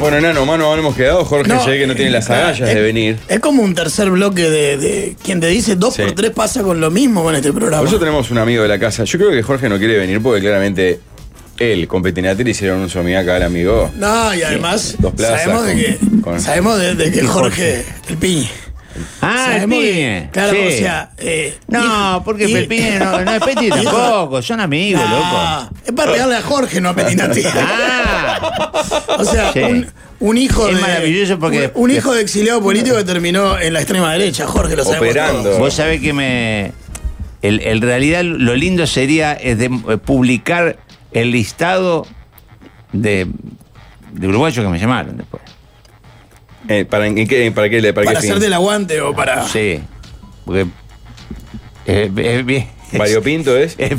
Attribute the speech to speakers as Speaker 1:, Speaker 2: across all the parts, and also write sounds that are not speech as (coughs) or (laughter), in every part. Speaker 1: Bueno, enano, mano, hemos quedado. Jorge
Speaker 2: No,
Speaker 1: se ve que no tiene las agallas
Speaker 2: eh,
Speaker 1: de venir.
Speaker 2: Es como un tercer bloque de, de- quien te dice dos
Speaker 1: Sí.
Speaker 2: por tres pasa con lo mismo con este
Speaker 1: Por
Speaker 2: programa.
Speaker 1: eso tenemos un amigo de la casa. Yo creo que Jorge no quiere venir porque claramente él con Petinater hicieron un somiaca al amigo.
Speaker 2: No, y además
Speaker 1: Dos plazas
Speaker 2: sabemos de que,
Speaker 1: con- con-
Speaker 2: sabemos de, de que Jorge, el piñe.
Speaker 3: Ah, el
Speaker 2: Sabemos que-
Speaker 3: piñe.
Speaker 2: claro,
Speaker 3: Sí.
Speaker 2: o sea, eh,
Speaker 3: No,
Speaker 2: hijo-
Speaker 3: porque
Speaker 2: hij-
Speaker 3: el piñe no, no es
Speaker 2: (laughs)
Speaker 3: Peti
Speaker 2: Hijo-
Speaker 3: tampoco, son amigos,
Speaker 2: Ah,
Speaker 3: loco.
Speaker 2: Es para pegarle a Jorge, no a Petinati.
Speaker 3: Ah,
Speaker 2: (laughs) O sea,
Speaker 3: Sí.
Speaker 2: un, un hijo
Speaker 3: Es
Speaker 2: de.
Speaker 3: maravilloso porque-
Speaker 2: Un, un hijo de exiliado político que terminó en la extrema derecha, Jorge, lo sabemos.
Speaker 1: Operando.
Speaker 2: todos.
Speaker 3: vos sabés que me. el- En realidad, lo lindo sería es de, eh, publicar el listado de, de uruguayos que me llamaron después.
Speaker 1: Eh, ¿para, en qué, ¿Para qué? ¿Para,
Speaker 2: Para
Speaker 1: qué fin?
Speaker 2: hacerte el aguante o para.
Speaker 3: Sí, porque. eh, eh, bien.
Speaker 1: ¿Variopinto
Speaker 3: (laughs)
Speaker 1: es?
Speaker 3: Eh,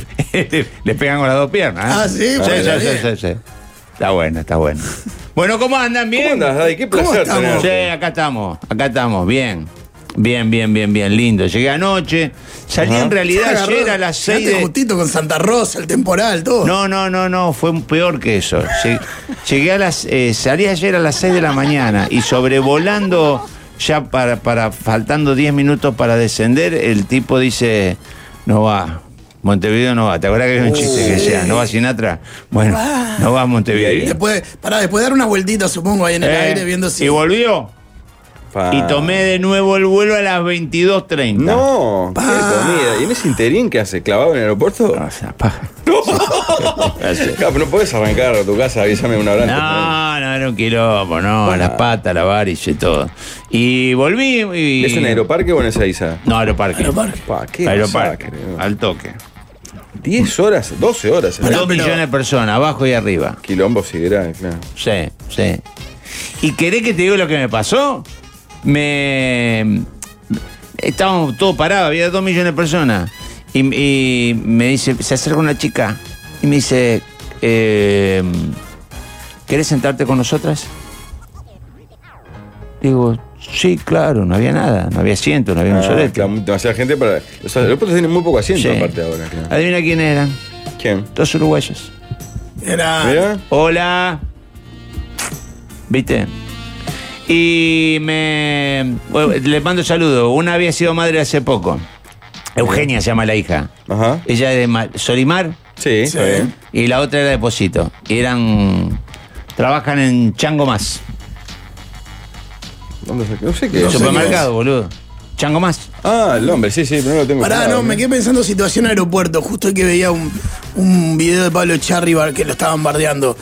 Speaker 3: Le pegan con las dos piernas. ¿eh?
Speaker 2: Ah, sí, bueno,
Speaker 3: sí,
Speaker 2: bien.
Speaker 3: sí, sí, sí. Está bueno, está bueno. Bueno, ¿cómo andan? ¿Bien?
Speaker 1: ¿Cómo andas, Daddy? Qué
Speaker 2: ¿Cómo
Speaker 1: placer
Speaker 2: estamos?
Speaker 1: tenerte.
Speaker 3: Sí, acá estamos, acá estamos, bien. Bien, bien, bien, bien, lindo. Llegué anoche, salí
Speaker 1: Ajá.
Speaker 3: en realidad ayer a las 6
Speaker 2: Quedaste
Speaker 3: de...
Speaker 2: justito con Santa Rosa, el temporal, todo.
Speaker 3: No, no, no, no, fue peor que eso. Lle- Llegué a las... eh, salí ayer a las 6 de la mañana y sobrevolando, ya para, para faltando 10 minutos para descender, el tipo dice, no va. Montevideo no va, ¿te acuerdas que era un chiste que decía? ¿No va Sinatra? Bueno, no va a Montevideo.
Speaker 2: Después, pará, después de dar una vueltita, supongo, ahí en el
Speaker 3: Eh,
Speaker 2: aire, viendo si.
Speaker 3: ¿Y volvió?
Speaker 1: Pa.
Speaker 3: Y tomé de nuevo el vuelo a las 22.30.
Speaker 1: No, qué (laughs)
Speaker 2: Pa.
Speaker 1: comida. ¿Y en ese interín que hace? ¿Clavado en el aeropuerto?
Speaker 3: O sea, paja.
Speaker 1: (laughs) Claro, pero no podés arrancar a tu casa, avísame una hora antes.
Speaker 3: No, no, era un quilombo, no, las patas, la varice, todo. Y volví y...
Speaker 1: ¿Es en Aeroparque o en Ezeiza?
Speaker 3: No, aeroparque.
Speaker 2: Aeroparque.
Speaker 1: Pa, qué
Speaker 3: Aeroparque,
Speaker 1: masacre, ¿no?
Speaker 3: al toque.
Speaker 1: 10 horas, 12 horas.
Speaker 3: Dos millones de personas, abajo y arriba.
Speaker 1: Quilombo sideral, claro.
Speaker 3: Sí, sí. ¿Y querés que te diga lo que me pasó? Me. Estábamos todos parados, había dos millones de personas. Y, y me dice, se acerca una chica y me dice, eh, ¿querés sentarte con nosotras? Digo, sí, claro, no había nada, no había asiento, no había un
Speaker 1: Ah,
Speaker 3: solete.
Speaker 1: claro, demasiada gente para. Los aeropuertos tienen muy poco asiento
Speaker 3: Sí.
Speaker 1: aparte ahora, claro.
Speaker 3: Adivina quién eran,
Speaker 1: ¿Quién?
Speaker 3: dos uruguayos. Ah,
Speaker 2: Era.
Speaker 1: ¿Mira?
Speaker 3: Hola. ¿Viste? Y me. bueno, le mando saludo. Una había sido madre hace poco. Eugenia se llama la hija.
Speaker 1: Ajá.
Speaker 3: Ella es de Ma- Solimar
Speaker 1: Sí, está
Speaker 2: Sí.
Speaker 1: bien.
Speaker 3: y la otra era de Posito. Y eran. Trabajan en Chango Más.
Speaker 1: ¿Dónde saqué? No sé qué.
Speaker 2: No sé
Speaker 3: Supermercado, boludo. Chango Más.
Speaker 1: Ah, el hombre, sí, sí, pero no lo tengo.
Speaker 2: Pará,
Speaker 1: claro,
Speaker 2: no, me quedé pensando situación aeropuerto. Justo hoy que veía un, un video de Pablo Charribar que lo estaban bardeando.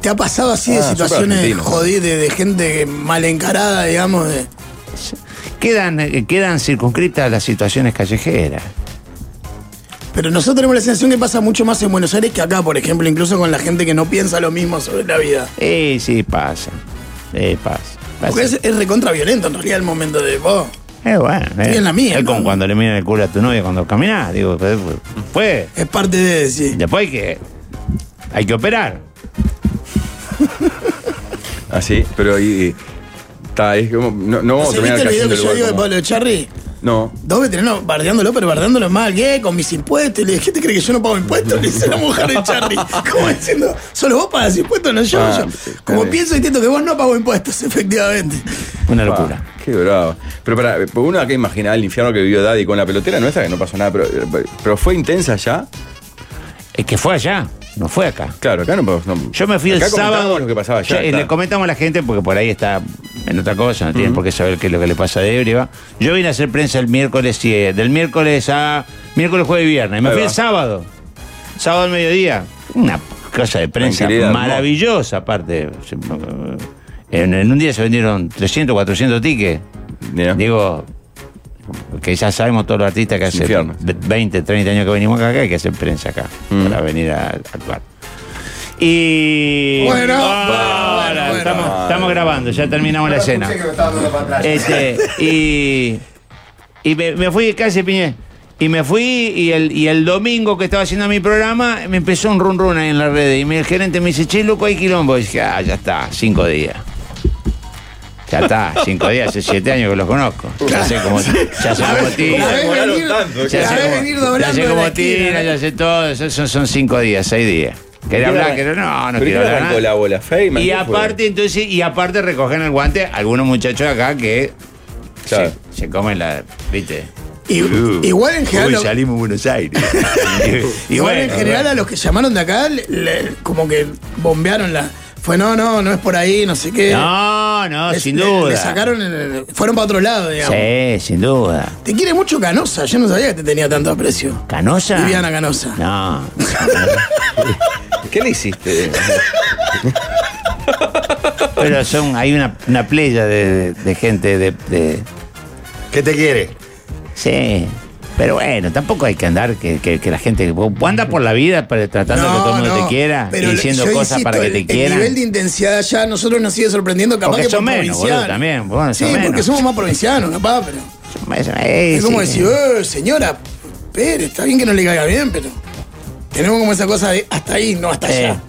Speaker 2: ¿Te ha pasado así de
Speaker 1: Ah, súper
Speaker 2: situaciones
Speaker 1: argentino.
Speaker 2: jodidas, de, de gente mal encarada, digamos? de-
Speaker 3: Quedan, eh, quedan circunscritas las situaciones callejeras.
Speaker 2: Pero nosotros tenemos la sensación que pasa mucho más en Buenos Aires que acá, por ejemplo, incluso con la gente que no piensa lo mismo sobre la vida.
Speaker 3: Eh, sí, pasa. Eh, pasa. pasa.
Speaker 2: Porque es, es recontra violento en realidad el momento de vos.
Speaker 3: Eh, bueno, eh.
Speaker 2: en la mía,
Speaker 3: Es
Speaker 2: ¿no?
Speaker 3: como cuando le miran el culo a tu novia cuando caminás. Digo, pues, fue.
Speaker 2: Es parte de sí.
Speaker 3: Después hay que. Hay que operar.
Speaker 1: Ah, sí, pero ahí. Está, es como. No, no vamos a
Speaker 2: ¿No sé,
Speaker 1: terminar
Speaker 2: ¿Viste el
Speaker 1: cayendo
Speaker 2: video que
Speaker 1: en
Speaker 2: yo
Speaker 1: el
Speaker 2: digo de
Speaker 1: lugar
Speaker 2: Pablo Charri?
Speaker 1: como- No.
Speaker 2: Dos veteranos bardeándolo, pero bardeándolo mal, ¿qué? Con mis impuestos. Le dije, ¿qué te crees que yo no pago impuestos? Le dice la mujer de
Speaker 3: (laughs)
Speaker 2: Charlie. Como diciendo, solo vos pagas impuestos, no yo.
Speaker 1: Ah,
Speaker 2: yo.
Speaker 1: sí, está
Speaker 2: Como
Speaker 1: bien.
Speaker 2: pienso y entiendo que vos no pago impuestos, (laughs) efectivamente.
Speaker 3: Una
Speaker 1: Pa,
Speaker 3: locura.
Speaker 1: Qué bravo. Pero para, uno acá imaginaba el infierno que vivió Daddy con la pelotera nuestra, que no pasó nada, pero, eh, pero fue intensa ya.
Speaker 3: Es que fue allá, no fue acá.
Speaker 1: Claro, acá no podemos. no-
Speaker 3: Yo me fui
Speaker 1: acá
Speaker 3: el sábado.
Speaker 1: comentábamos lo que pasaba allá.
Speaker 3: Yo- eh,
Speaker 1: está.
Speaker 3: le comentamos a la gente porque por ahí está en otra cosa, no tienen por qué saber qué es lo que le pasa de Ebreva. Yo vine a hacer prensa el miércoles, y, eh, del miércoles a miércoles, jueves y viernes. Me
Speaker 1: Ahí
Speaker 3: fui
Speaker 1: va.
Speaker 3: el sábado, sábado al mediodía. Una cosa de prensa
Speaker 1: Tranquilidad, ¿no?
Speaker 3: maravillosa, aparte. Se- eh, En, en un día se vendieron 300, 400 tickets.
Speaker 1: Mira.
Speaker 3: Digo, que ya sabemos todos los artistas que hace
Speaker 1: Infierno.
Speaker 3: 20, 30 años que venimos acá, que hay que hacer prensa acá para venir a, a actuar. Y.
Speaker 2: Bueno,
Speaker 3: Ah,
Speaker 2: bueno, bueno, bueno.
Speaker 3: estamos, estamos grabando, ya terminamos la escena. Este, y. Y me, me fui casi piñé. Y me fui y el, y el domingo que estaba haciendo mi programa me empezó un run run ahí en la red. Y me- el gerente me dice, che, loco, hay quilombo. Y dije, ah, ya está, cinco días. Ya está, cinco días, hace siete años que los conozco. Ya sé cómo, ya sé cómo
Speaker 2: La
Speaker 3: tiran.
Speaker 2: ves
Speaker 1: demoraron
Speaker 2: venir-
Speaker 1: tanto, claro.
Speaker 2: la ves
Speaker 3: Ya
Speaker 2: venir
Speaker 3: sé cómo,
Speaker 2: doblando
Speaker 3: ya sé
Speaker 2: de la
Speaker 3: cómo
Speaker 2: esquina,
Speaker 3: tiran, ya sé todo. Eso son, son cinco días, seis días. Quería
Speaker 1: ¿Pero
Speaker 3: hablar,
Speaker 1: qué
Speaker 3: que no, no
Speaker 1: ¿Pero
Speaker 3: quiero
Speaker 1: quién
Speaker 3: hablar.
Speaker 1: arrancó
Speaker 3: nada.
Speaker 1: la bola? Feynman.
Speaker 3: Y
Speaker 1: ¿quién fue?
Speaker 3: aparte, entonces, y aparte recogen el guante algunos muchachos acá que
Speaker 1: Claro.
Speaker 3: se, se comen la. ¿Viste?
Speaker 2: Y- igual en general.
Speaker 3: Uh. Uy,
Speaker 2: lo-
Speaker 3: salimos a Buenos Aires.
Speaker 2: (laughs)
Speaker 3: Y
Speaker 2: Igual en
Speaker 3: bueno,
Speaker 2: general
Speaker 3: bueno.
Speaker 2: a los que llamaron de acá, le- le- como que bombearon la. Fue no, no, no es por ahí, no sé qué.
Speaker 3: No, no,
Speaker 2: Le-
Speaker 3: sin
Speaker 2: le-
Speaker 3: duda.
Speaker 2: Le sacaron, el- fueron para otro lado, digamos.
Speaker 3: Sí, sin duda.
Speaker 2: Te quiere mucho Canosa, yo no sabía que te tenía tanto aprecio.
Speaker 3: ¿Canosa?
Speaker 2: Viviana Canosa.
Speaker 3: No.
Speaker 1: (laughs) ¿Qué le hiciste?
Speaker 3: Pero son, hay una, una playa de, de- de gente de, de-
Speaker 4: ¿Qué te quiere?
Speaker 3: Sí. Pero bueno, tampoco hay que andar que, que- que la gente. vos anda por la vida para- tratando de que todo el mundo te quiera, y
Speaker 2: pero
Speaker 3: diciendo
Speaker 2: yo
Speaker 3: cosas
Speaker 2: insisto,
Speaker 3: para que
Speaker 2: el-
Speaker 3: te quieran.
Speaker 2: El nivel de intensidad ya a nosotros nos sigue sorprendiendo, capaz
Speaker 3: Porque
Speaker 2: que
Speaker 3: son
Speaker 2: por
Speaker 3: menos,
Speaker 2: provincial.
Speaker 3: boludo, también, bueno,
Speaker 2: sí,
Speaker 3: son
Speaker 2: porque
Speaker 3: menos.
Speaker 2: somos más provincianos, capaz, pero.
Speaker 3: Eh,
Speaker 2: es como
Speaker 3: sí.
Speaker 2: decir, eh, señora, Pérez, está bien que no le caiga bien, pero. Tenemos como esa cosa de hasta ahí, no hasta
Speaker 3: Eh,
Speaker 2: allá.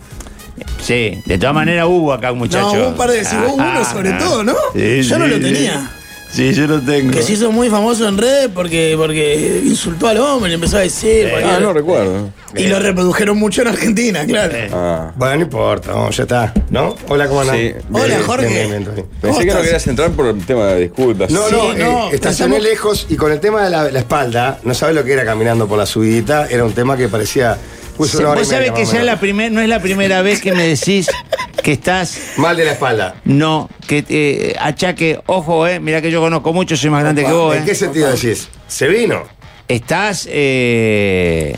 Speaker 3: sí, de todas maneras hubo acá un muchacho. Ah,
Speaker 2: No, hubo un par de decimos, uno sobre todo, ¿no? yo no lo tenía.
Speaker 3: Sí, yo lo tengo.
Speaker 2: Que se hizo muy famoso en redes porque, porque insultó al hombre, le empezó a decir.
Speaker 1: Ah,
Speaker 2: cualquier-
Speaker 1: no recuerdo.
Speaker 2: y lo reprodujeron mucho en Argentina, claro.
Speaker 3: Eh.
Speaker 1: Ah.
Speaker 4: Bueno, no importa, no, ya está. ¿No? Hola, ¿cómo andan?
Speaker 1: Sí.
Speaker 2: Hola,
Speaker 4: Bien,
Speaker 2: Jorge.
Speaker 4: bien, bien, bien, bien.
Speaker 1: Pensé que no
Speaker 2: estás?
Speaker 1: querías entrar por el tema de disculpas.
Speaker 4: No,
Speaker 2: Sí,
Speaker 4: no,
Speaker 2: no,
Speaker 4: eh, estacioné
Speaker 2: pensamos-
Speaker 4: lejos y con el tema de la, la espalda, no sabes lo que era caminando por la subidita, era un tema que parecía. puso
Speaker 3: Sí,
Speaker 4: una hora y
Speaker 3: Vos sabés
Speaker 4: media,
Speaker 3: que
Speaker 4: más o
Speaker 3: ya es
Speaker 4: menos.
Speaker 3: la primer, no es la primera vez que me decís que estás.
Speaker 4: Mal de la espalda.
Speaker 3: No, que eh, achaque, ojo, eh, mirá que yo conozco mucho, soy más grande que vos,
Speaker 4: ¿En qué
Speaker 3: eh.
Speaker 4: sentido decís? Se vino.
Speaker 3: Estás. Eh,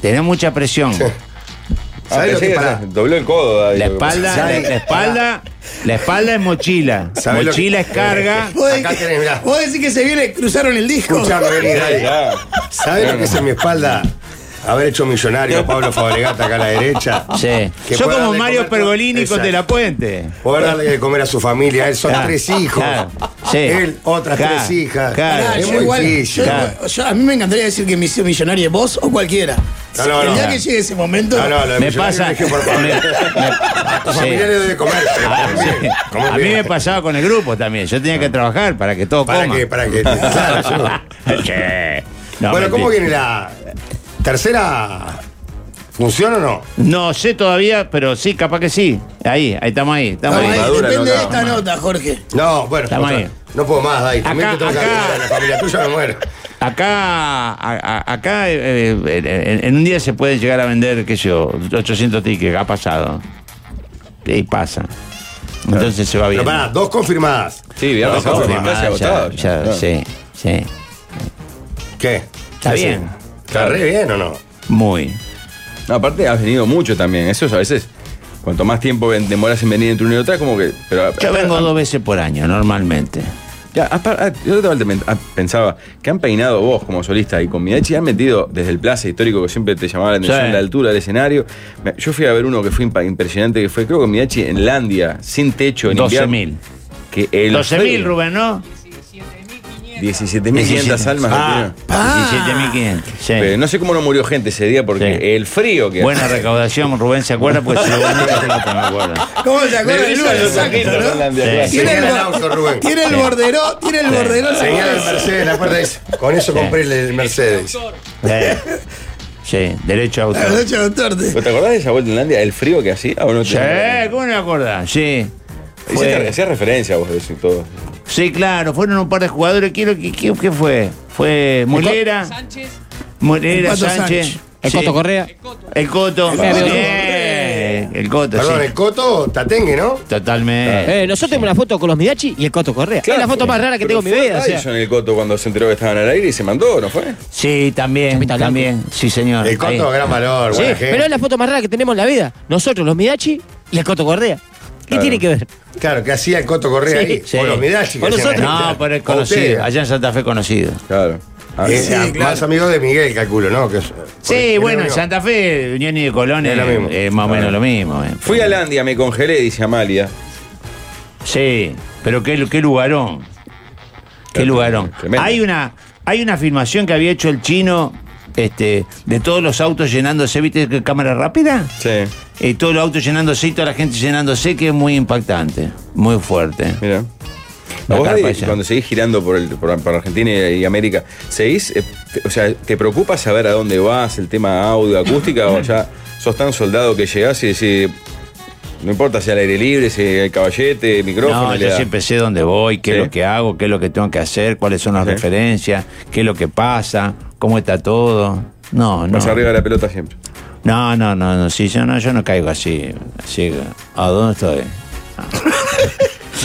Speaker 3: tenés mucha presión.
Speaker 1: Ah,
Speaker 4: ¿Sabes
Speaker 1: pensé
Speaker 4: lo que
Speaker 1: que
Speaker 4: pará?
Speaker 1: se dobló el codo. ahí.
Speaker 3: La espalda, la,
Speaker 4: ¿Sabe?
Speaker 3: la espalda, la espalda es mochila.
Speaker 4: ¿Sabe lo que- (laughs)
Speaker 3: Mochila es carga.
Speaker 2: Vos
Speaker 4: Acá
Speaker 2: decís-
Speaker 4: tenés, mirá.
Speaker 2: Vos decís que se viene, cruzaron el disco.
Speaker 3: (laughs)
Speaker 4: Escuchame, vení,
Speaker 1: Ahí,
Speaker 4: dale.
Speaker 1: ya.
Speaker 4: ¿Sabes lo que es en mi espalda? Haber hecho millonario
Speaker 3: (laughs)
Speaker 4: a Pablo Fabregata acá a la derecha.
Speaker 3: Sí.
Speaker 4: Que
Speaker 3: Yo
Speaker 4: pueda
Speaker 3: como
Speaker 4: darle
Speaker 3: Mario
Speaker 4: comer-
Speaker 3: Pergolini con
Speaker 4: Exacto.
Speaker 3: De La Puente.
Speaker 4: Poder darle de comer a su familia. Él son
Speaker 3: Claro, Ah,
Speaker 4: tres hijos.
Speaker 3: claro, sí.
Speaker 4: Él, otras
Speaker 3: Claro,
Speaker 4: tres hijas.
Speaker 3: claro.
Speaker 2: Pará,
Speaker 4: Es
Speaker 2: yo
Speaker 4: muy
Speaker 2: igual-
Speaker 4: difícil.
Speaker 2: yo-
Speaker 3: claro.
Speaker 2: yo- a mí me encantaría decir que me hizo millonario vos o cualquiera.
Speaker 4: No, no,
Speaker 2: el día
Speaker 4: no.
Speaker 2: que llegue ese momento.
Speaker 4: No, no, lo de
Speaker 3: Me
Speaker 4: millonario lo
Speaker 3: pasa.
Speaker 4: dije por Pablo. (laughs)
Speaker 3: me- me-
Speaker 4: A tus
Speaker 3: sí.
Speaker 4: familiares debe comer. pero
Speaker 3: Ah,
Speaker 4: comer
Speaker 3: sí.
Speaker 4: bien, comer
Speaker 3: (laughs) A mí
Speaker 4: bien.
Speaker 3: me pasaba con el grupo también. Yo tenía que trabajar para que todos
Speaker 4: Ah. ¿Para
Speaker 3: coman.
Speaker 4: qué?
Speaker 3: (laughs)
Speaker 4: ¿Para qué? Claro, yo-
Speaker 3: Sí. No,
Speaker 4: bueno, ¿cómo
Speaker 3: mentira.
Speaker 4: viene la tercera función o no?
Speaker 3: No sé todavía, pero sí, capaz que sí. Ahí, ahí estamos ahí. Estamos
Speaker 2: Vamos,
Speaker 3: ahí.
Speaker 2: ahí,
Speaker 1: Madura,
Speaker 2: eh, depende
Speaker 1: no,
Speaker 2: de esta
Speaker 1: no.
Speaker 2: nota, Jorge.
Speaker 4: No, bueno,
Speaker 3: Está mal.
Speaker 4: otra- no puedo más, Dai. También
Speaker 3: Acá,
Speaker 4: te tengo que
Speaker 3: acá.
Speaker 4: ayudar, la familia tuya me muero.
Speaker 3: Acá, a- a- acá eh, eh, en, en un día se puede llegar a vender, qué sé yo, 800 tickets, ha pasado. Y pasa. Entonces se va bien.
Speaker 4: Pero pará, dos confirmadas.
Speaker 1: Sí, viernes
Speaker 4: No,
Speaker 1: sábado,
Speaker 4: confirmado,
Speaker 1: casi agotado. Claro.
Speaker 3: Sí, sí.
Speaker 1: ah.
Speaker 4: ¿Qué?
Speaker 3: Está
Speaker 4: ¿Qué
Speaker 3: bien.
Speaker 4: hacen? ¿Está re bien o no?
Speaker 3: Muy.
Speaker 1: No, aparte has venido mucho también. Eso es a veces. Cuanto más tiempo ven- demoras en venir entre uno y otra, como que. Pero, ah.
Speaker 3: Yo vengo dos veces por año, normalmente.
Speaker 1: Ya, ah, pa- ah, yo totalmente men- ah, pensaba que han peinado vos como solista y con Miachi han metido desde el plaza histórico que siempre te llamaba la atención
Speaker 3: Sí.
Speaker 1: la altura del escenario. Me- Yo fui a ver uno que fue impa- impresionante, que fue creo que Miachi en Landia, sin techo, en invierno.
Speaker 3: 12.000.
Speaker 1: Que el
Speaker 3: 12.000, Rubén, ¿no?
Speaker 1: 17.500 almas.
Speaker 3: Ah,
Speaker 1: metieron.
Speaker 2: Ah.
Speaker 3: 17.500.
Speaker 1: Pero
Speaker 3: Sí.
Speaker 1: no sé cómo no murió gente ese día porque
Speaker 3: Sí.
Speaker 1: el frío que
Speaker 3: Buena recaudación, Rubén se
Speaker 1: (laughs)
Speaker 3: acuerda, pues se lo gané esta pelota, me acuerdo.
Speaker 2: ¿Cómo se acuerda el
Speaker 1: brillan
Speaker 2: lunes?
Speaker 1: los
Speaker 2: exacto,
Speaker 1: ojitos,
Speaker 2: ¿no?
Speaker 1: Fernando,
Speaker 3: Sí.
Speaker 1: acá.
Speaker 2: Tiene el,
Speaker 4: Señala
Speaker 2: bo-
Speaker 4: el auto, Rubén.
Speaker 2: tiene el bordero, tiene el bordero. se
Speaker 4: Señala el
Speaker 2: acuerda.
Speaker 4: Mercedes, la puerta dice. Con eso compré el- el Mercedes.
Speaker 3: Sí. Sí, derecho a
Speaker 2: La
Speaker 3: autor.
Speaker 2: noche de tarde.
Speaker 1: ¿Vos ¿Te acordás de esa vuelta en Landia? ¿El frío que hacía? Ah, vos no te
Speaker 3: Sí,
Speaker 1: acordás.
Speaker 3: Eh, ¿cómo no me acordás? Sí.
Speaker 1: Hiciste-
Speaker 3: Fue-
Speaker 1: Hacías referencia vos de eso y todo.
Speaker 3: sí, claro, fueron un par de jugadores. Quiero que- ¿Qué, qué fue? Fue Mulera. Sánchez. Mulera,
Speaker 2: El Coto
Speaker 3: Sánchez.
Speaker 2: Sánchez.
Speaker 5: El
Speaker 3: Sí.
Speaker 5: Coto Correa.
Speaker 3: El Coto.
Speaker 2: El Coto.
Speaker 3: Bien, El Coto,
Speaker 4: Perdón,
Speaker 3: sí.
Speaker 4: el Coto Tatengue, ¿no? Ah,
Speaker 3: Totalmente.
Speaker 5: Eh, nosotros tenemos una foto con los Midachi y el Coto Correa.
Speaker 1: Claro,
Speaker 5: es la foto más rara que
Speaker 1: pero
Speaker 5: tengo en mi
Speaker 1: fue
Speaker 5: vida. o sea.
Speaker 1: Tyson el Coto cuando se enteró que estaban al aire y se mandó, ¿no fue?
Speaker 3: Sí, también,
Speaker 5: Chapita Blanco.
Speaker 3: también. Sí, señor.
Speaker 4: El Coto,
Speaker 3: Ahí.
Speaker 4: gran valor,
Speaker 5: Sí,
Speaker 4: buena gente.
Speaker 5: Eh, pero es la foto más rara que tenemos en la vida. Nosotros, los Midachi y el Coto Correa. ¿Qué
Speaker 1: Claro.
Speaker 5: tiene que ver?
Speaker 4: Claro, que hacía el Coto Correa
Speaker 5: Sí,
Speaker 4: ahí.
Speaker 3: Sí.
Speaker 4: O los Midachi.
Speaker 5: O
Speaker 4: que hacían
Speaker 5: nosotros.
Speaker 4: ahí.
Speaker 3: No, pero es
Speaker 4: O ustedes.
Speaker 3: conocido. Allá en Santa Fe conocido.
Speaker 1: Claro. Ah,
Speaker 4: Eh,
Speaker 1: sí.
Speaker 4: a-
Speaker 2: claro.
Speaker 4: Más amigo de Miguel, calculo, ¿no? Que es- porque
Speaker 3: Sí,
Speaker 4: era
Speaker 3: bueno, en
Speaker 4: amigo.
Speaker 3: Santa Fe, Unión y de Colón
Speaker 4: Es
Speaker 3: es,
Speaker 4: lo mismo. Ah.
Speaker 3: es Eh, más o menos lo mismo. eh.
Speaker 1: Fui a Landia, me congelé, dice Amalia.
Speaker 3: Sí, pero qué, qué lugarón. Qué
Speaker 1: Claro,
Speaker 3: lugarón.
Speaker 1: tremendo.
Speaker 3: Hay una, hay una filmación que había hecho el chino este, de todos los autos llenándose, ¿viste? que Cámara rápida.
Speaker 1: Sí,
Speaker 3: Y todos los autos llenándose y toda la gente llenándose, que es muy impactante, muy fuerte.
Speaker 1: mira.
Speaker 3: La
Speaker 1: ¿A vos,
Speaker 3: carpa
Speaker 1: Eddie,
Speaker 3: esa.
Speaker 1: cuando seguís girando por, el, por, por Argentina y y América, ¿seguís? eh, te- o sea, ¿te preocupa saber a dónde vas, el tema audio, acústica, o ya sos tan soldado que llegás y decís, no importa si al aire libre, si hay caballete, micrófono.
Speaker 3: No,
Speaker 1: le
Speaker 3: yo
Speaker 1: da.
Speaker 3: siempre sé dónde voy, qué
Speaker 1: Sí.
Speaker 3: es lo que hago, qué es lo que tengo que hacer, cuáles son las
Speaker 1: Sí.
Speaker 3: referencias, qué es lo que pasa, cómo está todo. No, no.
Speaker 1: Vas arriba de la pelota siempre.
Speaker 3: No, no, no, no, sí, yo no, yo no caigo así. así ¿A dónde estoy?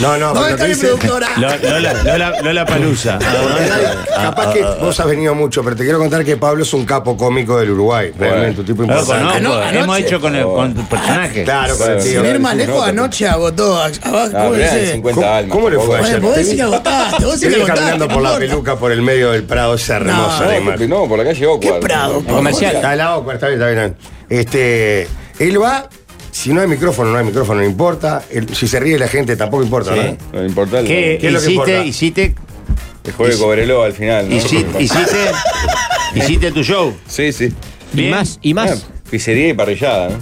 Speaker 4: No, no, pero
Speaker 2: ¿Dónde
Speaker 4: lo que
Speaker 2: está mi
Speaker 4: dice-
Speaker 2: productora?
Speaker 3: Lo- Ah, Lola, Lola,
Speaker 4: (laughs)
Speaker 3: Lola Palusa. ¿A dónde estoy?
Speaker 4: Capaz
Speaker 3: ah,
Speaker 4: que vos has venido mucho, pero te quiero contar que Pablo es un capo cómico del Uruguay. Realmente, un tipo
Speaker 3: Lo
Speaker 4: importante.
Speaker 3: conozco,
Speaker 2: Ano- anoche.
Speaker 3: hemos hecho con el, con tu personaje.
Speaker 4: Claro, con el tío.
Speaker 2: Sin ir más
Speaker 1: Sí,
Speaker 2: lejos,
Speaker 1: no,
Speaker 2: anoche agotó. a- abajo,
Speaker 1: Ah,
Speaker 2: ¿Cómo
Speaker 1: mirá,
Speaker 2: dice?
Speaker 1: 50
Speaker 4: ¿Cómo-
Speaker 1: almas.
Speaker 4: cómo le fue
Speaker 1: tampoco.
Speaker 4: ayer?
Speaker 2: Bueno, vos decís que agotaste, vos
Speaker 4: Te
Speaker 2: decís que
Speaker 4: vi
Speaker 2: agotaste.
Speaker 4: caminando
Speaker 2: no
Speaker 4: por la
Speaker 2: importa.
Speaker 4: peluca por el medio del Prado, esa hermosa
Speaker 2: No,
Speaker 4: la
Speaker 1: No,
Speaker 4: imagen.
Speaker 1: no, por la calle Ocuar.
Speaker 2: Qué Prado,
Speaker 1: No,
Speaker 5: comercial.
Speaker 4: Está la Ocuar, está bien, está bien. Este, él va, si no hay micrófono, no hay micrófono, no importa. El- si se ríe la gente, tampoco importa, ¿no?
Speaker 1: No le importa.
Speaker 3: ¿Qué,
Speaker 4: ¿Qué es lo que importa?
Speaker 3: hiciste, hiciste,
Speaker 1: El juego de Cobreloa al final. ¿no?
Speaker 3: hiciste,
Speaker 1: (laughs)
Speaker 3: hiciste, hiciste tu show?
Speaker 1: Sí, sí.
Speaker 5: Y
Speaker 3: Bien.
Speaker 5: más, y más.
Speaker 1: Ah, pizzería y parrillada, ¿no?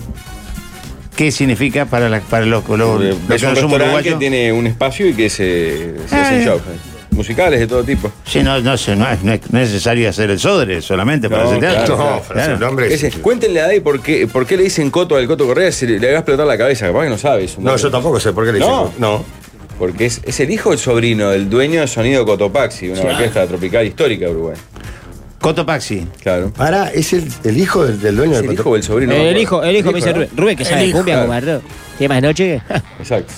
Speaker 3: ¿Qué significa para, la, para los, los,
Speaker 1: Porque
Speaker 3: los que
Speaker 1: es un
Speaker 3: no somos
Speaker 1: restaurante que
Speaker 3: uruguayos?
Speaker 1: tiene un espacio y que se, se
Speaker 3: Ah,
Speaker 1: hacen
Speaker 3: eh.
Speaker 1: shows. Musicales de todo tipo.
Speaker 3: Sí, no, no, sé, no, es, no es necesario hacer el sodre solamente para
Speaker 1: No,
Speaker 3: hacer teatro.
Speaker 1: claro,
Speaker 4: No, Francisco, el hombre es-
Speaker 1: Ese, cuéntenle a Dai por qué, por qué le dicen Coto al Coto Correa si le, le hagas explotar la cabeza. Capaz que no sabes.
Speaker 4: No, yo tampoco sé por qué le dicen.
Speaker 1: No.
Speaker 4: No.
Speaker 1: Porque es, es el hijo del sobrino del dueño de Sonido Cotopaxi, una orquesta tropical histórica de Uruguay.
Speaker 3: Cotopaxi.
Speaker 1: Claro.
Speaker 4: Pará, es el, el hijo del, del dueño
Speaker 1: ¿Es
Speaker 4: del
Speaker 1: el hijo o el sobrino? No me
Speaker 5: el
Speaker 1: acuerdo.
Speaker 5: hijo, el hijo me dice
Speaker 1: ¿no?
Speaker 5: Rubén, Rubén, que sabe
Speaker 2: El
Speaker 5: de
Speaker 2: hijo.
Speaker 5: cumbia, comadre. ¿Qué más noche?
Speaker 1: Exacto.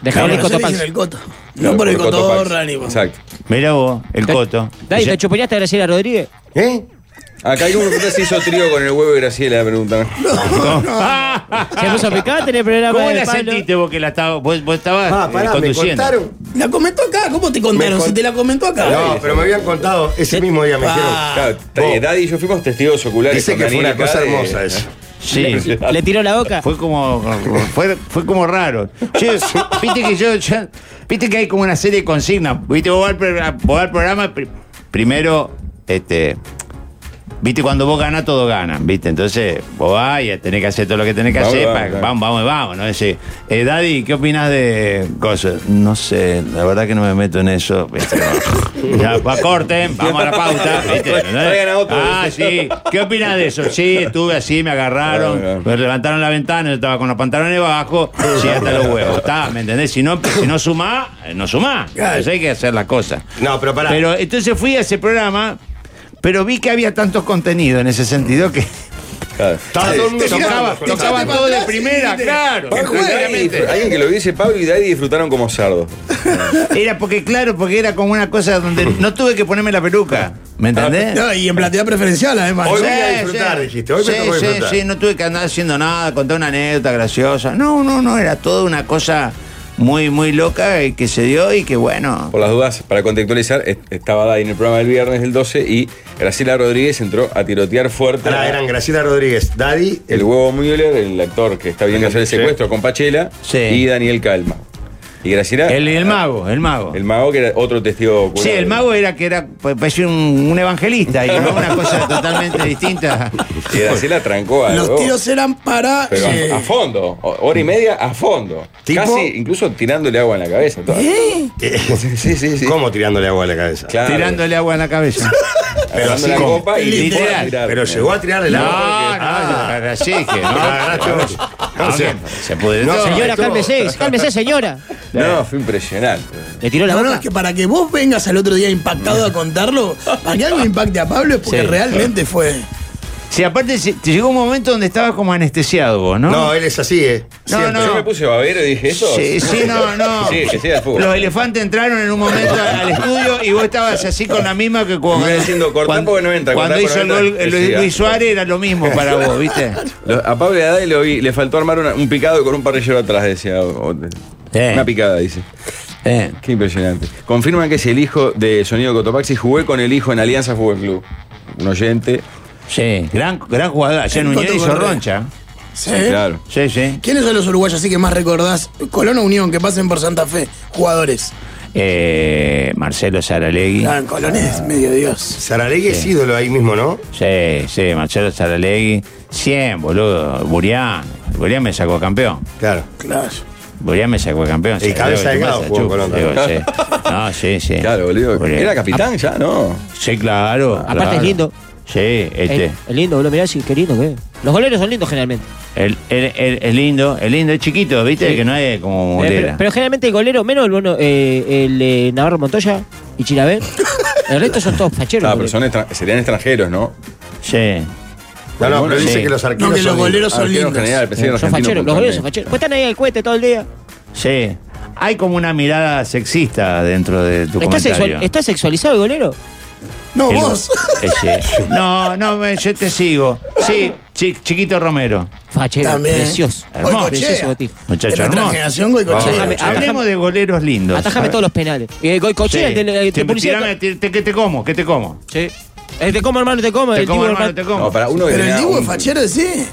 Speaker 5: Dejamos el
Speaker 2: No, no,
Speaker 5: coto
Speaker 2: le dicen
Speaker 5: pan.
Speaker 2: el coto.
Speaker 1: Claro,
Speaker 2: No por el cotorra
Speaker 1: Cotopaxi.
Speaker 2: ni por.
Speaker 1: Exacto.
Speaker 3: Mirá vos, el coto.
Speaker 5: Dai,
Speaker 3: Ya-
Speaker 5: ¿te chuponeaste a Graciela Rodríguez?
Speaker 4: ¿Eh?
Speaker 1: Acá hay uno que se hizo trío con el huevo de Graciela, preguntan.
Speaker 5: Se puso picante en el programa
Speaker 3: ¿Cómo
Speaker 5: de
Speaker 3: la
Speaker 5: Pablo.
Speaker 3: sentiste vos que la estaba, vos, vos estabas
Speaker 4: Ah,
Speaker 3: eh,
Speaker 4: pará, me
Speaker 3: conduciendo?
Speaker 4: contaron.
Speaker 2: La comentó acá, ¿cómo te contaron?
Speaker 4: Me con-
Speaker 2: Si te la comentó acá.
Speaker 4: No, pero me habían contado ese mismo día, me
Speaker 2: Ah.
Speaker 4: dijeron.
Speaker 1: Claro,
Speaker 4: Vos.
Speaker 1: Daddy y yo fuimos testigos oculares.
Speaker 4: Dice
Speaker 1: con
Speaker 4: que fue
Speaker 1: Daniel
Speaker 4: una
Speaker 1: acá
Speaker 4: cosa
Speaker 1: de- (laughs)
Speaker 4: hermosa eso.
Speaker 3: Sí.
Speaker 5: Le tiró la boca.
Speaker 3: Fue como, fue, fue como raro.
Speaker 1: (laughs)
Speaker 3: Che, viste que yo, ya- viste que hay como una serie de consignas. Viste, vos vas al, pro- vos vas al programa, pri- primero, este, viste, cuando vos ganás, todos ganan, viste. Entonces, vos vas y tenés que hacer todo lo que tenés que
Speaker 1: Vamos,
Speaker 3: hacer.
Speaker 1: vamos,
Speaker 3: para-
Speaker 1: claro.
Speaker 3: vamos, vamos, vamos, ¿no? Ese, eh, Daddy, ¿qué opinas de cosas? No sé, la verdad que no me meto en eso. viste, no. Ya, va, corten, vamos a
Speaker 1: (laughs)
Speaker 3: la pauta. viste, ¿no?
Speaker 1: Traigan a otro.
Speaker 3: Ah, sí. ¿Qué opinas de eso? Sí, estuve así, me agarraron,
Speaker 1: Claro, claro.
Speaker 3: me levantaron la ventana, yo estaba con los pantalones abajo, sí, hasta los huevos. Está, ¿me entendés? Si no, si no sumás, eh, no sumás. Entonces hay que hacer las cosas.
Speaker 4: No, pero pará.
Speaker 3: Pero entonces fui a ese programa, pero vi que había tantos contenidos en ese sentido que (laughs)
Speaker 1: Claro.
Speaker 4: Estaba todo el mundo
Speaker 2: Te
Speaker 4: tapado.
Speaker 2: tocaba-
Speaker 3: tocaba,
Speaker 2: Te
Speaker 3: tocaba
Speaker 2: echaste
Speaker 3: todo
Speaker 2: para
Speaker 3: de
Speaker 2: atrás y
Speaker 3: primera,
Speaker 2: dijiste,
Speaker 3: claro.
Speaker 2: "Juega ahí".
Speaker 3: claramente.
Speaker 1: Alguien que lo viese, Pablo y Daddy disfrutaron como sardos.
Speaker 3: Era porque, claro, porque era como una cosa donde no tuve que ponerme la peluca. ¿Me
Speaker 2: (laughs)
Speaker 3: entendés?
Speaker 2: No, y en platea preferencial, además.
Speaker 4: Hoy
Speaker 2: ¿no?
Speaker 4: voy a disfrutar, dijiste, hoy me
Speaker 3: sí,
Speaker 4: tocó
Speaker 3: sí,
Speaker 4: disfrutar.
Speaker 3: sí, no tuve que andar haciendo nada, contar una anécdota graciosa. No, no, no, era toda una cosa muy, muy loca y que se dio y que bueno.
Speaker 1: Por las dudas, para contextualizar, est- estaba Daddy en el programa del viernes del 12 y Graciela Rodríguez entró a tirotear fuerte.
Speaker 4: Pará, eran Graciela Rodríguez, Daddy,
Speaker 1: el huevo Müller, el actor que está viendo hacer el
Speaker 4: Sí.
Speaker 1: secuestro con Pachela,
Speaker 3: Sí.
Speaker 1: y Daniel Calma. Y Graciela.
Speaker 3: El, el mago, el mago.
Speaker 1: El mago que era otro testigo ocular.
Speaker 3: Sí, el mago era que era pa- parecía un, un evangelista y no una cosa
Speaker 4: (laughs)
Speaker 3: totalmente distinta.
Speaker 1: Y Graciela trancó a
Speaker 2: Los tiros eran para.
Speaker 1: Pero
Speaker 2: eh,
Speaker 1: a, a fondo, o- hora y media a fondo.
Speaker 4: ¿Tipo?
Speaker 1: Casi incluso tirándole agua en la cabeza. toda.
Speaker 3: ¿Eh?
Speaker 1: Sí, sí, sí. sí.
Speaker 4: ¿cómo tirándole agua a la cabeza?
Speaker 1: Claro.
Speaker 3: Tirándole agua en la cabeza.
Speaker 1: Agarrando
Speaker 4: así
Speaker 1: la
Speaker 4: como-
Speaker 1: copa y
Speaker 3: Literal.
Speaker 1: por tirar.
Speaker 4: Pero llegó a tirarle el
Speaker 3: No, no,
Speaker 4: agua. porque-
Speaker 3: yo- así que
Speaker 4: Ah,
Speaker 3: no.
Speaker 4: agarraste vos.
Speaker 3: No,
Speaker 4: O sea,
Speaker 3: que se puede
Speaker 4: no,
Speaker 3: todo.
Speaker 5: Señora,
Speaker 4: esto-
Speaker 5: cálmese, cálmese, señora.
Speaker 1: No, fue impresionante.
Speaker 5: Le tiró la
Speaker 2: No, no,
Speaker 5: boca.
Speaker 2: es que para que vos vengas al otro día impactado a contarlo, para que algo impacte a Pablo es porque
Speaker 3: Sí.
Speaker 2: realmente fue.
Speaker 3: Sí, aparte se- te llegó un momento donde estabas como anestesiado vos, ¿no?
Speaker 4: No, él es así, ¿eh?
Speaker 3: No,
Speaker 4: Siempre.
Speaker 3: no.
Speaker 1: Yo me puse babero y dije, eso.
Speaker 3: Sí, sí,
Speaker 1: (laughs)
Speaker 3: no, no.
Speaker 1: Sí, que siga el fútbol.
Speaker 3: Los elefantes entraron en
Speaker 1: (laughs)
Speaker 3: un momento al estudio y vos estabas así con la misma que cuando.
Speaker 1: Me iba diciendo, cortá porque no entra,
Speaker 3: Cuando
Speaker 1: cortá
Speaker 3: hizo el
Speaker 1: porque no
Speaker 3: gol
Speaker 1: entra.
Speaker 3: eh,
Speaker 1: Sí,
Speaker 3: Luis,
Speaker 1: ah.
Speaker 3: Luis Suárez era
Speaker 1: (laughs)
Speaker 3: lo mismo para vos, ¿viste?
Speaker 1: Lo- a Pablo y a Dai lo vi, le faltó armar una- un picado con un parrillero atrás, decía. o- o-
Speaker 3: Eh.
Speaker 1: Una picada, dice.
Speaker 3: Eh.
Speaker 1: Qué impresionante. Confirman que es el hijo de Sonido Cotopaxi. Jugué con el hijo en Alianza Fútbol Club. Un oyente.
Speaker 3: Sí, gran, gran jugada. Ayer
Speaker 2: El
Speaker 3: Núñez
Speaker 2: Coto
Speaker 3: hizo
Speaker 2: Correa.
Speaker 3: roncha.
Speaker 2: ¿sí?
Speaker 1: Claro.
Speaker 3: Sí, sí.
Speaker 2: ¿Quiénes son los uruguayos así que más recordás? Colón o Unión, que pasen por Santa Fe, jugadores.
Speaker 3: Eh, Marcelo Saralegui.
Speaker 2: Ah, Colón es medio Dios.
Speaker 4: Saralegui es ídolo ahí mismo, ¿no?
Speaker 3: Sí, sí, Marcelo Saralegui. 100, boludo. Burián. Burián me sacó campeón.
Speaker 4: Claro.
Speaker 2: Claro.
Speaker 3: Burián me sacó campeón.
Speaker 4: Y cabeza de
Speaker 3: Digo,
Speaker 4: Gao jugó
Speaker 3: chupa,
Speaker 4: Colón
Speaker 3: digo,
Speaker 4: también.
Speaker 3: sí. No, sí, sí.
Speaker 1: Claro, boludo.
Speaker 3: Burián. Ah.
Speaker 1: Era capitán ya, ¿no.
Speaker 3: Sí, claro.
Speaker 5: Aparte es lindo.
Speaker 3: Sí, este.
Speaker 5: Es, Eh, es lindo, boludo, mirá, sí, qué lindo que es. Los goleros son lindos generalmente.
Speaker 3: El, el- el- es lindo, es lindo, es chiquito, ¿viste?
Speaker 5: Sí.
Speaker 3: Que no es como
Speaker 5: Eh,
Speaker 3: bolera.
Speaker 5: pero, pero generalmente el golero, menos el, bueno, eh, el eh, Navarro Montoya y Chirabé, el resto son todos facheros.
Speaker 1: Ah, pero
Speaker 5: boludo.
Speaker 1: son extra- serían extranjeros, ¿no?
Speaker 3: Sí.
Speaker 4: No, no, pero
Speaker 3: Sí.
Speaker 4: dice que los arqueros
Speaker 2: No, que los
Speaker 4: son-
Speaker 2: goleros son
Speaker 1: Arqueros en
Speaker 2: lindos.
Speaker 1: general, pensé que
Speaker 3: Eh,
Speaker 5: son
Speaker 1: argentinos
Speaker 5: facheros, los goleros son facheros.
Speaker 1: puntualmente.
Speaker 5: Pues están ahí al cohete todo el día.
Speaker 3: Sí. Hay como una mirada sexista dentro de tu
Speaker 5: ¿Está, sexual-
Speaker 3: comentario.
Speaker 5: está sexualizado el golero?
Speaker 2: No,
Speaker 5: (laughs)
Speaker 3: El-
Speaker 2: vos.
Speaker 3: Eh, sí. No, no, me- yo te sigo. Sí, chi- Chiquito Romero.
Speaker 5: Fachero,
Speaker 2: También.
Speaker 5: precioso.
Speaker 2: Hermoso.
Speaker 5: Precioso
Speaker 2: Goicochea.
Speaker 5: Botija.
Speaker 3: Muchacho
Speaker 2: Nuestra
Speaker 3: hermoso.
Speaker 2: generación goicochea.
Speaker 5: Déjame-
Speaker 3: Hablemos de goleros lindos.
Speaker 5: Atajame todos los penales. Y el
Speaker 3: Sí.
Speaker 5: Goicochea, el de, el de
Speaker 3: Te-
Speaker 5: policía.
Speaker 3: tirame, te- te- que te como, que te como.
Speaker 5: Sí. Eh, te como, hermano, te como.
Speaker 3: Te
Speaker 5: el
Speaker 3: como,
Speaker 5: tipo,
Speaker 3: hermano, te como.
Speaker 1: No, para uno que
Speaker 2: Pero el
Speaker 1: tenía
Speaker 2: Dibu
Speaker 1: un-
Speaker 2: es fachero, sí.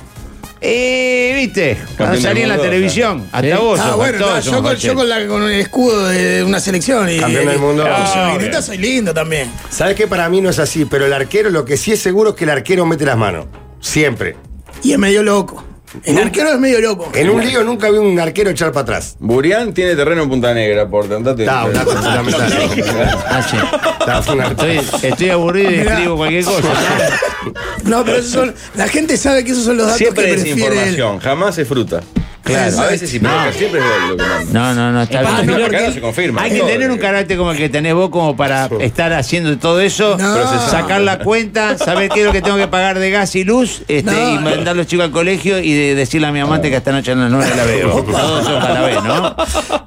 Speaker 3: Eh, viste, cuando
Speaker 1: del
Speaker 3: salí en la
Speaker 1: mundo,
Speaker 3: televisión,
Speaker 5: claro.
Speaker 3: hasta
Speaker 5: Sí.
Speaker 3: vos.
Speaker 2: Ah,
Speaker 3: sos-
Speaker 2: bueno,
Speaker 3: todos
Speaker 2: no,
Speaker 3: somos
Speaker 2: yo, con, yo
Speaker 3: fachero.
Speaker 2: con la- con el escudo de una selección y.
Speaker 4: Campeón del mundo.
Speaker 2: y- y
Speaker 3: Ah,
Speaker 2: su vineta
Speaker 3: bien.
Speaker 2: soy lindo también.
Speaker 4: Sabes que para mí no es así, pero el arquero lo que sí es seguro es que el arquero mete las manos. Siempre.
Speaker 2: Y es medio loco. El arquero es medio loco.
Speaker 4: En un lío nunca vi un arquero echar para atrás.
Speaker 1: Burián tiene terreno en Punta Negra, por tanto. te-
Speaker 4: Está,
Speaker 1: (laughs)
Speaker 4: un dato fundamental.
Speaker 3: Ah, sí.
Speaker 4: Está, fue un dato.
Speaker 3: Estoy, estoy aburrido y
Speaker 2: Mirá.
Speaker 3: escribo cualquier cosa.
Speaker 2: No, pero esos son, la gente sabe que esos son los datos
Speaker 1: Siempre
Speaker 2: que
Speaker 1: es
Speaker 2: prefiere él.
Speaker 1: información, jamás es fruta.
Speaker 2: Claro.
Speaker 1: A veces sí, pero
Speaker 3: No.
Speaker 1: siempre es gol lo que manda.
Speaker 3: No, no, no, está
Speaker 5: Ah,
Speaker 1: Acá
Speaker 3: bien.
Speaker 5: no,
Speaker 1: no
Speaker 5: porque
Speaker 1: se confirma.
Speaker 3: Hay que
Speaker 1: Todo.
Speaker 3: tener un carácter como el que tenés vos como para estar haciendo todo eso,
Speaker 2: No. Procesando.
Speaker 3: sacar la cuenta, saber qué es lo que tengo que pagar de gas y luz, este,
Speaker 2: No.
Speaker 3: y mandar los chicos al colegio y de- decirle a mi amante que esta noche a las nueve la veo. Todos son para la vez, ¿no?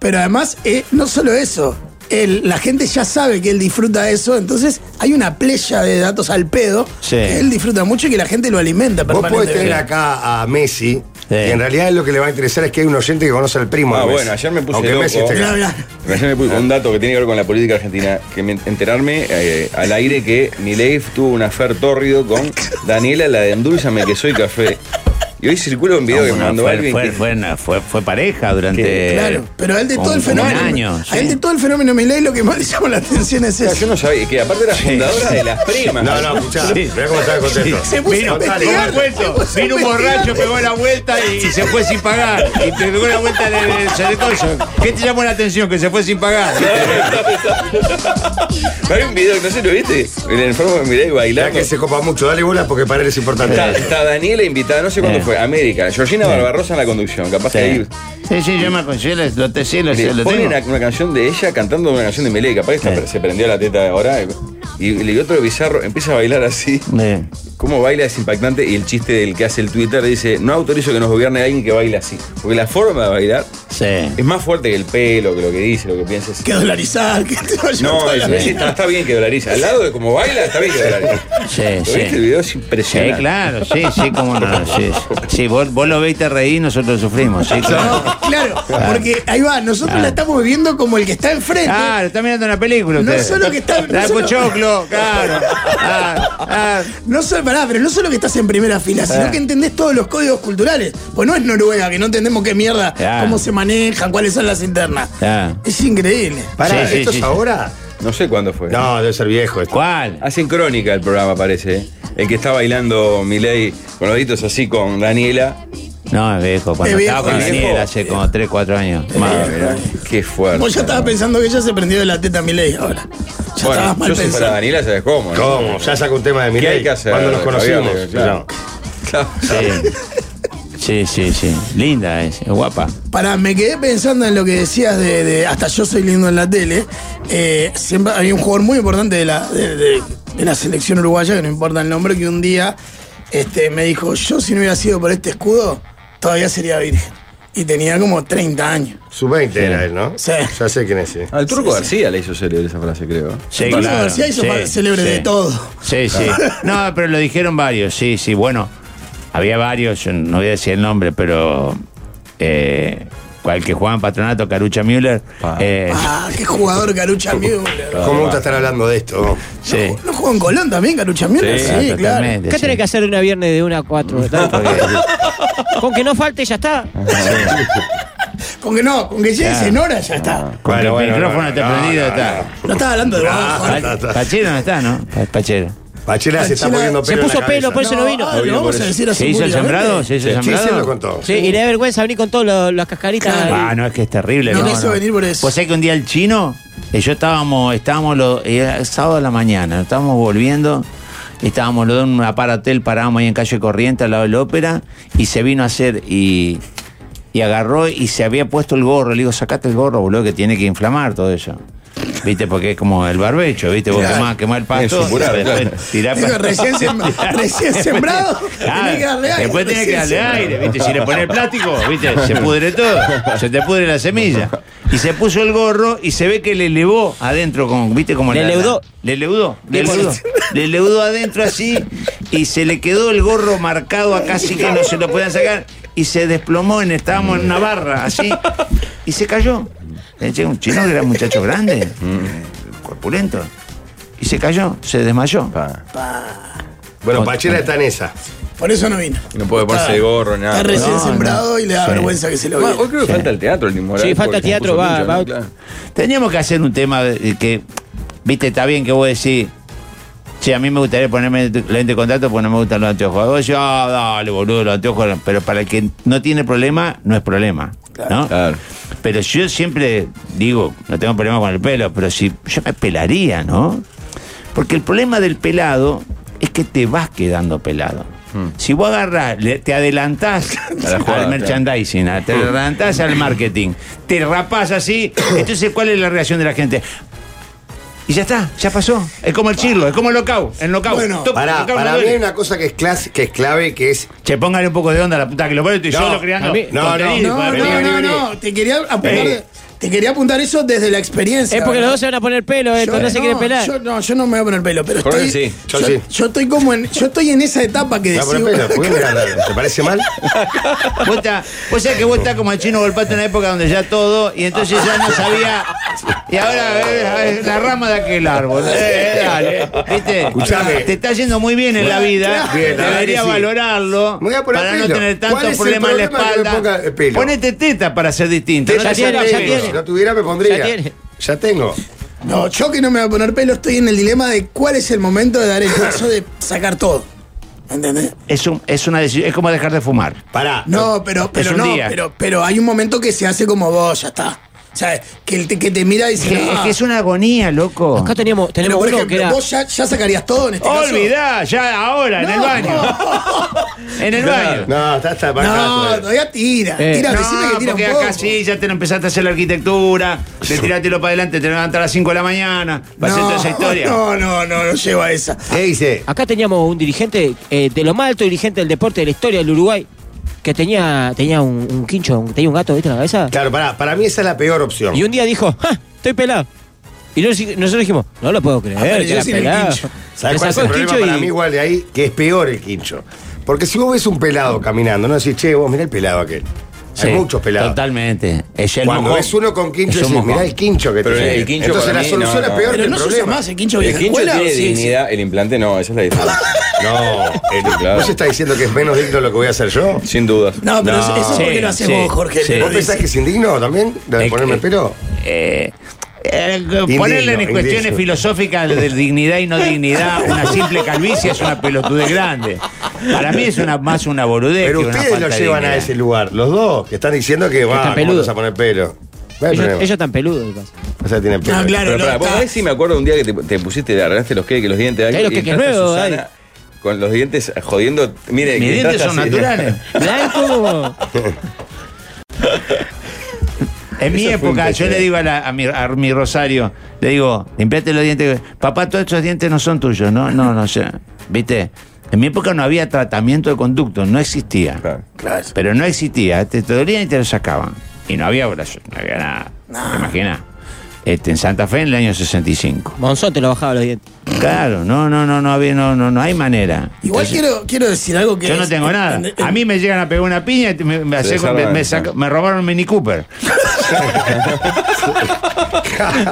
Speaker 2: Pero además, eh, no solo eso. él- la gente ya sabe que él disfruta de eso, entonces hay una playa de datos al pedo
Speaker 3: Sí.
Speaker 2: que él disfruta mucho y que la gente lo alimenta
Speaker 4: Vos podés tener
Speaker 2: permanentemente.
Speaker 4: acá a Messi, que en realidad lo que le va a interesar es que hay un oyente que conoce al primo.
Speaker 1: Ah,
Speaker 4: de Messi.
Speaker 1: bueno, ayer me puse
Speaker 4: Aunque
Speaker 1: loco.
Speaker 4: Messi esté acá.
Speaker 2: Mirá, mirá.
Speaker 1: Recién me puse un dato que tiene que ver con la política argentina, que me enterarme eh, al aire que Milei tuvo un afer tórrido con Daniela, la de Endulzame que soy café. Y hoy circula un video que me
Speaker 3: No,
Speaker 1: mandó
Speaker 3: fue,
Speaker 1: alguien
Speaker 3: fue-
Speaker 1: que-
Speaker 3: fue una- fue- fue pareja durante.
Speaker 2: Claro, pero a él de
Speaker 3: un-
Speaker 2: todo el
Speaker 3: un
Speaker 2: fenómeno.
Speaker 3: año,
Speaker 2: a él
Speaker 3: sí.
Speaker 2: de todo el fenómeno Milei lo que más le llama la atención es
Speaker 1: O sea, yo
Speaker 2: eso.
Speaker 1: no sabía, que aparte era fundadora de las primas.
Speaker 4: No, no, escuchá.
Speaker 3: Sí.
Speaker 4: Mirá cómo está el contexto.
Speaker 2: Se puso a
Speaker 4: Total,
Speaker 2: investigar.
Speaker 4: ¿cómo
Speaker 2: se
Speaker 3: Cuento,
Speaker 2: puso a
Speaker 3: Vino un
Speaker 2: investigar.
Speaker 3: borracho, pegó la vuelta y, y se fue sin pagar. Y pegó la vuelta en el chalecoso. ¿Qué te llamó la atención? Que se fue sin pagar.
Speaker 1: Hay un video, no sé, ¿lo viste? El enfermo de Milei
Speaker 4: Mirá
Speaker 1: bailando.
Speaker 4: que se copa mucho, dale bola porque para él es importante. Eh.
Speaker 1: Está, está Daniela invitada, no sé cuándo
Speaker 3: Eh.
Speaker 1: fue, América. Georgina Barbarosa en la conducción, capaz que ahí.
Speaker 3: Sí, sí, yo me aconsejo, lo te sí, lo,
Speaker 1: Le
Speaker 3: lo
Speaker 1: ponen
Speaker 3: tengo.
Speaker 1: una, una canción de ella cantando una canción de Milei, capaz que está-
Speaker 3: Eh.
Speaker 1: se prendió la teta ahora. Y, y otro bizarro empieza a bailar así.
Speaker 3: Eh,
Speaker 1: Cómo baila es impactante y el chiste del que hace el Twitter dice, no autorizo que nos gobierne alguien que baile así. Porque la forma de bailar
Speaker 3: Sí.
Speaker 1: es más fuerte que el pelo, que lo que dice, lo que pienses.
Speaker 2: Que dolarizar, que te (laughs) vaya
Speaker 1: No,
Speaker 2: toda
Speaker 1: es-
Speaker 2: la
Speaker 1: es- está, está bien que dolariza. Al lado de cómo baila, está bien que dolariza.
Speaker 3: Sí,
Speaker 1: ¿Lo
Speaker 3: sí.
Speaker 1: viste? El video es
Speaker 3: Sí,
Speaker 1: impresionante.
Speaker 3: claro, sí, sí, cómo no. Sí, sí vos, vos lo veis, te reís, nosotros sufrimos. Sí, claro.
Speaker 2: No, claro, porque ahí va, nosotros la estamos viviendo como el que está enfrente.
Speaker 3: Claro, está mirando una película
Speaker 2: No
Speaker 3: usted.
Speaker 2: solo que está- no
Speaker 3: La
Speaker 2: solo-
Speaker 3: Pochoclo, claro. Ah, ah. Eh.
Speaker 2: No solo, pará, pero no solo que estás en primera fila, sino que entendés todos los códigos culturales. Pues no es Noruega, que no entendemos qué mierda,
Speaker 3: Claro.
Speaker 2: cómo se manejan, cuáles son las internas.
Speaker 3: Claro.
Speaker 2: Es increíble.
Speaker 4: Para,
Speaker 3: Sí, sí,
Speaker 4: ¿esto
Speaker 3: sí,
Speaker 4: es
Speaker 3: sí.
Speaker 4: ahora?
Speaker 1: No sé cuándo fue.
Speaker 4: No, debe ser viejo esto.
Speaker 3: ¿Cuál?
Speaker 1: Hacen crónica el programa, parece. ¿eh? El que está bailando Milei con los deditos así con Daniela.
Speaker 3: No, es viejo. Cuando
Speaker 2: Es
Speaker 3: estaba
Speaker 2: viejo,
Speaker 3: con
Speaker 1: es viejo.
Speaker 4: Eh,
Speaker 3: Daniel hace como 3, 4 años. Más.
Speaker 1: Qué fuerte.
Speaker 2: Vos ya estabas pensando que ella se prendió de la teta a mi ley ahora. Ya
Speaker 1: Bueno,
Speaker 2: estabas mal
Speaker 1: yo sé para
Speaker 2: pensado.
Speaker 1: Daniela, ¿sabes cómo? no?
Speaker 4: ¿Cómo? Ya saca un tema de
Speaker 1: ¿Qué hay
Speaker 4: Milei.
Speaker 1: que hacer?
Speaker 4: Cuando nos
Speaker 1: Javier?
Speaker 4: conocimos.
Speaker 1: Claro. Claro.
Speaker 3: Sí, sí, sí. Linda es, es guapa.
Speaker 2: Pará, me quedé pensando en lo que decías de, de hasta yo soy lindo en la tele. Eh, siempre había un jugador muy importante de la, de, de- de la selección uruguaya, que no importa el nombre, que un día este, me dijo, yo si no hubiera sido por este escudo, todavía sería virgen. Y tenía como 30 años.
Speaker 4: Su 20 era él, ¿no?
Speaker 2: Sí.
Speaker 4: Ya sé quién es. sí.
Speaker 1: Al Ah, Turco García le hizo célebre esa frase, creo.
Speaker 3: Sí,
Speaker 2: Entonces, García hizo fa- célebre de todo.
Speaker 3: Sí, sí. No, pero lo dijeron varios, sí, sí. Bueno, había varios, yo no voy a decir el nombre, pero eh, cual que jugaba en patronato, Carucha Müller.
Speaker 1: Pa.
Speaker 3: eh,
Speaker 2: Ah, qué jugador Carucha Müller.
Speaker 4: ¿Cómo me gusta estar hablando de esto?
Speaker 3: sí.
Speaker 2: ¿No jugó en Colón también Carucha Müller?
Speaker 1: Sí,
Speaker 2: Sí,
Speaker 3: Ah,
Speaker 2: claro.
Speaker 3: totalmente,
Speaker 5: ¿Qué tenés que
Speaker 3: sí.
Speaker 5: hacer una viernes de 1 a
Speaker 3: (laughs)
Speaker 5: 4? Con que no falte, ya está.
Speaker 2: Con que no, con que llegues en hora ya está.
Speaker 3: Con
Speaker 4: Bueno,
Speaker 3: que el
Speaker 4: bueno,
Speaker 3: micrófono
Speaker 4: bueno,
Speaker 3: está
Speaker 4: no,
Speaker 3: prendido,
Speaker 4: no,
Speaker 3: está.
Speaker 2: No estaba hablando de
Speaker 4: Ah,
Speaker 2: vos.
Speaker 4: está, está.
Speaker 3: Pachero no está, ¿no? Pa- Pachero.
Speaker 4: Pachela se está
Speaker 2: Pachela
Speaker 4: poniendo
Speaker 5: se
Speaker 4: pelo. en la
Speaker 5: puso pelo,
Speaker 4: cabeza.
Speaker 5: por eso no vino.
Speaker 2: ah,
Speaker 1: No vino
Speaker 2: lo
Speaker 1: por
Speaker 2: vamos a
Speaker 1: eso.
Speaker 2: decir así
Speaker 3: ¿Se hizo el
Speaker 2: públicamente.
Speaker 3: sembrado? ¿Se hizo el
Speaker 4: Sí, sí, lo
Speaker 3: sembrado?
Speaker 4: contó.
Speaker 5: Sí, y le da vergüenza venir con todas las cascaritas.
Speaker 2: Claro.
Speaker 3: Ah, no, es que es terrible.
Speaker 2: No quiso venir por eso.
Speaker 3: Pues sé que un día el chino, eh, yo estábamos, estábamos los, eh, era sábado a la mañana, estábamos volviendo Estábamos los dos en un aparatel, parábamos ahí en calle Corriente al lado de la ópera y se vino a hacer y, y agarró y se había puesto el gorro. Le digo, sacate el gorro, boludo, que tiene que inflamar todo eso. ¿Viste? Porque es como el barbecho, ¿viste? Vos
Speaker 2: Claro.
Speaker 3: quemás, quemás el pasto.
Speaker 1: Es supurar,
Speaker 3: y después
Speaker 1: claro.
Speaker 3: tirás
Speaker 2: Digo,
Speaker 3: (laughs) pa-
Speaker 2: recién, sem- recién sembrado,
Speaker 3: Claro,
Speaker 2: tenés que darle aire.
Speaker 3: Después tenés que
Speaker 2: recién
Speaker 3: darle
Speaker 2: sembrado.
Speaker 3: aire, ¿viste? Si le pones el plástico, ¿viste?
Speaker 6: (laughs)
Speaker 3: Se pudre todo, se te pudre la semilla. Y se puso el gorro y se ve que le elevó adentro, con, ¿viste? Como
Speaker 5: Le
Speaker 3: la- la-
Speaker 5: leudó.
Speaker 3: Ah, Le leudó, le
Speaker 5: Bien,
Speaker 3: leudó.
Speaker 5: boludo.
Speaker 3: Le leudó adentro así y se le quedó el gorro marcado acá, así que no se lo podían sacar. Y se desplomó, en, estábamos en una barra, así, y se cayó. Le eché un chino que era un muchacho grande, corpulento. Y se cayó, se desmayó.
Speaker 1: Pa.
Speaker 4: Bueno, Pachela está en esa.
Speaker 2: Por eso no vino.
Speaker 1: No puede ponerse
Speaker 2: Está-
Speaker 1: gorro, nada.
Speaker 2: Está recién
Speaker 3: No,
Speaker 2: sembrado y le da
Speaker 3: Sí.
Speaker 2: vergüenza que se lo
Speaker 1: Bueno,
Speaker 2: vea.
Speaker 1: hoy creo que falta el teatro, el Limoral.
Speaker 5: Sí, falta
Speaker 1: porque se
Speaker 5: teatro,
Speaker 1: puso
Speaker 5: va-
Speaker 1: trucha,
Speaker 5: va-
Speaker 1: ¿no? Claro.
Speaker 3: Teníamos que hacer un tema de que, viste, está bien que vos decís, che, a mí me gustaría ponerme lente de contacto porque no me gustan los anteojos. Y Vos decís, ah, dale, boludo, los anteojos. no". Pero para el que no tiene problema, no es problema, ¿no?
Speaker 1: Claro.
Speaker 3: Pero yo siempre digo, no tengo problema con el pelo, pero si yo me pelaría, ¿no? Porque el problema del pelado es que te vas quedando pelado. Si vos agarrás, le- te adelantás
Speaker 1: Hmm. (laughs) A la jugada,
Speaker 3: al merchandising, a- te adelantás al marketing, te rapás
Speaker 1: (coughs)
Speaker 3: así, entonces ¿cuál es la reacción de la gente? Y ya está, ya pasó. Es como el chirlo, es como el locao, el locao.
Speaker 2: Bueno,
Speaker 3: Toca el
Speaker 4: Para,
Speaker 3: locao,
Speaker 4: para
Speaker 3: no
Speaker 4: mí hay
Speaker 3: duele.
Speaker 4: una cosa que es, clas- que es clave, que es.
Speaker 3: Che, póngale un poco de onda a la puta que lo pone, estoy
Speaker 4: No,
Speaker 3: solo creando.
Speaker 5: a mí- Eh.
Speaker 4: no,
Speaker 3: contenido,
Speaker 2: No,
Speaker 3: padre.
Speaker 4: Vení,
Speaker 2: no,
Speaker 4: vení,
Speaker 2: no,
Speaker 4: vení.
Speaker 2: no. Te quería apuntar,
Speaker 3: Ey.
Speaker 2: te quería apuntar eso desde la experiencia.
Speaker 5: Es porque los
Speaker 2: ¿verdad?
Speaker 5: dos se van a poner pelo, eh,
Speaker 2: Yo-
Speaker 5: no se quiere pelar.
Speaker 2: Yo, no, yo no me voy a poner pelo, pero
Speaker 1: Jorge
Speaker 2: estoy.
Speaker 1: sí,
Speaker 4: yo
Speaker 2: yo,
Speaker 4: sí.
Speaker 2: yo estoy como en. Yo estoy en esa etapa que
Speaker 4: No, pero
Speaker 2: decido. (laughs)
Speaker 4: espera, ¿por qué mirás raro? ¿Te
Speaker 5: (laughs)
Speaker 4: parece mal?
Speaker 3: Vos, está- vos sabés que vos estás como el chino golpato en una época donde ya todo, y entonces ya no sabía. Y ahora eh, eh, la rama de aquel árbol. Eh, eh, dale. ¿Viste?
Speaker 4: Escuchame.
Speaker 3: Te está yendo muy bien en la vida.
Speaker 4: Bien, la verdad que
Speaker 3: Debería
Speaker 4: sí.
Speaker 3: valorarlo
Speaker 4: Me voy a poner
Speaker 3: para no
Speaker 4: pelo.
Speaker 3: tener
Speaker 4: ¿Cuál es
Speaker 3: tantos
Speaker 4: el
Speaker 3: problemas en la
Speaker 4: problema que me
Speaker 3: espalda.
Speaker 4: ponga el pelo?
Speaker 3: Ponete teta para ser distinto.
Speaker 4: Te-
Speaker 3: no te
Speaker 5: tiene,
Speaker 3: sacas
Speaker 5: ya
Speaker 3: pelo.
Speaker 5: tiene.
Speaker 4: Si no tuviera, me
Speaker 5: Ya
Speaker 4: pondría.
Speaker 5: tiene.
Speaker 4: Ya tengo.
Speaker 2: No, yo que no me voy a poner pelo, estoy en el dilema de cuál es el momento de dar el paso de sacar todo. ¿Entendés?
Speaker 3: Es, un- es una decisión, es como dejar de fumar.
Speaker 4: Pará.
Speaker 2: No, pero, pero
Speaker 3: un
Speaker 2: no,
Speaker 3: día.
Speaker 2: pero, pero hay un momento que se hace como vos, ya está. O sea, que, el te, que te mira y
Speaker 3: Es
Speaker 2: dice.
Speaker 3: que, es
Speaker 2: "Ah".
Speaker 3: que es una agonía, loco.
Speaker 5: Acá teníamos,
Speaker 2: Pero,
Speaker 5: tenemos
Speaker 2: por
Speaker 5: uno
Speaker 2: ejemplo,
Speaker 5: que era.
Speaker 2: vos ya, ya sacarías todo en este caso.
Speaker 3: Olvidá, ya ahora, en el
Speaker 2: No.
Speaker 3: baño. En el baño.
Speaker 4: No, está, está.
Speaker 2: No, todavía tira.
Speaker 5: Eh.
Speaker 2: Tira,
Speaker 3: No,
Speaker 2: decime que tira un
Speaker 3: porque
Speaker 2: poco.
Speaker 3: acá sí, ya te lo empezaste a hacer la arquitectura, de tirártelo para adelante, te levantas a las 5 de la mañana, para hacer toda esa historia.
Speaker 2: No, no, no, no lleva esa.
Speaker 4: ¿Qué dice?
Speaker 5: Acá teníamos un dirigente eh, de lo más alto dirigente del deporte de la historia del Uruguay que tenía tenía un, un quincho, un- tenía un gato viste en la cabeza
Speaker 4: Claro, pará. Para mí esa es la peor opción.
Speaker 5: y un día dijo, "Ja, estoy pelado." Y nos- nosotros dijimos, "No lo puedo creer,
Speaker 2: Apareció
Speaker 5: que era
Speaker 2: sin el
Speaker 5: pelado."
Speaker 2: quincho.
Speaker 4: ¿Sabes
Speaker 5: Le
Speaker 4: cuál es
Speaker 5: sacó
Speaker 4: el
Speaker 5: el
Speaker 4: problema
Speaker 5: quincho
Speaker 4: para
Speaker 5: y-
Speaker 4: mí igual de ahí? Que es peor el quincho. Porque si vos ves un pelado caminando, no decís, che, vos mirá el pelado aquel.
Speaker 3: Sí,
Speaker 4: Hay muchos pelados.
Speaker 3: Totalmente. Eh, Es el
Speaker 4: Cuando
Speaker 3: mojón.
Speaker 4: ves uno con quincho,
Speaker 3: Es un
Speaker 4: decís, mirá
Speaker 3: mojón.
Speaker 4: el quincho que
Speaker 1: Pero el-
Speaker 4: tiene.
Speaker 1: el quincho
Speaker 4: Entonces
Speaker 1: para
Speaker 4: la
Speaker 1: mí,
Speaker 4: solución
Speaker 1: no,
Speaker 4: es
Speaker 1: no.
Speaker 4: peor que
Speaker 2: Pero
Speaker 4: el
Speaker 2: no se usa
Speaker 4: problema.
Speaker 2: más el quincho
Speaker 1: El
Speaker 2: vieja
Speaker 1: quincho
Speaker 2: escuela.
Speaker 1: tiene
Speaker 2: Sí, sí.
Speaker 1: dignidad, el implante no, esa es la diferencia.
Speaker 4: (laughs) No, el,
Speaker 1: Claro.
Speaker 4: ¿vos estás diciendo que es menos digno lo que voy a hacer yo?
Speaker 1: Sin dudas.
Speaker 2: No, pero eso- eso es
Speaker 3: Sí,
Speaker 2: porque lo haces
Speaker 3: sí,
Speaker 2: vos, Jorge.
Speaker 3: sí.
Speaker 2: Lo
Speaker 4: ¿Vos
Speaker 2: dice.
Speaker 4: pensás que es indigno también de
Speaker 3: Eh,
Speaker 4: ponerme
Speaker 3: eh,
Speaker 4: el pelo?
Speaker 3: Eh, eh, ponerle en
Speaker 4: indigno.
Speaker 3: cuestiones filosóficas de dignidad y no dignidad una simple calvicie es una pelotudez grande. Para mí es una más una boludez.
Speaker 4: Pero
Speaker 3: que una
Speaker 4: ustedes lo
Speaker 3: falta de
Speaker 4: llevan a
Speaker 3: dignidad.
Speaker 4: ese lugar, los dos, que están diciendo que va,
Speaker 5: están
Speaker 4: Ah, ¿cómo te vas
Speaker 5: peludos.
Speaker 4: a poner pelo? No hay
Speaker 5: Ellos,
Speaker 4: problema.
Speaker 5: ellos están peludos. de paso.
Speaker 4: O sea, tienen pelo.
Speaker 2: No, claro,
Speaker 1: Pero
Speaker 2: no,
Speaker 1: pará, vos
Speaker 2: está-
Speaker 1: ahí sí me acuerdo un día que te, te pusiste, te arreglaste los queques, los dientes.
Speaker 5: Hay
Speaker 1: algo,
Speaker 5: los
Speaker 1: y
Speaker 5: queques
Speaker 1: entraste a
Speaker 5: nuevos,
Speaker 1: Susana Con los dientes eh, jodiendo. Mire,
Speaker 3: Mis
Speaker 1: que
Speaker 3: dientes
Speaker 1: entraste
Speaker 3: son
Speaker 1: así. (laughs)
Speaker 4: (laughs)
Speaker 3: naturales.
Speaker 5: Blanco como-
Speaker 3: En mi
Speaker 1: Eso fue
Speaker 3: época, yo
Speaker 1: impresionante.
Speaker 3: le digo a, la- a mi, a mi Rosario, le digo, limpiate los dientes. Papá, todos estos dientes no son tuyos, ¿no? No, no sé. ¿Viste? En mi época no había tratamiento de conducto, no existía.
Speaker 1: Claro.
Speaker 2: Claro.
Speaker 3: Pero no existía. Te, te dolían y te lo sacaban. Y no había brazos, no había nada. ¿Te imaginas? Este, en Santa Fe en el año 65.
Speaker 5: Monzón te lo bajaba los dientes.
Speaker 3: Claro, no, no, no, no había, no, no, no hay manera.
Speaker 2: Igual quiero, quiero decir algo que.
Speaker 3: Yo no
Speaker 2: es-
Speaker 3: tengo nada.
Speaker 2: en- en-
Speaker 3: A mí me llegan a pegar una piña y te- me, me,
Speaker 1: Se
Speaker 3: hace- me-
Speaker 1: desarman,
Speaker 3: me saca-
Speaker 1: claro.
Speaker 3: me robaron un
Speaker 2: (laughs)
Speaker 3: Mini Cooper.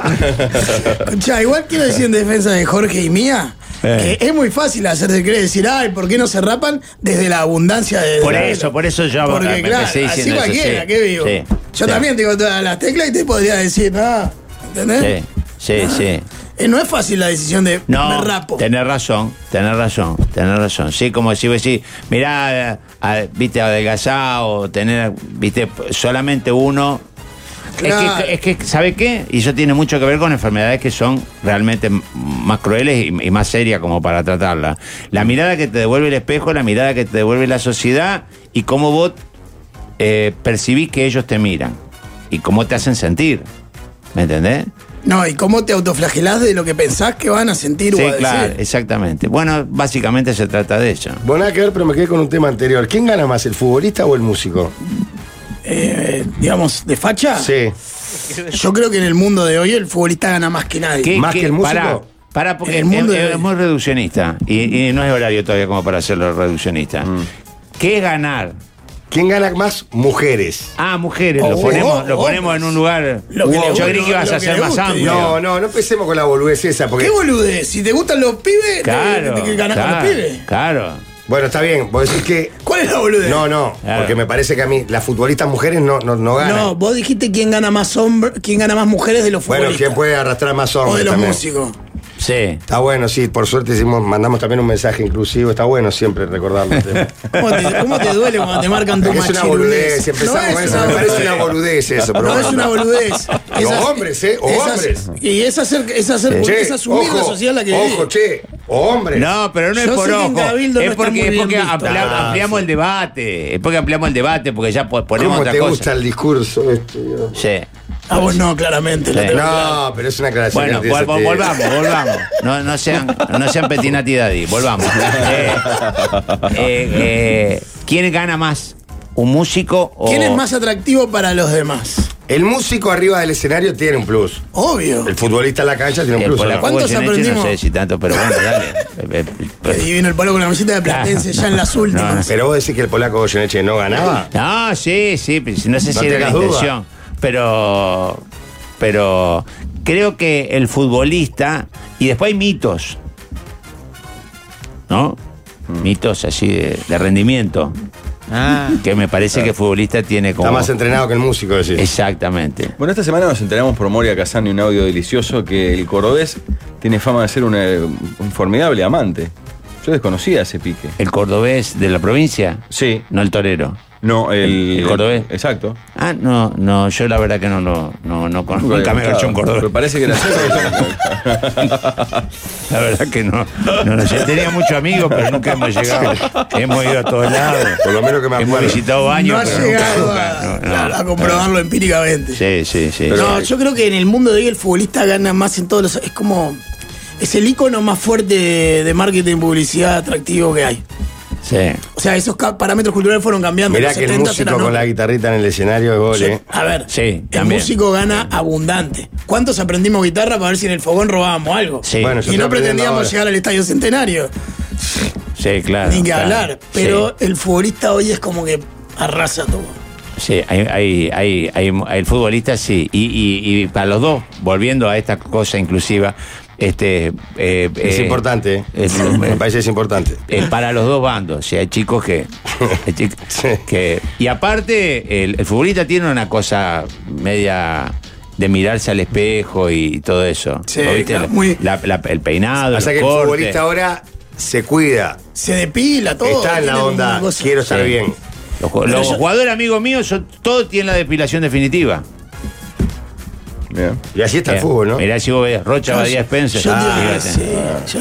Speaker 2: Escuchá, igual quiero decir en defensa de Jorge y mía
Speaker 3: Eh.
Speaker 2: que es muy fácil hacerse creer decir, ay, ¿por qué no se rapan? Desde la abundancia de.
Speaker 3: Por
Speaker 2: de-
Speaker 3: eso, por eso yo
Speaker 2: Porque,
Speaker 3: me- me
Speaker 2: claro,
Speaker 3: empecé
Speaker 2: así
Speaker 3: diciendo eso,
Speaker 2: cualquiera,
Speaker 3: sí.
Speaker 2: qué vivo.
Speaker 3: Sí,
Speaker 2: Yo
Speaker 3: sí,
Speaker 2: también tengo todas las teclas y te podría decir, no, ¿entendés?
Speaker 3: Sí, sí, sí.
Speaker 2: Eh, no es fácil la decisión de
Speaker 3: No,
Speaker 2: me rapo.
Speaker 3: tenés razón, tenés razón, tenés razón. Sí, como si vos decís, eh, mirá, a- a- viste, adelgazado, tener, viste, solamente uno.
Speaker 2: Claro.
Speaker 3: Es, que, es que, ¿sabe qué? Y eso tiene mucho que ver con enfermedades que son realmente m- más crueles y, y más serias como para tratarlas. La mirada que te devuelve el espejo, la mirada que te devuelve la sociedad y cómo vos eh, percibís que ellos te miran y cómo te hacen sentir. ¿Me entendés?
Speaker 2: No, y cómo te autoflagelás de lo que pensás que van a sentir o a
Speaker 3: Sí,
Speaker 2: decir.
Speaker 3: claro, exactamente. Bueno, básicamente se trata de eso.
Speaker 4: Bueno, nada que ver, pero me quedé con un tema anterior. ¿Quién gana más, el futbolista o el músico?
Speaker 2: Eh, digamos, de facha.
Speaker 4: Sí.
Speaker 2: Yo creo que en el mundo de hoy el futbolista gana más que nadie.
Speaker 3: ¿Qué-
Speaker 4: Eh, ¿Más
Speaker 3: qué-
Speaker 4: que el músico?
Speaker 3: Pará, pará, porque
Speaker 2: El mundo
Speaker 3: es,
Speaker 2: de-
Speaker 3: es muy reduccionista. Y, y no es horario todavía como para hacerlo reduccionista.
Speaker 4: Mm.
Speaker 3: ¿Qué es ganar?
Speaker 4: ¿Quién gana más? Mujeres.
Speaker 3: Ah, mujeres,
Speaker 2: Oh,
Speaker 3: lo ponemos,
Speaker 2: oh,
Speaker 3: lo ponemos en un lugar.
Speaker 2: Lo que le
Speaker 3: Yo
Speaker 2: guste,
Speaker 3: creí que ibas
Speaker 2: lo
Speaker 3: a
Speaker 2: que
Speaker 3: hacer
Speaker 2: le
Speaker 3: más
Speaker 2: guste.
Speaker 3: amplio.
Speaker 4: No, no, no empecemos con la boludez esa, porque.
Speaker 2: ¿Qué boludez? Este, Si te gustan los pibes, te-
Speaker 3: Claro.
Speaker 2: te, te ganás
Speaker 3: claro,
Speaker 2: con los pibes.
Speaker 3: Claro.
Speaker 4: Bueno, está bien, vos decís que.
Speaker 2: ¿Cuál es la boludez?
Speaker 4: No, no,
Speaker 3: Claro.
Speaker 4: porque me parece que a mí las futbolistas mujeres no, no, no ganan.
Speaker 2: No, vos dijiste quién gana más hombre, quién gana más mujeres de los
Speaker 4: bueno,
Speaker 2: futbolistas.
Speaker 4: ¿quién puede arrastrar más
Speaker 2: o
Speaker 4: hombres
Speaker 2: de los
Speaker 4: también?
Speaker 2: músicos.
Speaker 3: Sí.
Speaker 4: Está bueno, sí, por suerte hicimos, mandamos también un mensaje inclusivo, está bueno siempre
Speaker 3: (laughs)
Speaker 4: recordarlo.
Speaker 2: ¿Cómo te, cómo te duele cuando te marcan tu
Speaker 4: Porque es una
Speaker 2: machirulés?
Speaker 4: boludez, empezamos
Speaker 2: No
Speaker 4: con
Speaker 2: es
Speaker 4: eso,
Speaker 2: una
Speaker 4: me parece
Speaker 2: boludez.
Speaker 4: una boludez eso, pero
Speaker 2: No
Speaker 4: bueno.
Speaker 2: es una boludez.
Speaker 4: O hombres, ¿eh? O
Speaker 2: esas-
Speaker 4: hombres.
Speaker 2: Y es hacer, es hacer
Speaker 4: Che,
Speaker 2: es asumir la sociedad en la que
Speaker 4: Ojo,
Speaker 2: vive.
Speaker 4: che, o hombres.
Speaker 3: No, pero no es
Speaker 2: Yo sé
Speaker 3: por
Speaker 2: que en
Speaker 3: ojo.
Speaker 2: Cabildo no
Speaker 3: Es
Speaker 2: está
Speaker 3: porque,
Speaker 2: muy
Speaker 3: es
Speaker 2: bien
Speaker 3: porque
Speaker 2: visto.
Speaker 3: amplia-
Speaker 4: Ah,
Speaker 3: ampliamos el debate. Es Eh, porque ampliamos el debate, porque ya po- ponemos
Speaker 4: ¿Cómo
Speaker 3: otra
Speaker 4: te gusta
Speaker 3: cosa.
Speaker 4: el discurso este? Dios?
Speaker 3: Sí.
Speaker 2: A Ah, vos no, claramente.
Speaker 3: Sí.
Speaker 2: no te lo-
Speaker 4: No, pero es una aclaración.
Speaker 3: Bueno,
Speaker 4: que no tiene
Speaker 3: vol- vol-
Speaker 4: sentido.
Speaker 3: volvamos, volvamos. No, no sean, no sean petinati daddy, volvamos. Eh,
Speaker 2: (laughs)
Speaker 3: eh, eh, ¿Quién gana más? ¿Un músico o.?
Speaker 2: ¿Quién es más atractivo para los demás?
Speaker 4: El músico arriba del escenario tiene un plus.
Speaker 2: Obvio.
Speaker 4: El futbolista en la cancha tiene un
Speaker 3: Eh,
Speaker 4: plus.
Speaker 3: por
Speaker 4: ¿o
Speaker 3: la
Speaker 4: no?
Speaker 2: ¿Cuántos
Speaker 3: Juventus Neche,
Speaker 2: aprendimos?
Speaker 3: No sé si tanto, pero bueno,
Speaker 2: (laughs)
Speaker 3: dale. Eh, eh,
Speaker 2: Que
Speaker 3: eh,
Speaker 2: divino el palo con la camiseta de Platense ya en las últimas.
Speaker 4: Pero vos decís que el polaco Goyeneche no ganaba.
Speaker 3: No, sí, sí, pero si no sé
Speaker 4: No
Speaker 3: si era la
Speaker 4: tengas duda.
Speaker 3: intención. Pero. Pero. Creo que el futbolista. Y después hay mitos. ¿No? Mitos así de, de rendimiento.
Speaker 5: Ah.
Speaker 3: Que me parece que el futbolista tiene como.
Speaker 4: Está más entrenado que el músico, decís.
Speaker 3: Exactamente.
Speaker 1: Bueno, esta semana nos enteramos por Moria Casán y un audio delicioso que el cordobés tiene fama de ser una- un formidable amante. Yo desconocía ese pique.
Speaker 3: El cordobés de la provincia,
Speaker 1: Sí.
Speaker 3: no el torero.
Speaker 1: No, el.
Speaker 3: ¿El cordobés?
Speaker 1: Exacto.
Speaker 3: Ah, no, no, yo la verdad que no lo. No, no, con- nunca me
Speaker 1: Claro,
Speaker 3: agachó un
Speaker 1: Pero
Speaker 3: cordobés.
Speaker 1: parece que era
Speaker 3: (laughs) La verdad que no. no lo sé. Tenía muchos amigos, pero nunca hemos llegado. Hemos ido a todos lados.
Speaker 4: Por lo menos que me
Speaker 3: Hemos
Speaker 4: acuerdo.
Speaker 3: visitado baños.
Speaker 2: no ha
Speaker 3: pero
Speaker 2: llegado
Speaker 3: nunca-
Speaker 2: a,
Speaker 3: nunca- no,
Speaker 2: claro,
Speaker 3: no.
Speaker 2: a comprobarlo empíricamente.
Speaker 3: Sí, sí,
Speaker 4: Eh,
Speaker 3: sí.
Speaker 2: no, yo creo que en el mundo de hoy el futbolista gana más en todos los. Es como. Es el icono más fuerte de, de marketing, publicidad, atractivo que hay.
Speaker 3: sí.
Speaker 2: O sea, esos ca- parámetros culturales fueron cambiando.
Speaker 4: Mirá
Speaker 2: Los
Speaker 4: que el
Speaker 2: 70
Speaker 4: músico
Speaker 2: eran
Speaker 4: con
Speaker 2: otros.
Speaker 4: la guitarrita en el escenario de gol, ¿eh?
Speaker 2: A ver,
Speaker 3: Sí,
Speaker 2: el
Speaker 3: también.
Speaker 2: músico gana abundante. ¿Cuántos aprendimos guitarra para ver si en el fogón robábamos algo?
Speaker 3: Sí.
Speaker 4: Bueno, yo
Speaker 2: y no
Speaker 4: estoy aprendiendo
Speaker 2: pretendíamos
Speaker 4: ahora.
Speaker 2: llegar al Estadio Centenario,
Speaker 3: Sí, claro.
Speaker 2: ni que
Speaker 3: claro.
Speaker 2: hablar.
Speaker 3: Sí,
Speaker 2: Pero el futbolista hoy es como que arrasa todo.
Speaker 3: Sí, hay, hay, hay, hay- el futbolista sí. Y, y, y para los dos, volviendo a esta cosa inclusiva, este. eh,
Speaker 4: Es
Speaker 3: eh,
Speaker 4: importante, ¿eh?
Speaker 3: es-
Speaker 4: Me parece que es importante.
Speaker 3: eh, para los dos bandos. si hay chicos que. hay chicos
Speaker 4: (laughs) Sí.
Speaker 3: que- y aparte, el, el futbolista tiene una cosa media de mirarse al espejo y todo eso.
Speaker 2: Sí,
Speaker 3: ¿Lo viste?
Speaker 2: claro, muy-
Speaker 3: La- la- el peinado,
Speaker 4: O sea que
Speaker 3: los
Speaker 4: el
Speaker 3: cortes.
Speaker 4: futbolista ahora se cuida.
Speaker 2: Se depila todo.
Speaker 4: Está en
Speaker 2: tiene
Speaker 4: la onda.
Speaker 2: una cosa-
Speaker 4: Quiero estar
Speaker 3: Sí.
Speaker 4: bien.
Speaker 3: Los, ju- los jugadores amigos míos son- todos tienen la depilación definitiva. Eh,
Speaker 1: Bien.
Speaker 4: Y así está el fútbol, ¿no?
Speaker 3: Mirá si vos ves Rocha Badía Spencer.
Speaker 2: Yo,
Speaker 3: Ah,
Speaker 2: te iba a
Speaker 3: fíjate.
Speaker 2: decir,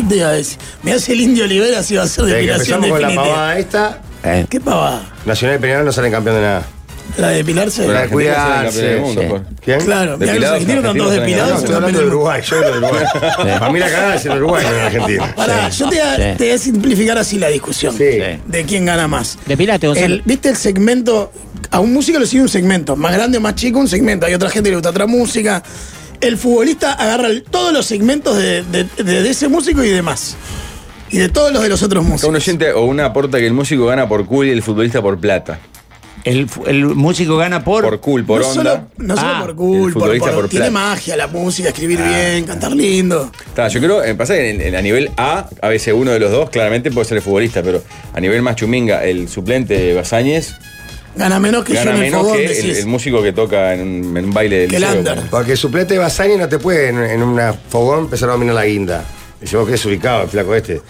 Speaker 2: yo te iba a decir. Me hace el indio Olivera si va a ser
Speaker 4: Desde que
Speaker 2: depilación
Speaker 4: empezamos con la
Speaker 2: definitiva.
Speaker 4: pavada esta,
Speaker 3: Eh,
Speaker 2: ¿Qué pavada?
Speaker 4: Nacional y Peñarol no salen campeón de nada.
Speaker 2: ¿La de depilarse?
Speaker 4: Pero-
Speaker 1: Argentina será el campeón
Speaker 3: Sí,
Speaker 1: del mundo,
Speaker 4: ¿Quién?
Speaker 2: Claro, mirá que los
Speaker 1: Depilados,
Speaker 2: argentinos están todos
Speaker 1: argentinos
Speaker 4: No,
Speaker 1: están
Speaker 2: depilados.
Speaker 4: estoy
Speaker 2: (laughs)
Speaker 4: hablando de Uruguay, yo hablo de Uruguay. Para mí la cagada es en Uruguay, no en Argentina.
Speaker 2: Pará, yo te, voy a-
Speaker 3: sí.
Speaker 2: te voy a simplificar así la discusión
Speaker 4: Sí.
Speaker 3: Sí.
Speaker 2: de quién gana más.
Speaker 5: Depilate, Gonzalo.
Speaker 2: El- ¿Viste el segmento? A un músico le sigue un segmento, más grande o más chico, un segmento. Hay otra gente que le gusta otra música. El futbolista agarra el- todos los segmentos de, de- de- de ese músico y demás. Y de todos los de los otros
Speaker 1: Acá un
Speaker 2: músicos.
Speaker 1: oyente o una aporta que el músico gana por cool y el futbolista por plata.
Speaker 3: el, fu- el músico gana por.
Speaker 1: Por cool, por
Speaker 2: no
Speaker 1: onda.
Speaker 2: Solo, no solo
Speaker 3: Ah,
Speaker 2: por cool,
Speaker 1: el
Speaker 2: por-
Speaker 1: futbolista
Speaker 2: por-
Speaker 1: por
Speaker 2: tiene
Speaker 1: plata.
Speaker 2: magia la música, escribir bien, cantar lindo.
Speaker 1: Está, yo creo, eh, pasa que en- en- a nivel A, a veces uno de los dos claramente puede ser el futbolista, pero a nivel más chuminga, el suplente de Basáñez
Speaker 2: Gana menos que
Speaker 1: gana
Speaker 2: yo en el
Speaker 1: menos
Speaker 2: fogón,
Speaker 1: que el,
Speaker 2: decís.
Speaker 1: el músico que toca en un, en un baile del
Speaker 2: Que el
Speaker 1: liceo,
Speaker 2: under.
Speaker 1: como-
Speaker 4: Porque el suplente de Basani no te puede en, en una fogón empezar a dominar la guinda. Dice vos que es ubicado, el flaco este.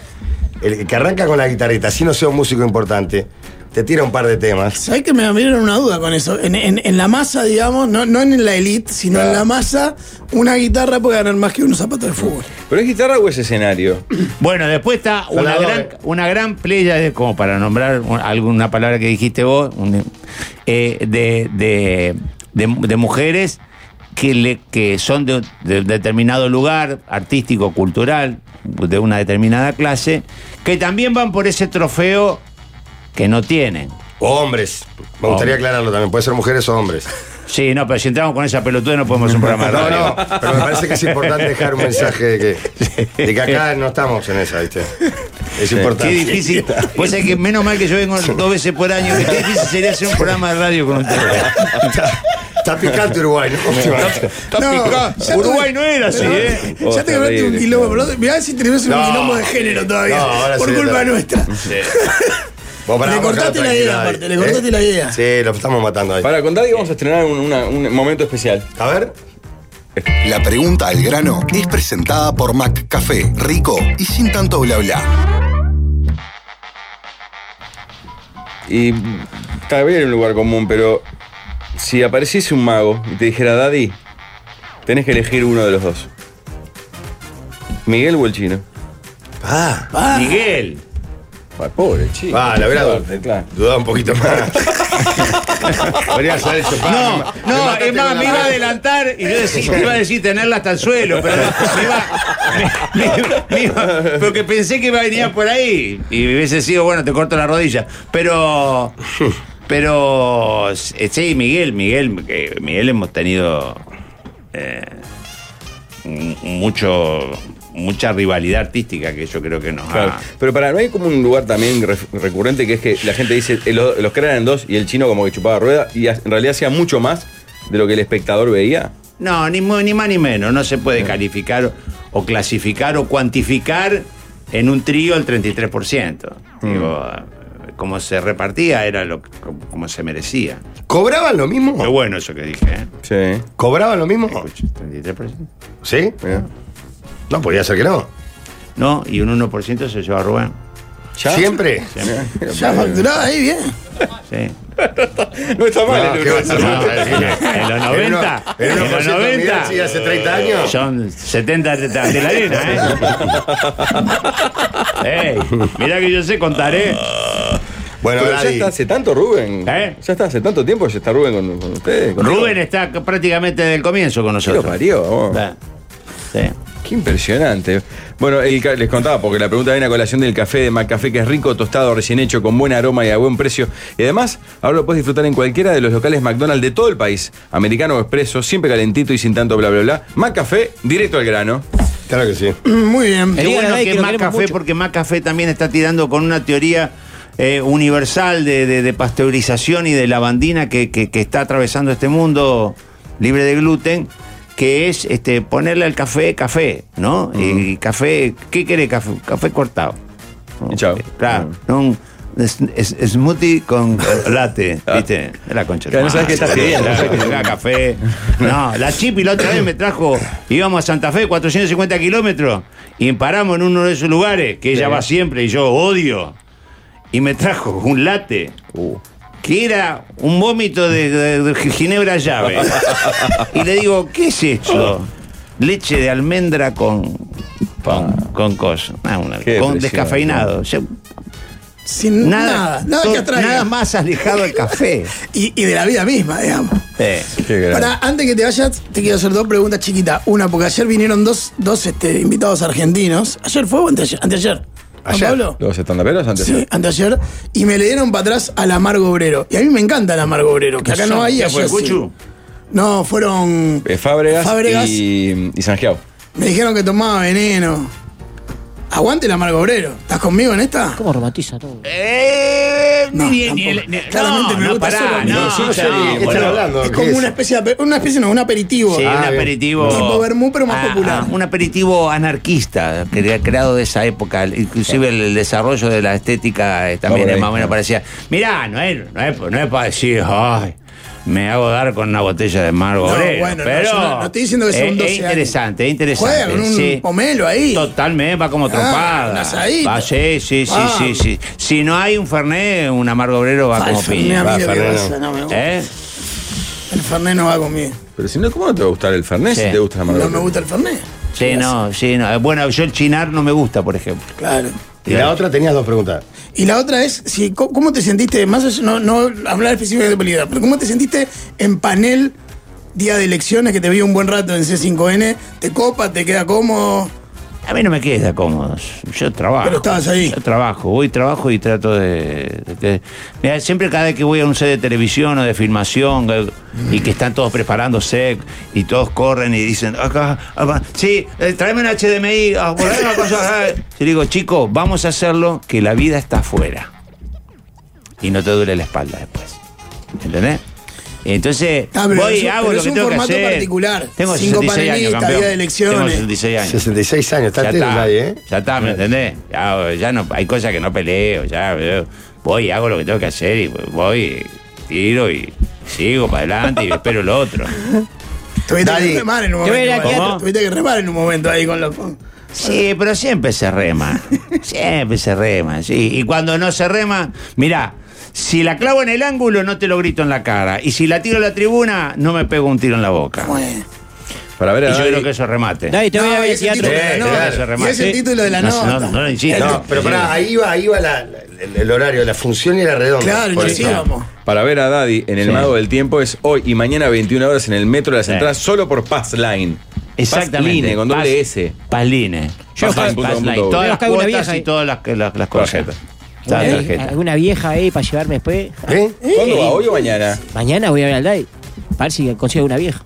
Speaker 4: el que arranca con la guitarrita, si no sea un músico importante, te tira un par de temas.
Speaker 2: ¿Sabés que me abrieron una duda con eso? En, en- en la masa, digamos, no, no en la elite, sino en
Speaker 4: Claro.
Speaker 2: la masa, una guitarra puede ganar más que unos zapatos de fútbol.
Speaker 1: ¿Pero es guitarra o es escenario?
Speaker 3: Bueno, después está
Speaker 4: Son
Speaker 3: una
Speaker 4: las dos,
Speaker 3: gran,
Speaker 4: eh.
Speaker 3: una gran playa, de- como para nombrar un- alguna palabra que dijiste vos, un- eh, de, de- de- de mujeres que, le, que son de, de determinado lugar artístico, cultural, de una determinada clase, que también van por ese trofeo que no tienen.
Speaker 4: O hombres. Me gustaría
Speaker 3: Hombres.
Speaker 4: aclararlo también. Puede ser mujeres o hombres.
Speaker 3: Sí, no, pero si entramos con esa pelotuda no podemos hacer un programa
Speaker 4: (laughs)
Speaker 3: de
Speaker 4: No,
Speaker 3: radio.
Speaker 4: no, pero me parece que es importante dejar un mensaje de que, de que acá no estamos en esa, ¿viste? Es
Speaker 3: Qué
Speaker 4: importante.
Speaker 3: difícil. Pues es que menos mal que yo vengo dos veces por año. Qué difícil sería hacer un programa de radio con ustedes.
Speaker 4: Está, está picante Uruguay, ¿no?
Speaker 2: No, ya te-
Speaker 3: Uruguay no era así, ¿eh?
Speaker 1: Oh,
Speaker 2: ya te ganaste un
Speaker 1: terrible.
Speaker 2: quilombo, pero no- mirá si tenemos
Speaker 4: No.
Speaker 2: un quilombo de género todavía.
Speaker 4: No, ahora
Speaker 2: por
Speaker 4: sí,
Speaker 2: culpa
Speaker 4: está.
Speaker 2: nuestra. (laughs)
Speaker 4: Vos pará,
Speaker 2: Le
Speaker 4: vamos a
Speaker 2: cortaste
Speaker 4: dejarlo
Speaker 2: la
Speaker 4: tranquilo
Speaker 2: idea,
Speaker 4: ahí, ¿Eh?
Speaker 2: aparte, le cortaste la idea.
Speaker 4: Sí, lo estamos matando ahí.
Speaker 1: Para contar y vamos a estrenar un, una- un momento especial.
Speaker 4: A ver,
Speaker 7: La pregunta al grano es presentada por Mac Café, rico y sin tanto bla bla.
Speaker 1: Y tal vez en un lugar común, pero si apareciese un mago y te dijera, Daddy, tenés que elegir uno de los dos. ¿Miguel o el chino?
Speaker 3: Miguel.
Speaker 1: Ah, pobre chino.
Speaker 4: va, la verdad,
Speaker 1: Claro.
Speaker 4: dudaba un poquito más. Podría ser eso, pa, me
Speaker 3: No,
Speaker 4: ma- me
Speaker 3: no,
Speaker 4: mataste
Speaker 3: es más,
Speaker 4: con la
Speaker 3: me iba a
Speaker 4: mano.
Speaker 3: adelantar y yo decí- iba a decir tenerla hasta el suelo, pero me iba- me- me iba- porque pensé que iba a venir por ahí y hubiese sido, bueno, te corto la rodilla. Pero, (laughs) pero, eh, sí, Miguel, Miguel, que Miguel hemos tenido eh, m- mucho, mucha rivalidad artística que yo creo que nos
Speaker 1: Claro.
Speaker 3: ha...
Speaker 1: Pero para no hay como un lugar también ref- recurrente que es que la gente dice eh, los, los que eran dos y el chino como que chupaba rueda y ha- en realidad hacía mucho más de lo que el espectador veía.
Speaker 3: No, ni, mu- ni más ni menos. No se puede calificar o clasificar o cuantificar en un trío el 33%.
Speaker 4: Mm.
Speaker 3: Digo, como se repartía era lo que- como, como se merecía.
Speaker 4: ¿Cobraban lo
Speaker 3: Qué
Speaker 4: mismo?
Speaker 3: bueno eso que dije, ¿eh?
Speaker 1: Sí.
Speaker 4: ¿Cobraban lo mismo?
Speaker 3: Escucha, 33%.
Speaker 4: ¿Sí? No, podría ser que no.
Speaker 3: No, y un 1% se lleva Rubén.
Speaker 4: ¿Siempre?
Speaker 2: Ya facturaba ahí bien.
Speaker 3: Sí.
Speaker 1: No está mal.
Speaker 4: (laughs) No,
Speaker 1: el
Speaker 4: ¿qué va a ser?
Speaker 1: universo.
Speaker 4: (laughs)
Speaker 3: No, en los 90,
Speaker 4: En
Speaker 3: en
Speaker 4: uno- en
Speaker 3: los Eh,
Speaker 4: 1% mirá,
Speaker 3: 90,
Speaker 4: sí, hace 30 años.
Speaker 3: Son 70 de, de la arena, ¿eh?
Speaker 4: (laughs)
Speaker 3: Ey, mirá que yo sé contar, ¿eh?
Speaker 4: Bueno,
Speaker 1: Pero ya
Speaker 4: Daddy,
Speaker 1: está hace tanto Rubén.
Speaker 3: ¿Eh?
Speaker 1: Ya está hace tanto tiempo ya está Rubén con, con ustedes. con-
Speaker 3: Rubén está c- prácticamente desde el comienzo con
Speaker 1: ¿Qué lo
Speaker 3: nosotros.
Speaker 1: parió? vos?
Speaker 3: Ah, sí.
Speaker 1: Qué impresionante. Bueno, el ca- les contaba, porque la pregunta viene a colación del café de Macafé, que es rico, tostado, recién hecho, con buen aroma y a buen precio. Y además, ahora lo puedes disfrutar en cualquiera de los locales McDonald's de todo el país. Americano o expreso, siempre calentito y sin tanto bla, bla, bla. Macafé, directo al grano.
Speaker 4: claro que sí.
Speaker 2: Muy bien.
Speaker 3: Qué
Speaker 5: Diga
Speaker 3: bueno
Speaker 5: la ley
Speaker 3: que
Speaker 5: que lo
Speaker 3: Más
Speaker 5: queremos
Speaker 3: Café,
Speaker 5: mucho.
Speaker 3: porque Más Café también está tirando con una teoría eh, universal de, de- de pasteurización y de lavandina que, que- que está atravesando este mundo libre de gluten, que es este, ponerle al café café, ¿no? Y, café, ¿qué quiere café? Café cortado.
Speaker 1: Y chao.
Speaker 3: Claro, no un es- es- smoothie con latte, ¿viste? De la concha. de
Speaker 1: Ah. Claro, no
Speaker 3: tu
Speaker 1: sabes qué estás
Speaker 3: madre,
Speaker 1: pidiendo,
Speaker 3: claro,
Speaker 1: no sabes qué-
Speaker 3: acá café. No, la Chipi la otra vez me trajo, íbamos a Santa Fe, 450 kilómetros, y paramos en uno de esos lugares, que ella va siempre y yo odio, y me trajo un latte.
Speaker 1: Uh.
Speaker 3: Que era un vómito de, de- de ginebra llave. Y le digo, ¿qué es esto? Leche de almendra con. con, con cosa. Ah, una-
Speaker 1: Qué
Speaker 3: con
Speaker 1: depresión,
Speaker 3: descafeinado. O sea,
Speaker 2: Sin nada,
Speaker 3: nada,
Speaker 2: nada, que
Speaker 3: to-
Speaker 2: atraiga.
Speaker 3: nada más alejado del café.
Speaker 2: Y, y de la vida misma, digamos.
Speaker 3: Eh,
Speaker 1: Qué grande.
Speaker 2: Para, antes que te vayas, te quiero hacer dos preguntas chiquitas. Una, porque ayer vinieron dos, dos este, invitados argentinos. ¿Ayer fue o anteayer? Anteayer. ¿No,
Speaker 4: Ayer.
Speaker 2: Pablo?
Speaker 1: ¿Los estandaperos antes?
Speaker 2: Sí, anteayer. Y me le dieron para atrás al Amargo Obrero. Y a mí me encanta el Amargo Obrero, que acá no hay.
Speaker 3: ¿Qué
Speaker 2: allá
Speaker 3: fue,
Speaker 2: sí.
Speaker 3: Cuchu?
Speaker 2: No, fueron.
Speaker 1: Eh, Fábregas,
Speaker 2: Fábregas.
Speaker 1: y, y Sanjeao.
Speaker 2: Me dijeron que tomaba veneno. Aguante el Amargo Obrero. ¿Estás conmigo en esta?
Speaker 5: ¿Cómo romantiza todo?
Speaker 3: Eh, ni
Speaker 2: No,
Speaker 3: bien, ni el-
Speaker 2: tampoco.
Speaker 3: ni-
Speaker 2: Claramente
Speaker 3: no,
Speaker 2: me
Speaker 3: no,
Speaker 2: gusta
Speaker 3: pará,
Speaker 2: solo a mí.
Speaker 3: no,
Speaker 2: No, yo
Speaker 4: no sé
Speaker 3: no,
Speaker 4: de qué están
Speaker 3: boludo.
Speaker 4: hablando.
Speaker 2: Es
Speaker 4: ¿qué
Speaker 2: como
Speaker 4: es?
Speaker 2: una especie de. ape- Una especie, no, un aperitivo.
Speaker 3: Sí,
Speaker 2: Ah,
Speaker 3: un
Speaker 4: bien.
Speaker 3: aperitivo.
Speaker 2: Tipo vermú, pero
Speaker 3: Ah,
Speaker 2: más popular.
Speaker 3: Un aperitivo anarquista, que era creado de esa época. Inclusive el, el desarrollo de la estética eh, también
Speaker 1: Va por
Speaker 3: es
Speaker 1: ahí,
Speaker 3: más o menos
Speaker 1: claro.
Speaker 3: parecía. Mirá, no es, no es, no es para decir, ay. me hago dar con una botella de Margo
Speaker 2: No,
Speaker 3: Obrero,
Speaker 2: bueno, no,
Speaker 3: pero
Speaker 2: yo no- no estoy diciendo que sea
Speaker 3: es-
Speaker 2: un 12
Speaker 3: Es
Speaker 2: años.
Speaker 3: interesante, es interesante.
Speaker 2: Juega con un
Speaker 3: sí.
Speaker 2: pomelo ahí.
Speaker 3: Totalmente, va
Speaker 2: Ah,
Speaker 3: como trompada.
Speaker 2: un asadito.
Speaker 3: Va, sí, sí, sí,
Speaker 2: Ah.
Speaker 3: sí, sí. Si no hay un Fernet, un amargo obrero va
Speaker 2: Ah, el
Speaker 3: como
Speaker 2: Fernet
Speaker 3: piña.
Speaker 2: a mí
Speaker 4: va,
Speaker 2: lo que
Speaker 4: Fernet,
Speaker 2: pasa, no me gusta.
Speaker 3: ¿Eh?
Speaker 2: El Fernet no va conmigo.
Speaker 1: Pero si no, ¿cómo no te va a gustar el Fernet
Speaker 3: Sí.
Speaker 1: si te gusta la
Speaker 2: No me
Speaker 1: amargura?
Speaker 2: gusta el Fernet.
Speaker 3: Sí, no, sí, no. Eh, Bueno, yo el chinar no me gusta, por ejemplo.
Speaker 2: Claro.
Speaker 4: Y la otra tenías dos preguntas.
Speaker 2: Y la otra es, si, co- ¿cómo te sentiste, más allá- no, no hablar específicamente de política, pero cómo te sentiste en panel día de elecciones que te vi un buen rato en C5N? ¿Te copa, te queda cómodo?
Speaker 3: A mí no me queda cómodo. Yo trabajo.
Speaker 2: Pero estabas ahí.
Speaker 3: Yo trabajo, voy, trabajo y trato de. de que- Mirá, siempre cada vez que voy a un set de televisión o de filmación eh, y que están todos preparándose y todos corren y dicen, acá, acá, sí, eh, tráeme un HDMI, ah, por ahí una cosa, ah".
Speaker 2: (laughs)
Speaker 3: Yo digo, chicos, vamos a hacerlo que la vida está afuera. Y no te duele la espalda después. ¿Entendés? Entonces,
Speaker 2: Ah, pero
Speaker 3: voy y
Speaker 2: eso-
Speaker 3: hago
Speaker 2: pero
Speaker 3: lo
Speaker 2: es
Speaker 3: que
Speaker 2: un
Speaker 3: tengo que
Speaker 2: formato
Speaker 3: hacer.
Speaker 2: particular.
Speaker 3: Tengo
Speaker 2: Cinco
Speaker 3: 66 años,
Speaker 2: panelistas,
Speaker 3: campeón.
Speaker 2: día de elecciones.
Speaker 3: Tengo 66 años.
Speaker 4: 66 años, está entero ya ahí, ¿eh?
Speaker 3: Ya está, ¿me entendés? Ya, ya no, hay cosas que no peleo, ya yo voy, hago lo que tengo que hacer y voy, tiro y sigo para adelante y espero
Speaker 2: (laughs)
Speaker 3: el otro.
Speaker 2: Tuviste
Speaker 4: Daddy,
Speaker 2: que remar en un
Speaker 5: te voy a ir
Speaker 2: momento.
Speaker 5: al
Speaker 2: ¿verdad?
Speaker 3: teatro.
Speaker 2: Tuviste que remar en un momento ahí con los...
Speaker 3: Sí, pero siempre se rema. Siempre se rema, sí. Y cuando no se rema, mirá, si la clavo en el ángulo no te lo grito en la cara. Y si la tiro a la tribuna, no me pego un tiro en la boca.
Speaker 2: Bueno.
Speaker 1: Para ver
Speaker 3: Y
Speaker 1: a
Speaker 3: yo
Speaker 1: Daddy-
Speaker 3: creo que eso es remate.
Speaker 5: Nadie te voy a
Speaker 2: No,
Speaker 5: ver
Speaker 2: y
Speaker 5: el
Speaker 2: ese
Speaker 5: teatro.
Speaker 2: título de la
Speaker 3: Sí,
Speaker 2: nota.
Speaker 3: claro,
Speaker 2: Y ese
Speaker 3: sí.
Speaker 2: título de la
Speaker 3: No,
Speaker 2: nota.
Speaker 3: no, Eh, no lo insistas.
Speaker 4: No, pero pará, ahí iba, ahí iba la- la- el, el horario, la función era redonda.
Speaker 2: Claro,
Speaker 4: Por
Speaker 2: nos
Speaker 4: eso.
Speaker 2: íbamos.
Speaker 1: Para ver a Daddy en el
Speaker 3: Sí.
Speaker 1: Mago del Tiempo es hoy y mañana 21 horas en el metro de las
Speaker 3: Sí.
Speaker 1: entradas solo por Pass Line. Pass
Speaker 3: Exactamente.
Speaker 1: Line, con doble
Speaker 3: Paz-
Speaker 1: S.
Speaker 3: Pasline.
Speaker 1: Yo
Speaker 3: Paz-
Speaker 1: Pasline,
Speaker 3: Pasline.
Speaker 1: punto com, punto
Speaker 3: Todas
Speaker 1: uno.
Speaker 3: las
Speaker 5: Yo caigo una
Speaker 3: cuotas
Speaker 5: vieja
Speaker 3: y
Speaker 5: ahí.
Speaker 3: todas las, las, las
Speaker 1: Tarjeta.
Speaker 3: tarjetas. Todas las
Speaker 5: ¿Eh?
Speaker 3: tarjetas.
Speaker 5: ¿Alguna vieja ahí para llevarme después?
Speaker 4: ¿Eh?
Speaker 1: ¿Cuándo va? ¿Hoy o mañana?
Speaker 5: Mañana voy a ver al Dai. A ver si consigo una vieja.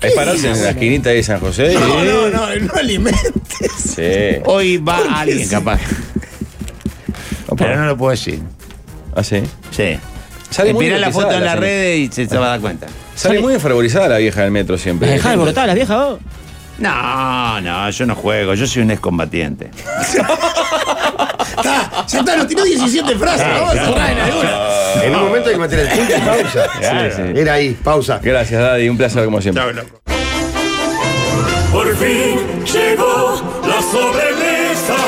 Speaker 1: Es pararse en la esquinita de San José.
Speaker 2: No,
Speaker 1: y-
Speaker 2: no, no, no alimentes.
Speaker 1: Sí.
Speaker 3: Hoy va alguien capaz. Pero no lo puedo decir.
Speaker 1: Ah, sí.
Speaker 3: Sí. Eh,
Speaker 1: Sale muy
Speaker 3: Mirá la
Speaker 1: hipnotizada
Speaker 3: foto en
Speaker 1: la
Speaker 3: las
Speaker 1: señora.
Speaker 3: redes y se, se va a dar cuenta.
Speaker 1: Sale muy enfervorizada la vieja del metro siempre.
Speaker 5: ¿Las dejás alborotadas las viejas vos?
Speaker 3: No, no, yo no juego. Yo soy un excombatiente.
Speaker 2: Está, ya está, nos tiró 17 frases. ¿no?
Speaker 3: claro.
Speaker 2: Cerrá en alguna.
Speaker 4: En un momento hay que meter el punto y pausa.
Speaker 1: Claro.
Speaker 4: Sí, sí. Era ahí, pausa.
Speaker 1: Gracias, Daddy. Un placer como siempre.
Speaker 6: Por fin llegó la sobremesa.
Speaker 3: Ah,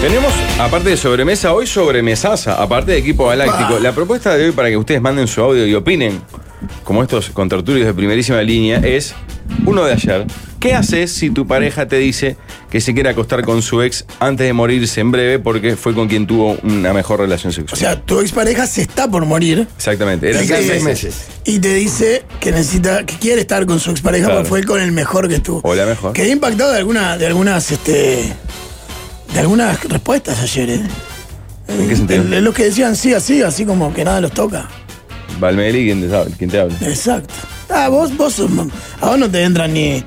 Speaker 1: Tenemos, aparte de sobremesa, hoy sobremesaza, aparte de equipo galáctico. La propuesta de hoy para que ustedes manden su audio y opinen, como estos contertulios de primerísima línea, es uno de ayer. ¿Qué haces si tu pareja te dice que se quiere acostar con su ex antes de morirse en breve porque fue con quien tuvo una mejor relación
Speaker 2: O
Speaker 1: sexual?
Speaker 2: sea, tu expareja se está por morir
Speaker 1: Exactamente. Era
Speaker 4: Te quedan
Speaker 1: seis
Speaker 4: seis
Speaker 1: meses.
Speaker 4: meses.
Speaker 2: y te dice que necesita, que quiere estar con su expareja
Speaker 1: Claro.
Speaker 2: porque fue con el mejor que tú.
Speaker 1: O la mejor.
Speaker 2: Quedé impactado de alguna, de algunas, este. De algunas respuestas ayer, ¿eh?
Speaker 1: ¿En qué sentido?
Speaker 2: De- de Los que decían sí, así, así como que nada los toca.
Speaker 1: Valmeli, ¿quién te, sabe? ¿Quién te habla?
Speaker 2: Exacto. Ah, vos, vos sos. mam- A vos no te
Speaker 4: (coughs)
Speaker 2: entran ni.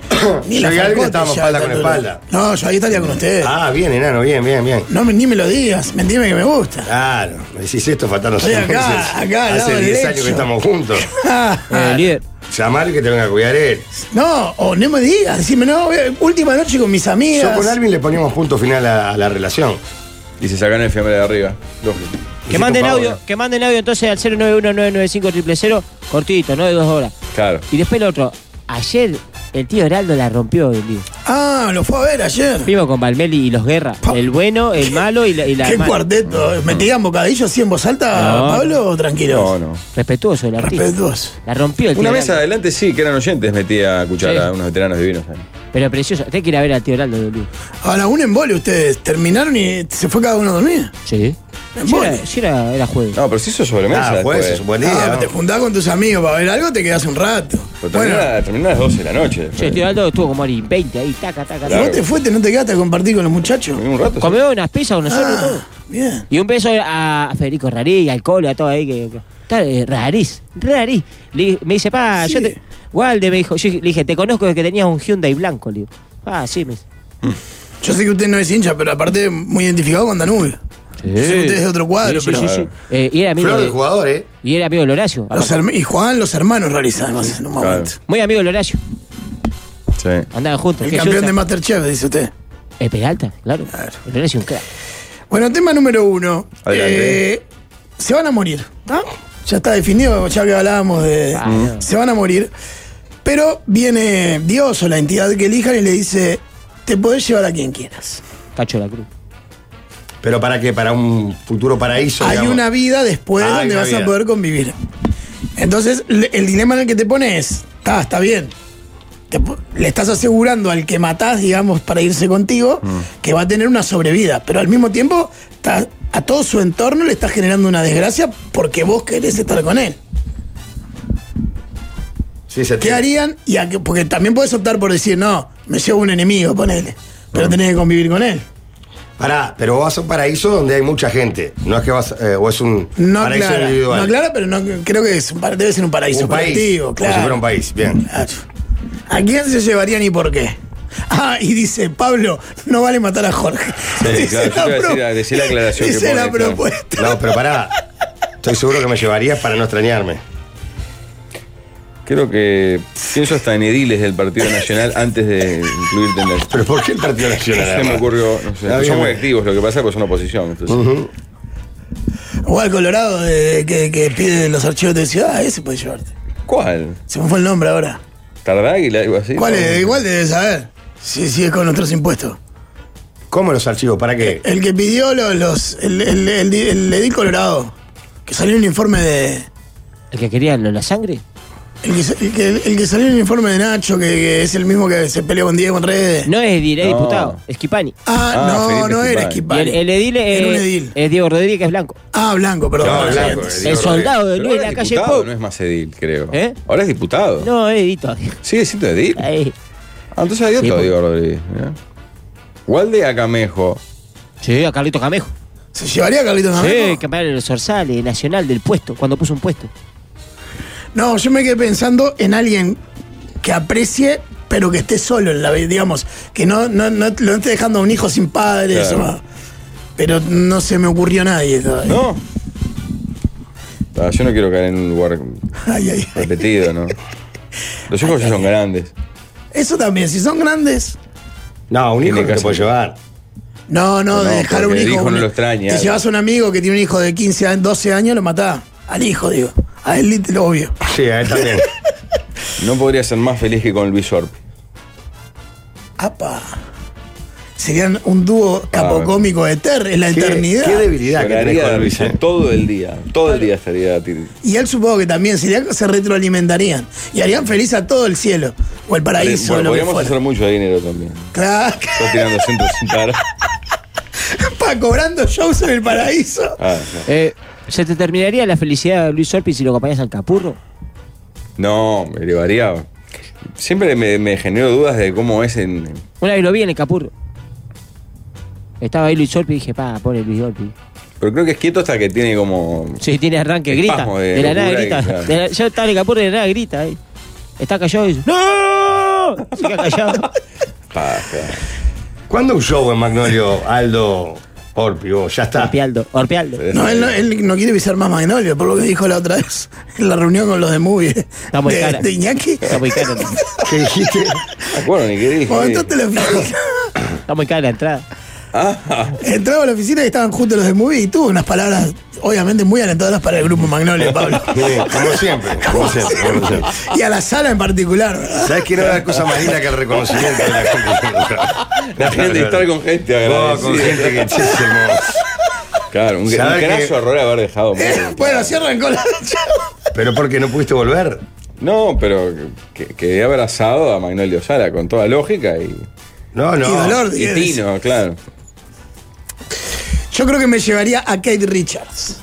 Speaker 2: ni
Speaker 4: Yo
Speaker 2: la
Speaker 4: y Alvin
Speaker 2: falcota
Speaker 4: estábamos
Speaker 2: ya,
Speaker 4: espalda con
Speaker 2: tanto-
Speaker 4: espalda.
Speaker 2: No, yo ahí estaría con ustedes.
Speaker 4: Ah, bien, enano, bien, bien, bien.
Speaker 2: No, me- ni me lo digas, mentime que me gusta. (laughs)
Speaker 4: Claro, me decís esto faltando
Speaker 2: Estoy
Speaker 4: seis
Speaker 2: acá,
Speaker 4: meses.
Speaker 2: acá, al lado
Speaker 4: Hace
Speaker 2: del
Speaker 4: 10
Speaker 2: lecho.
Speaker 4: años que estamos juntos.
Speaker 2: Ah,
Speaker 5: Eh, líder.
Speaker 4: Llamar que te venga a cuidar él.
Speaker 2: No, o no me digas, decime, no, eh, última noche con mis
Speaker 4: Yo
Speaker 2: amigas.
Speaker 4: con Alvin le poníamos punto final a, a la relación.
Speaker 1: Y se sacan el fiambre de arriba. Dos.
Speaker 5: Que manden audio, que manden audio entonces al 091995000, cortito, no de dos horas.
Speaker 1: Claro.
Speaker 5: Y después el otro, ayer el tío Heraldo la rompió en vivo.
Speaker 2: Ah, lo fue a ver ayer.
Speaker 5: Fuimos con Balmeli y los Guerra,
Speaker 2: Pa-
Speaker 5: el bueno, el malo y la, y la
Speaker 2: Qué
Speaker 5: mala.
Speaker 2: cuarteto. eh. ¿Metían bocadillo así en voz alta,
Speaker 5: No.
Speaker 2: Pablo, o
Speaker 1: No,
Speaker 2: tranquilo?
Speaker 1: no.
Speaker 5: Respetuoso el artista.
Speaker 2: Respetuoso.
Speaker 5: La rompió el tío
Speaker 1: Una mesa
Speaker 5: Heraldo.
Speaker 1: adelante sí, que eran oyentes, metía cuchara,
Speaker 5: Sí.
Speaker 1: unos veteranos divinos.
Speaker 5: Pero precioso, tenés que ir a ver al tío Heraldo, boludo.
Speaker 2: Ahora, un embole ustedes. Terminaron y se fue cada uno a dormir.
Speaker 5: Sí. Sí,
Speaker 2: Bueno.
Speaker 5: era, sí era, era juego.
Speaker 1: No, pero si eso es sobremesa.
Speaker 4: Ah,
Speaker 1: después.
Speaker 4: pues, es un buen día.
Speaker 2: Ah,
Speaker 4: ¿no?
Speaker 2: te juntás con tus amigos para ver algo, te quedás un rato.
Speaker 1: Pero
Speaker 2: Bueno,
Speaker 1: termina, termina a las 12 de la noche.
Speaker 5: Sí,
Speaker 1: después.
Speaker 5: el tío Heraldo estuvo como ahí 20 ahí, taca, taca,
Speaker 2: ¿y
Speaker 5: taca.
Speaker 2: vos te fuiste, no te quedaste a compartir con los muchachos? Ah,
Speaker 1: Dormí un rato. sí.
Speaker 5: Comemos unas pizzas con nosotros y todo.
Speaker 2: Bien.
Speaker 5: Ah, Y un beso a, a Federico Rariz, al Colo, a todo ahí. Que, que- está, eh, Rariz, Rariz. Le- me dice, pa, yo
Speaker 2: Sí.
Speaker 5: te. Walde me dijo, yo le dije, te conozco desde que tenías un Hyundai blanco. Le digo, ah, sí, me dice.
Speaker 2: Yo sé que usted no es hincha, pero aparte muy identificado con Danubio. Yo sé que usted es de otro cuadro,
Speaker 5: Sí, sí,
Speaker 2: pero.
Speaker 5: sí, sí. Eh, y, era amigo
Speaker 4: Flor de
Speaker 5: de-
Speaker 4: jugador, ¿eh?
Speaker 5: y era amigo del Horacio.
Speaker 2: Los herma- y Juan, los hermanos realizan además en un
Speaker 1: Claro.
Speaker 2: momento.
Speaker 5: Muy amigo del Horacio.
Speaker 1: Sí.
Speaker 5: Andaban juntos.
Speaker 2: El
Speaker 5: que
Speaker 2: campeón
Speaker 5: Yuta-
Speaker 2: de Masterchef, dice usted.
Speaker 5: Eh, Peralta, claro. El Horacio, un crack.
Speaker 2: Bueno, tema número uno.
Speaker 1: Adelante.
Speaker 2: Eh, se van a morir, ¿no? Ya está definido, ya que hablábamos de.
Speaker 5: Claro.
Speaker 2: Se van a morir. Pero viene Dios o la entidad que elijan y le dice: Te podés llevar a quien quieras.
Speaker 5: Cacho de la Cruz.
Speaker 4: Pero para qué, para un futuro paraíso.
Speaker 2: Hay
Speaker 4: digamos.
Speaker 2: una vida después
Speaker 4: Ah, hay
Speaker 2: donde
Speaker 4: una
Speaker 2: vas a
Speaker 4: vida.
Speaker 2: poder convivir. Entonces, le- el dilema en el que te pones es, está, está bien. Te po- le estás asegurando al que matás, digamos, para irse contigo, que va a tener una sobrevida. Pero al mismo tiempo, está- a todo su entorno le estás generando una desgracia porque vos querés estar con él.
Speaker 4: Sí, se
Speaker 2: ¿Qué harían? Y a qué- porque también podés optar por decir, no, me llevo un enemigo, ponele. Pero tenés que convivir con él.
Speaker 4: Mm. Pará, pero vas a un paraíso donde hay mucha gente. No es que vas. eh, o es un
Speaker 2: No
Speaker 4: paraíso
Speaker 2: aclara,
Speaker 4: individual.
Speaker 2: no aclara, pero no, creo que es un par- debe ser un paraíso
Speaker 4: un país.
Speaker 2: colectivo,
Speaker 4: Como si
Speaker 2: claro. Ah,
Speaker 4: fuera un país.
Speaker 2: (laughs)
Speaker 4: Bien.
Speaker 2: Claro. ¿A quién se llevarían y por qué? (laughs) Ah, y dice, Pablo, no vale matar a Jorge. (laughs)
Speaker 1: Sí,
Speaker 2: Dice
Speaker 1: claro, yo te iba a
Speaker 2: pro-
Speaker 1: decir, ah, decí la aclaración que
Speaker 2: dice
Speaker 1: pone,
Speaker 2: la
Speaker 1: claro.
Speaker 2: propuesta.
Speaker 4: No, pero pará. Estoy seguro que me llevarías para no extrañarme.
Speaker 1: Creo que pienso hasta en ediles del Partido Nacional antes de incluirte en la.
Speaker 4: (laughs) Pero ¿por qué el Partido Nacional?
Speaker 1: Se me
Speaker 4: además?
Speaker 1: ocurrió, no sé.
Speaker 4: Está
Speaker 1: son
Speaker 4: bien.
Speaker 1: muy activos, lo que pasa es que son oposición. Entonces,
Speaker 2: O al Colorado eh, que, que pide los archivos de ciudad, ah, ese puede llevarte.
Speaker 1: ¿Cuál?
Speaker 2: Se me fue el nombre ahora.
Speaker 1: ¿Tardáguila? Algo así.
Speaker 2: ¿Cuál
Speaker 1: ¿no?
Speaker 2: es? Igual debes saber. Si sí, es con nuestros impuestos.
Speaker 4: ¿Cómo los archivos? ¿Para qué?
Speaker 2: El que pidió los. los- el, el, el- el edil Colorado. Que salió un informe de.
Speaker 5: El que quería lo- la sangre.
Speaker 2: El que, sa- el que, el que salió en el informe de Nacho, que, que es el mismo que se peleó con Diego en redes.
Speaker 5: No es Edil, es
Speaker 1: No.
Speaker 5: diputado. Es Kipani.
Speaker 2: Ah,
Speaker 1: Ah,
Speaker 2: no,
Speaker 1: Felipe
Speaker 2: no era
Speaker 5: Y
Speaker 2: Esquipal.
Speaker 5: el, el edil es,
Speaker 2: Era un edil.
Speaker 5: es Diego Rodríguez Blanco.
Speaker 2: Ah, Blanco, perdón.
Speaker 4: No,
Speaker 2: Ahora sí,
Speaker 4: Blanco,
Speaker 2: antes.
Speaker 4: el
Speaker 5: El
Speaker 4: Diego
Speaker 5: soldado de
Speaker 1: Pero
Speaker 5: Luis
Speaker 1: ahora
Speaker 5: en la
Speaker 1: es
Speaker 5: calle
Speaker 1: diputado,
Speaker 5: Pop.
Speaker 1: No es más edil, creo.
Speaker 5: ¿Eh?
Speaker 1: Ahora es diputado.
Speaker 5: No, es Edil todavía.
Speaker 1: Sigue siendo edil.
Speaker 5: Ahí.
Speaker 1: Ah, entonces hay otro
Speaker 5: Sí, pues.
Speaker 1: Diego Rodríguez. mirá. Walde Acamejo.
Speaker 5: Sí, a Carlito Camejo.
Speaker 2: ¿Se llevaría a Carlitos
Speaker 5: Sí,
Speaker 2: Camejo?
Speaker 5: campeón de los Orsales, nacional del puesto, cuando puso un puesto.
Speaker 2: No, yo me quedé pensando en alguien que aprecie, pero que esté solo en la vida, digamos, que no, no, no lo esté dejando a un hijo sin padres.
Speaker 1: Claro.
Speaker 2: o más. pero no se me ocurrió nadie todavía.
Speaker 1: ¿No? Ah, yo no quiero caer en un lugar
Speaker 2: (laughs) Ay, ay, ay.
Speaker 1: repetido,
Speaker 2: (laughs)
Speaker 1: ¿no? Los hijos ya son grandes.
Speaker 2: Eso también, si son grandes.
Speaker 4: No, un hijo
Speaker 1: Tiene
Speaker 4: no te
Speaker 1: casa.
Speaker 4: puedo llevar.
Speaker 2: No,
Speaker 1: No,
Speaker 2: no, de dejar a un
Speaker 1: porque
Speaker 2: hijo.
Speaker 1: el hijo no
Speaker 2: un-
Speaker 1: lo extraña.
Speaker 2: Te llevas a un amigo que tiene un hijo de 15, a- 12 años, lo matás. Al hijo, digo. A él, lo obvio.
Speaker 4: Sí, a él también.
Speaker 1: No podría ser más feliz que con Luis Orp.
Speaker 2: Apa. Serían un dúo capocómico eterno, es la
Speaker 4: ¿Qué,
Speaker 2: eternidad.
Speaker 4: qué debilidad que tenés
Speaker 1: Lloraría
Speaker 4: con
Speaker 1: de
Speaker 4: Luis.
Speaker 1: risa
Speaker 4: eh.
Speaker 1: todo el día. Todo el día estaría. tir-
Speaker 2: Y él supongo que también sería, se retroalimentarían y harían feliz a todo el cielo o el paraíso
Speaker 1: Bueno,
Speaker 2: o lo que
Speaker 1: podríamos
Speaker 2: fuera.
Speaker 1: hacer mucho dinero también.
Speaker 2: Claro,
Speaker 1: Estás tirando centros sin parar.
Speaker 2: pa, cobrando shows en el paraíso.
Speaker 1: Ah, no.
Speaker 5: Eh, ¿Se te terminaría la felicidad de Luis Orpi si lo acompañas al Capurro?
Speaker 1: No, me elevaría. Siempre me, me generó dudas de cómo es en.
Speaker 5: Una vez lo vi en el Capurro. Estaba ahí Luis Orpi y dije, pa, pobre Luis Orpi.
Speaker 1: Pero creo que es quieto hasta que tiene como.
Speaker 5: Sí, tiene arranque, grita.
Speaker 1: Espasmo de
Speaker 5: De, la nada
Speaker 1: locura y-
Speaker 5: grita.
Speaker 1: claro.
Speaker 5: De la- yo estaba en el Capurro y de la nada grita. ahí. Está callado y dice, ¡No! Se queda
Speaker 1: (laughs)
Speaker 5: callado.
Speaker 1: Paja.
Speaker 4: ¿Cuándo un show en Magnolio, Aldo, Orpi? vos? ya está.
Speaker 5: Orpealdo, Orpealdo.
Speaker 2: No,
Speaker 1: (laughs)
Speaker 2: él no, él no quiere pisar más Magnolio, por lo que dijo la otra vez en la reunión con los de Movie.
Speaker 5: Está muy
Speaker 2: de,
Speaker 5: cara.
Speaker 2: de Iñaki.
Speaker 5: Está muy
Speaker 1: (laughs)
Speaker 5: cara.
Speaker 4: ¿Qué dijiste?
Speaker 1: Bueno, ni qué dije.
Speaker 2: Momento telefónico.
Speaker 5: Está muy cara la entrada.
Speaker 1: Ah,
Speaker 2: Entraba a la oficina y estaban juntos los de Movie y tuvo unas palabras, obviamente, muy alentadoras para el grupo Magnolio, Pablo.
Speaker 4: Sí, como siempre, como siempre, como siempre.
Speaker 2: y a la sala en particular, ¿verdad?
Speaker 4: ¿Sabes que no hay cosa más linda que el reconocimiento
Speaker 1: (laughs)
Speaker 4: de la gente?
Speaker 1: la gente estar con gente
Speaker 4: No, con
Speaker 1: agradecida.
Speaker 4: gente que che, se mo-
Speaker 1: Claro, un, un
Speaker 4: ¿Sabes
Speaker 1: graso
Speaker 4: que-
Speaker 1: error haber dejado. morir.
Speaker 2: Bueno, cierran con la
Speaker 4: ¿Pero por qué no pudiste volver?
Speaker 1: No, pero que, quedé abrazado a Magnolio Sala con toda lógica y.
Speaker 4: No, no.
Speaker 2: Y dolor,
Speaker 1: Y
Speaker 2: Diegues.
Speaker 1: Tino, claro.
Speaker 2: Yo creo que me llevaría a Kate Richards.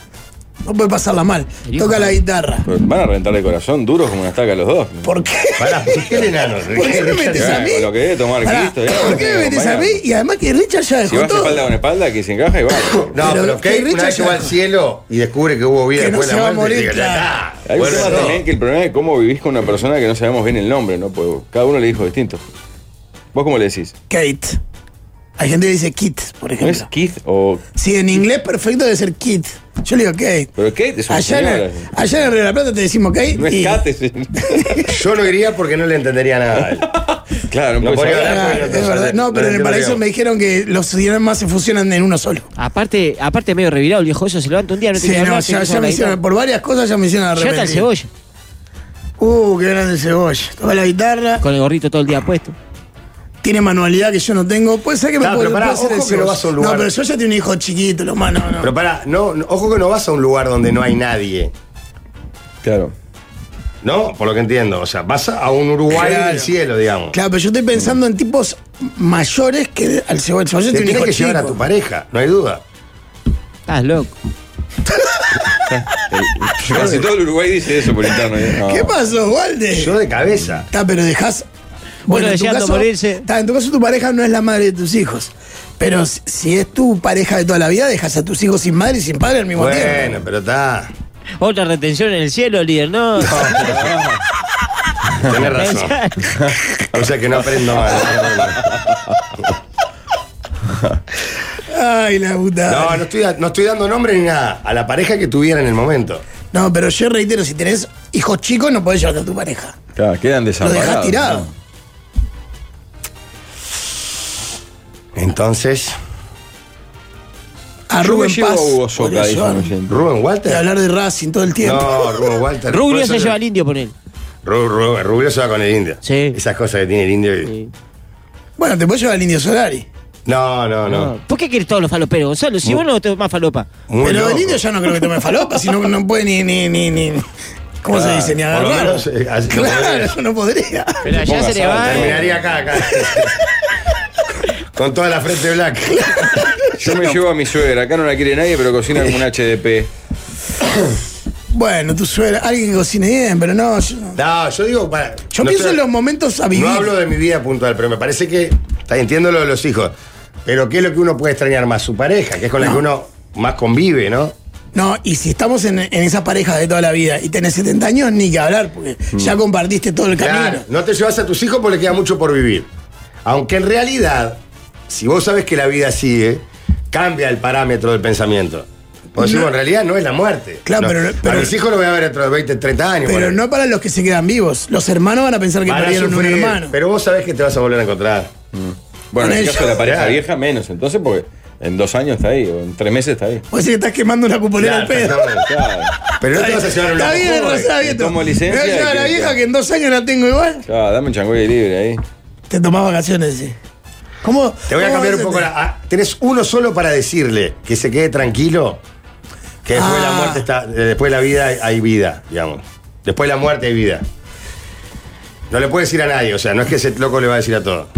Speaker 2: No puede pasarla mal. Toca la guitarra.
Speaker 1: Pues Van a reventar el corazón duros como una estaca los dos.
Speaker 2: ¿Por qué?
Speaker 4: Pará, ¿por qué el enano?
Speaker 2: ¿Por qué me metes a
Speaker 1: Con
Speaker 2: mí?
Speaker 1: lo que debe tomar
Speaker 2: Pará,
Speaker 1: Cristo, ya,
Speaker 2: ¿Por qué me
Speaker 1: bueno,
Speaker 2: metes a mí?
Speaker 1: compañero.
Speaker 2: Y además que Richard ya
Speaker 1: Si
Speaker 2: dejó
Speaker 1: vas
Speaker 2: todo.
Speaker 1: espalda con espalda, que se encaja y va.
Speaker 4: No,
Speaker 2: Pero
Speaker 4: pero, Kate
Speaker 2: que
Speaker 4: una
Speaker 2: Richard
Speaker 4: vez llegó
Speaker 2: ya-
Speaker 4: al cielo y descubre que hubo vida
Speaker 2: Que no
Speaker 4: después
Speaker 2: se
Speaker 4: de
Speaker 2: va
Speaker 4: la
Speaker 2: a
Speaker 4: muerte.
Speaker 2: morir,
Speaker 4: y dice,
Speaker 2: claro.
Speaker 4: "Ya está".
Speaker 1: Hay un
Speaker 4: Bueno,
Speaker 1: tema
Speaker 4: no.
Speaker 1: también que el problema es cómo vivís con una persona que no sabemos bien el nombre, ¿no? Porque cada uno le dijo distinto. ¿Vos cómo le decís?
Speaker 2: Kate. Hay gente que dice Kit, por
Speaker 1: ¿No es
Speaker 2: ejemplo.
Speaker 1: Keith o.?
Speaker 2: Si en inglés perfecto debe ser Kit. Yo le digo Kate.
Speaker 1: Pero Kate es una
Speaker 2: Allá
Speaker 1: señora.
Speaker 2: en, allá en Río de la Plata te decimos Kate.
Speaker 1: No es
Speaker 2: y-
Speaker 1: Kate. es-
Speaker 4: Yo no iría porque no le entendería nada. a él.
Speaker 1: claro,
Speaker 4: No
Speaker 1: no puedes
Speaker 4: podría
Speaker 1: hablar.
Speaker 2: Ah,
Speaker 4: Bueno,
Speaker 2: es
Speaker 4: entonces,
Speaker 2: verdad. No, pero en el
Speaker 4: entonces,
Speaker 2: paraíso
Speaker 4: creo.
Speaker 2: me dijeron que los idiomas se fusionan en uno solo.
Speaker 5: Aparte, aparte medio revirado el viejo eso, se levanta un día, no
Speaker 2: Sí,
Speaker 5: tiene
Speaker 2: no,
Speaker 5: nada,
Speaker 2: ya, ya me hicieron, por varias cosas ya me hicieron
Speaker 5: Ya está
Speaker 2: arrepentir.
Speaker 5: el cebolla,
Speaker 2: Uh, qué grande el cebolla. Toca la guitarra,
Speaker 5: con el gorrito todo el día puesto.
Speaker 2: tiene manualidad que yo no tengo. Puede ser que me
Speaker 4: Claro,
Speaker 2: puede,
Speaker 4: pero pará,
Speaker 2: puede ser
Speaker 4: ojo
Speaker 2: el
Speaker 4: que no
Speaker 2: Cebolla.
Speaker 4: vas a un lugar.
Speaker 2: No, pero yo ya tengo un hijo chiquito, lo más no, no.
Speaker 4: Pero pará, no, no, ojo que no vas a un lugar donde no hay nadie.
Speaker 1: Claro.
Speaker 4: ¿No? Por lo que entiendo. O sea, vas a un Uruguay
Speaker 2: Claro.
Speaker 4: del cielo, digamos.
Speaker 2: Claro, pero yo estoy pensando en tipos mayores que al cebolla. El Cebolla
Speaker 4: Te
Speaker 2: tiene
Speaker 4: tienes
Speaker 2: un hijo
Speaker 4: que
Speaker 2: chico.
Speaker 4: llevar a tu pareja, no hay duda.
Speaker 5: Estás loco.
Speaker 1: Casi todo el Uruguay dice eso por interno. ¿eh? No.
Speaker 2: ¿Qué pasó, Walde?
Speaker 4: Yo de cabeza.
Speaker 2: Está, pero dejas.
Speaker 5: Bueno,
Speaker 2: en tu,
Speaker 5: deseando
Speaker 2: caso,
Speaker 5: morirse.
Speaker 2: está, en tu caso tu pareja no es la madre de tus hijos. Pero si- si es tu pareja de toda la vida, dejas a tus hijos sin madre y sin padre al mismo tiempo.
Speaker 4: Bueno, pero está.
Speaker 5: Otra retención en el cielo, líder,
Speaker 4: (laughs)
Speaker 5: no.
Speaker 2: (laughs)
Speaker 4: Tenés razón.
Speaker 5: (laughs)
Speaker 4: O sea que no aprendo mal.
Speaker 2: Ay, la puta.
Speaker 4: No, no estoy, no estoy dando nombre ni nada. A la pareja que tuviera en el momento.
Speaker 2: No, pero yo reitero, si tenés hijos chicos, no podés llevarte a tu pareja.
Speaker 1: Claro, quedan
Speaker 2: Lo
Speaker 1: desamparados.
Speaker 4: Ah,
Speaker 2: dejás tirado.
Speaker 1: ¿no?
Speaker 4: Entonces,
Speaker 2: A
Speaker 1: Yo
Speaker 2: Rubén
Speaker 1: me llevo
Speaker 2: Paz.
Speaker 1: a Hugo Soca,
Speaker 2: podría
Speaker 1: dice
Speaker 2: llevar.
Speaker 1: un oyente.
Speaker 4: Rubén
Speaker 2: Y
Speaker 4: Walter.
Speaker 2: hablar de Racing todo el tiempo.
Speaker 4: No, Rubén Walter.
Speaker 5: Rubio
Speaker 4: Por
Speaker 5: se
Speaker 4: eso
Speaker 5: lleva al indio por él.
Speaker 4: Ru- Ru- Rubio se va con el indio.
Speaker 5: Sí.
Speaker 4: Esas cosas que tiene el indio. y-
Speaker 5: Sí.
Speaker 2: Bueno, te podés llevar al Indio Solari.
Speaker 4: No, no, no.
Speaker 5: ¿Por qué querés todos los faloperos, Gonzalo? Si vos no tomás falopa.
Speaker 4: Muy
Speaker 2: pero
Speaker 4: loco.
Speaker 2: el Indio ya no creo que tome falopa, si no, no puede ni, ni, ni, ni- ¿Cómo
Speaker 4: Claro,
Speaker 2: se dice? Ni
Speaker 4: por lo
Speaker 2: agarrar.
Speaker 4: menos, eh, así no
Speaker 2: claro,
Speaker 4: podría.
Speaker 2: no podría.
Speaker 5: Pero allá se le va. eh.
Speaker 4: Terminaría acá, acá. Con toda la frente blanca.
Speaker 1: (laughs) Yo me llevo a mi suegra. Acá no la quiere nadie, pero cocina como un HDP.
Speaker 2: (coughs) Bueno, tu suegra, alguien que cocine bien, pero no. Yo, no.
Speaker 4: No, yo digo para.
Speaker 2: Yo
Speaker 4: no
Speaker 2: pienso
Speaker 4: estoy-
Speaker 2: en los momentos a vivir.
Speaker 4: No hablo de mi vida puntual, pero me parece que. está bien, Entiendo lo de los hijos. Pero ¿qué es lo que uno puede extrañar más? Su pareja, que es con la que uno más convive, ¿no?
Speaker 2: No, y si estamos en, en esa pareja de toda la vida y tenés 70 años, ni que hablar, porque
Speaker 4: Mm.
Speaker 2: ya compartiste todo el camino.
Speaker 4: Claro. No te llevas a tus hijos porque le queda mucho por vivir. Aunque en realidad, si vos sabes que la vida sigue, cambia el parámetro del pensamiento. Porque decimos, en realidad no es la muerte.
Speaker 2: Claro,
Speaker 4: No,
Speaker 2: pero- pero-
Speaker 4: a mis hijos lo voy a ver dentro de 20, 30 años.
Speaker 2: Pero
Speaker 4: ponele.
Speaker 2: no para los que se quedan vivos. Los hermanos van a pensar que
Speaker 4: Van a
Speaker 2: perdieron un
Speaker 4: sufrir,
Speaker 2: hermano.
Speaker 4: Pero vos sabés que te vas a volver a encontrar.
Speaker 1: Mm. Bueno, en el
Speaker 2: Con
Speaker 1: caso de la
Speaker 2: ellos.
Speaker 1: pareja
Speaker 4: Claro.
Speaker 1: vieja, menos. Entonces, porque en dos años está ahí, o en tres meses está ahí.
Speaker 2: O sea que estás quemando una cuponera al
Speaker 4: Claro,
Speaker 2: pedo.
Speaker 4: exactamente.
Speaker 2: (laughs)
Speaker 1: Claro.
Speaker 4: Pero no te vas a llevar eh, a un
Speaker 2: Está
Speaker 4: loco
Speaker 2: bien,
Speaker 4: joven.
Speaker 2: Rosado, bien.
Speaker 1: tomo licencia
Speaker 2: Me voy a llevar a
Speaker 1: y
Speaker 2: la
Speaker 1: que-
Speaker 2: vieja que en dos años la tengo igual.
Speaker 1: Claro, dame un changüey libre ahí.
Speaker 2: Te tomás vacaciones, sí. ¿Cómo?
Speaker 4: Te voy a
Speaker 2: cómo
Speaker 4: cambiar
Speaker 2: vas
Speaker 4: un poco
Speaker 2: tener?
Speaker 4: la. ah, Tenés uno solo para decirle que se quede tranquilo. Que después de
Speaker 2: Ah.
Speaker 4: la muerte está. eh, Después de la vida hay- hay vida, digamos. Después de la muerte hay vida. No le puedes decir a nadie, o sea, no es que ese loco le va a decir a todo.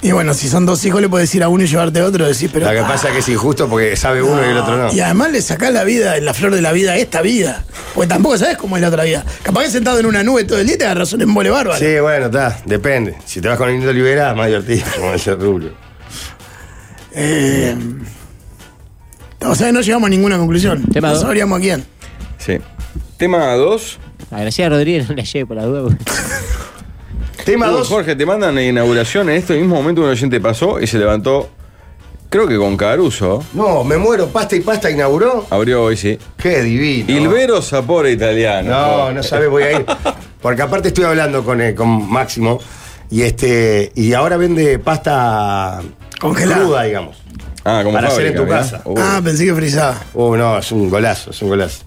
Speaker 2: Y bueno, si son dos hijos, le puedes ir a uno y llevarte a otro. Decís, pero.
Speaker 4: Lo que pasa es que es injusto porque sabe uno y el otro no.
Speaker 2: Y además le sacás la vida, la flor de la vida, a esta vida. Porque tampoco sabes cómo es la otra vida. Capaz que sentado en una nube todo el día te agarras un embole bárbaro.
Speaker 4: Sí, bueno, está, depende. Si te vas con el Indio Olivera, más divertido, (laughs) como decía Rubio.
Speaker 2: Eh, o sea, no llegamos a ninguna conclusión.
Speaker 5: Tema
Speaker 2: no
Speaker 5: dos.
Speaker 2: sabríamos a quién.
Speaker 1: Sí. Tema 2.
Speaker 5: A Graciela Rodríguez no la lleve por la duda. porque-
Speaker 4: Tema 2.
Speaker 1: Jorge, te mandan la inauguración. En este mismo momento un oyente pasó y se levantó, creo que con Caruso.
Speaker 4: No, me muero, pasta y pasta inauguró.
Speaker 1: Abrió hoy, sí.
Speaker 4: Qué divino.
Speaker 1: Ilvero Sapore Italiano.
Speaker 4: No, no sabes, voy a ir. Porque aparte estoy hablando con, eh, con Máximo y este y ahora vende pasta
Speaker 2: Congelada.
Speaker 4: cruda, digamos.
Speaker 1: Ah, como
Speaker 4: Para hacer
Speaker 1: fábrica,
Speaker 4: en tu
Speaker 1: mirá. Uh.
Speaker 4: casa.
Speaker 1: Uy.
Speaker 2: Ah, pensé que frisaba.
Speaker 4: Oh, no, es un golazo, es un golazo.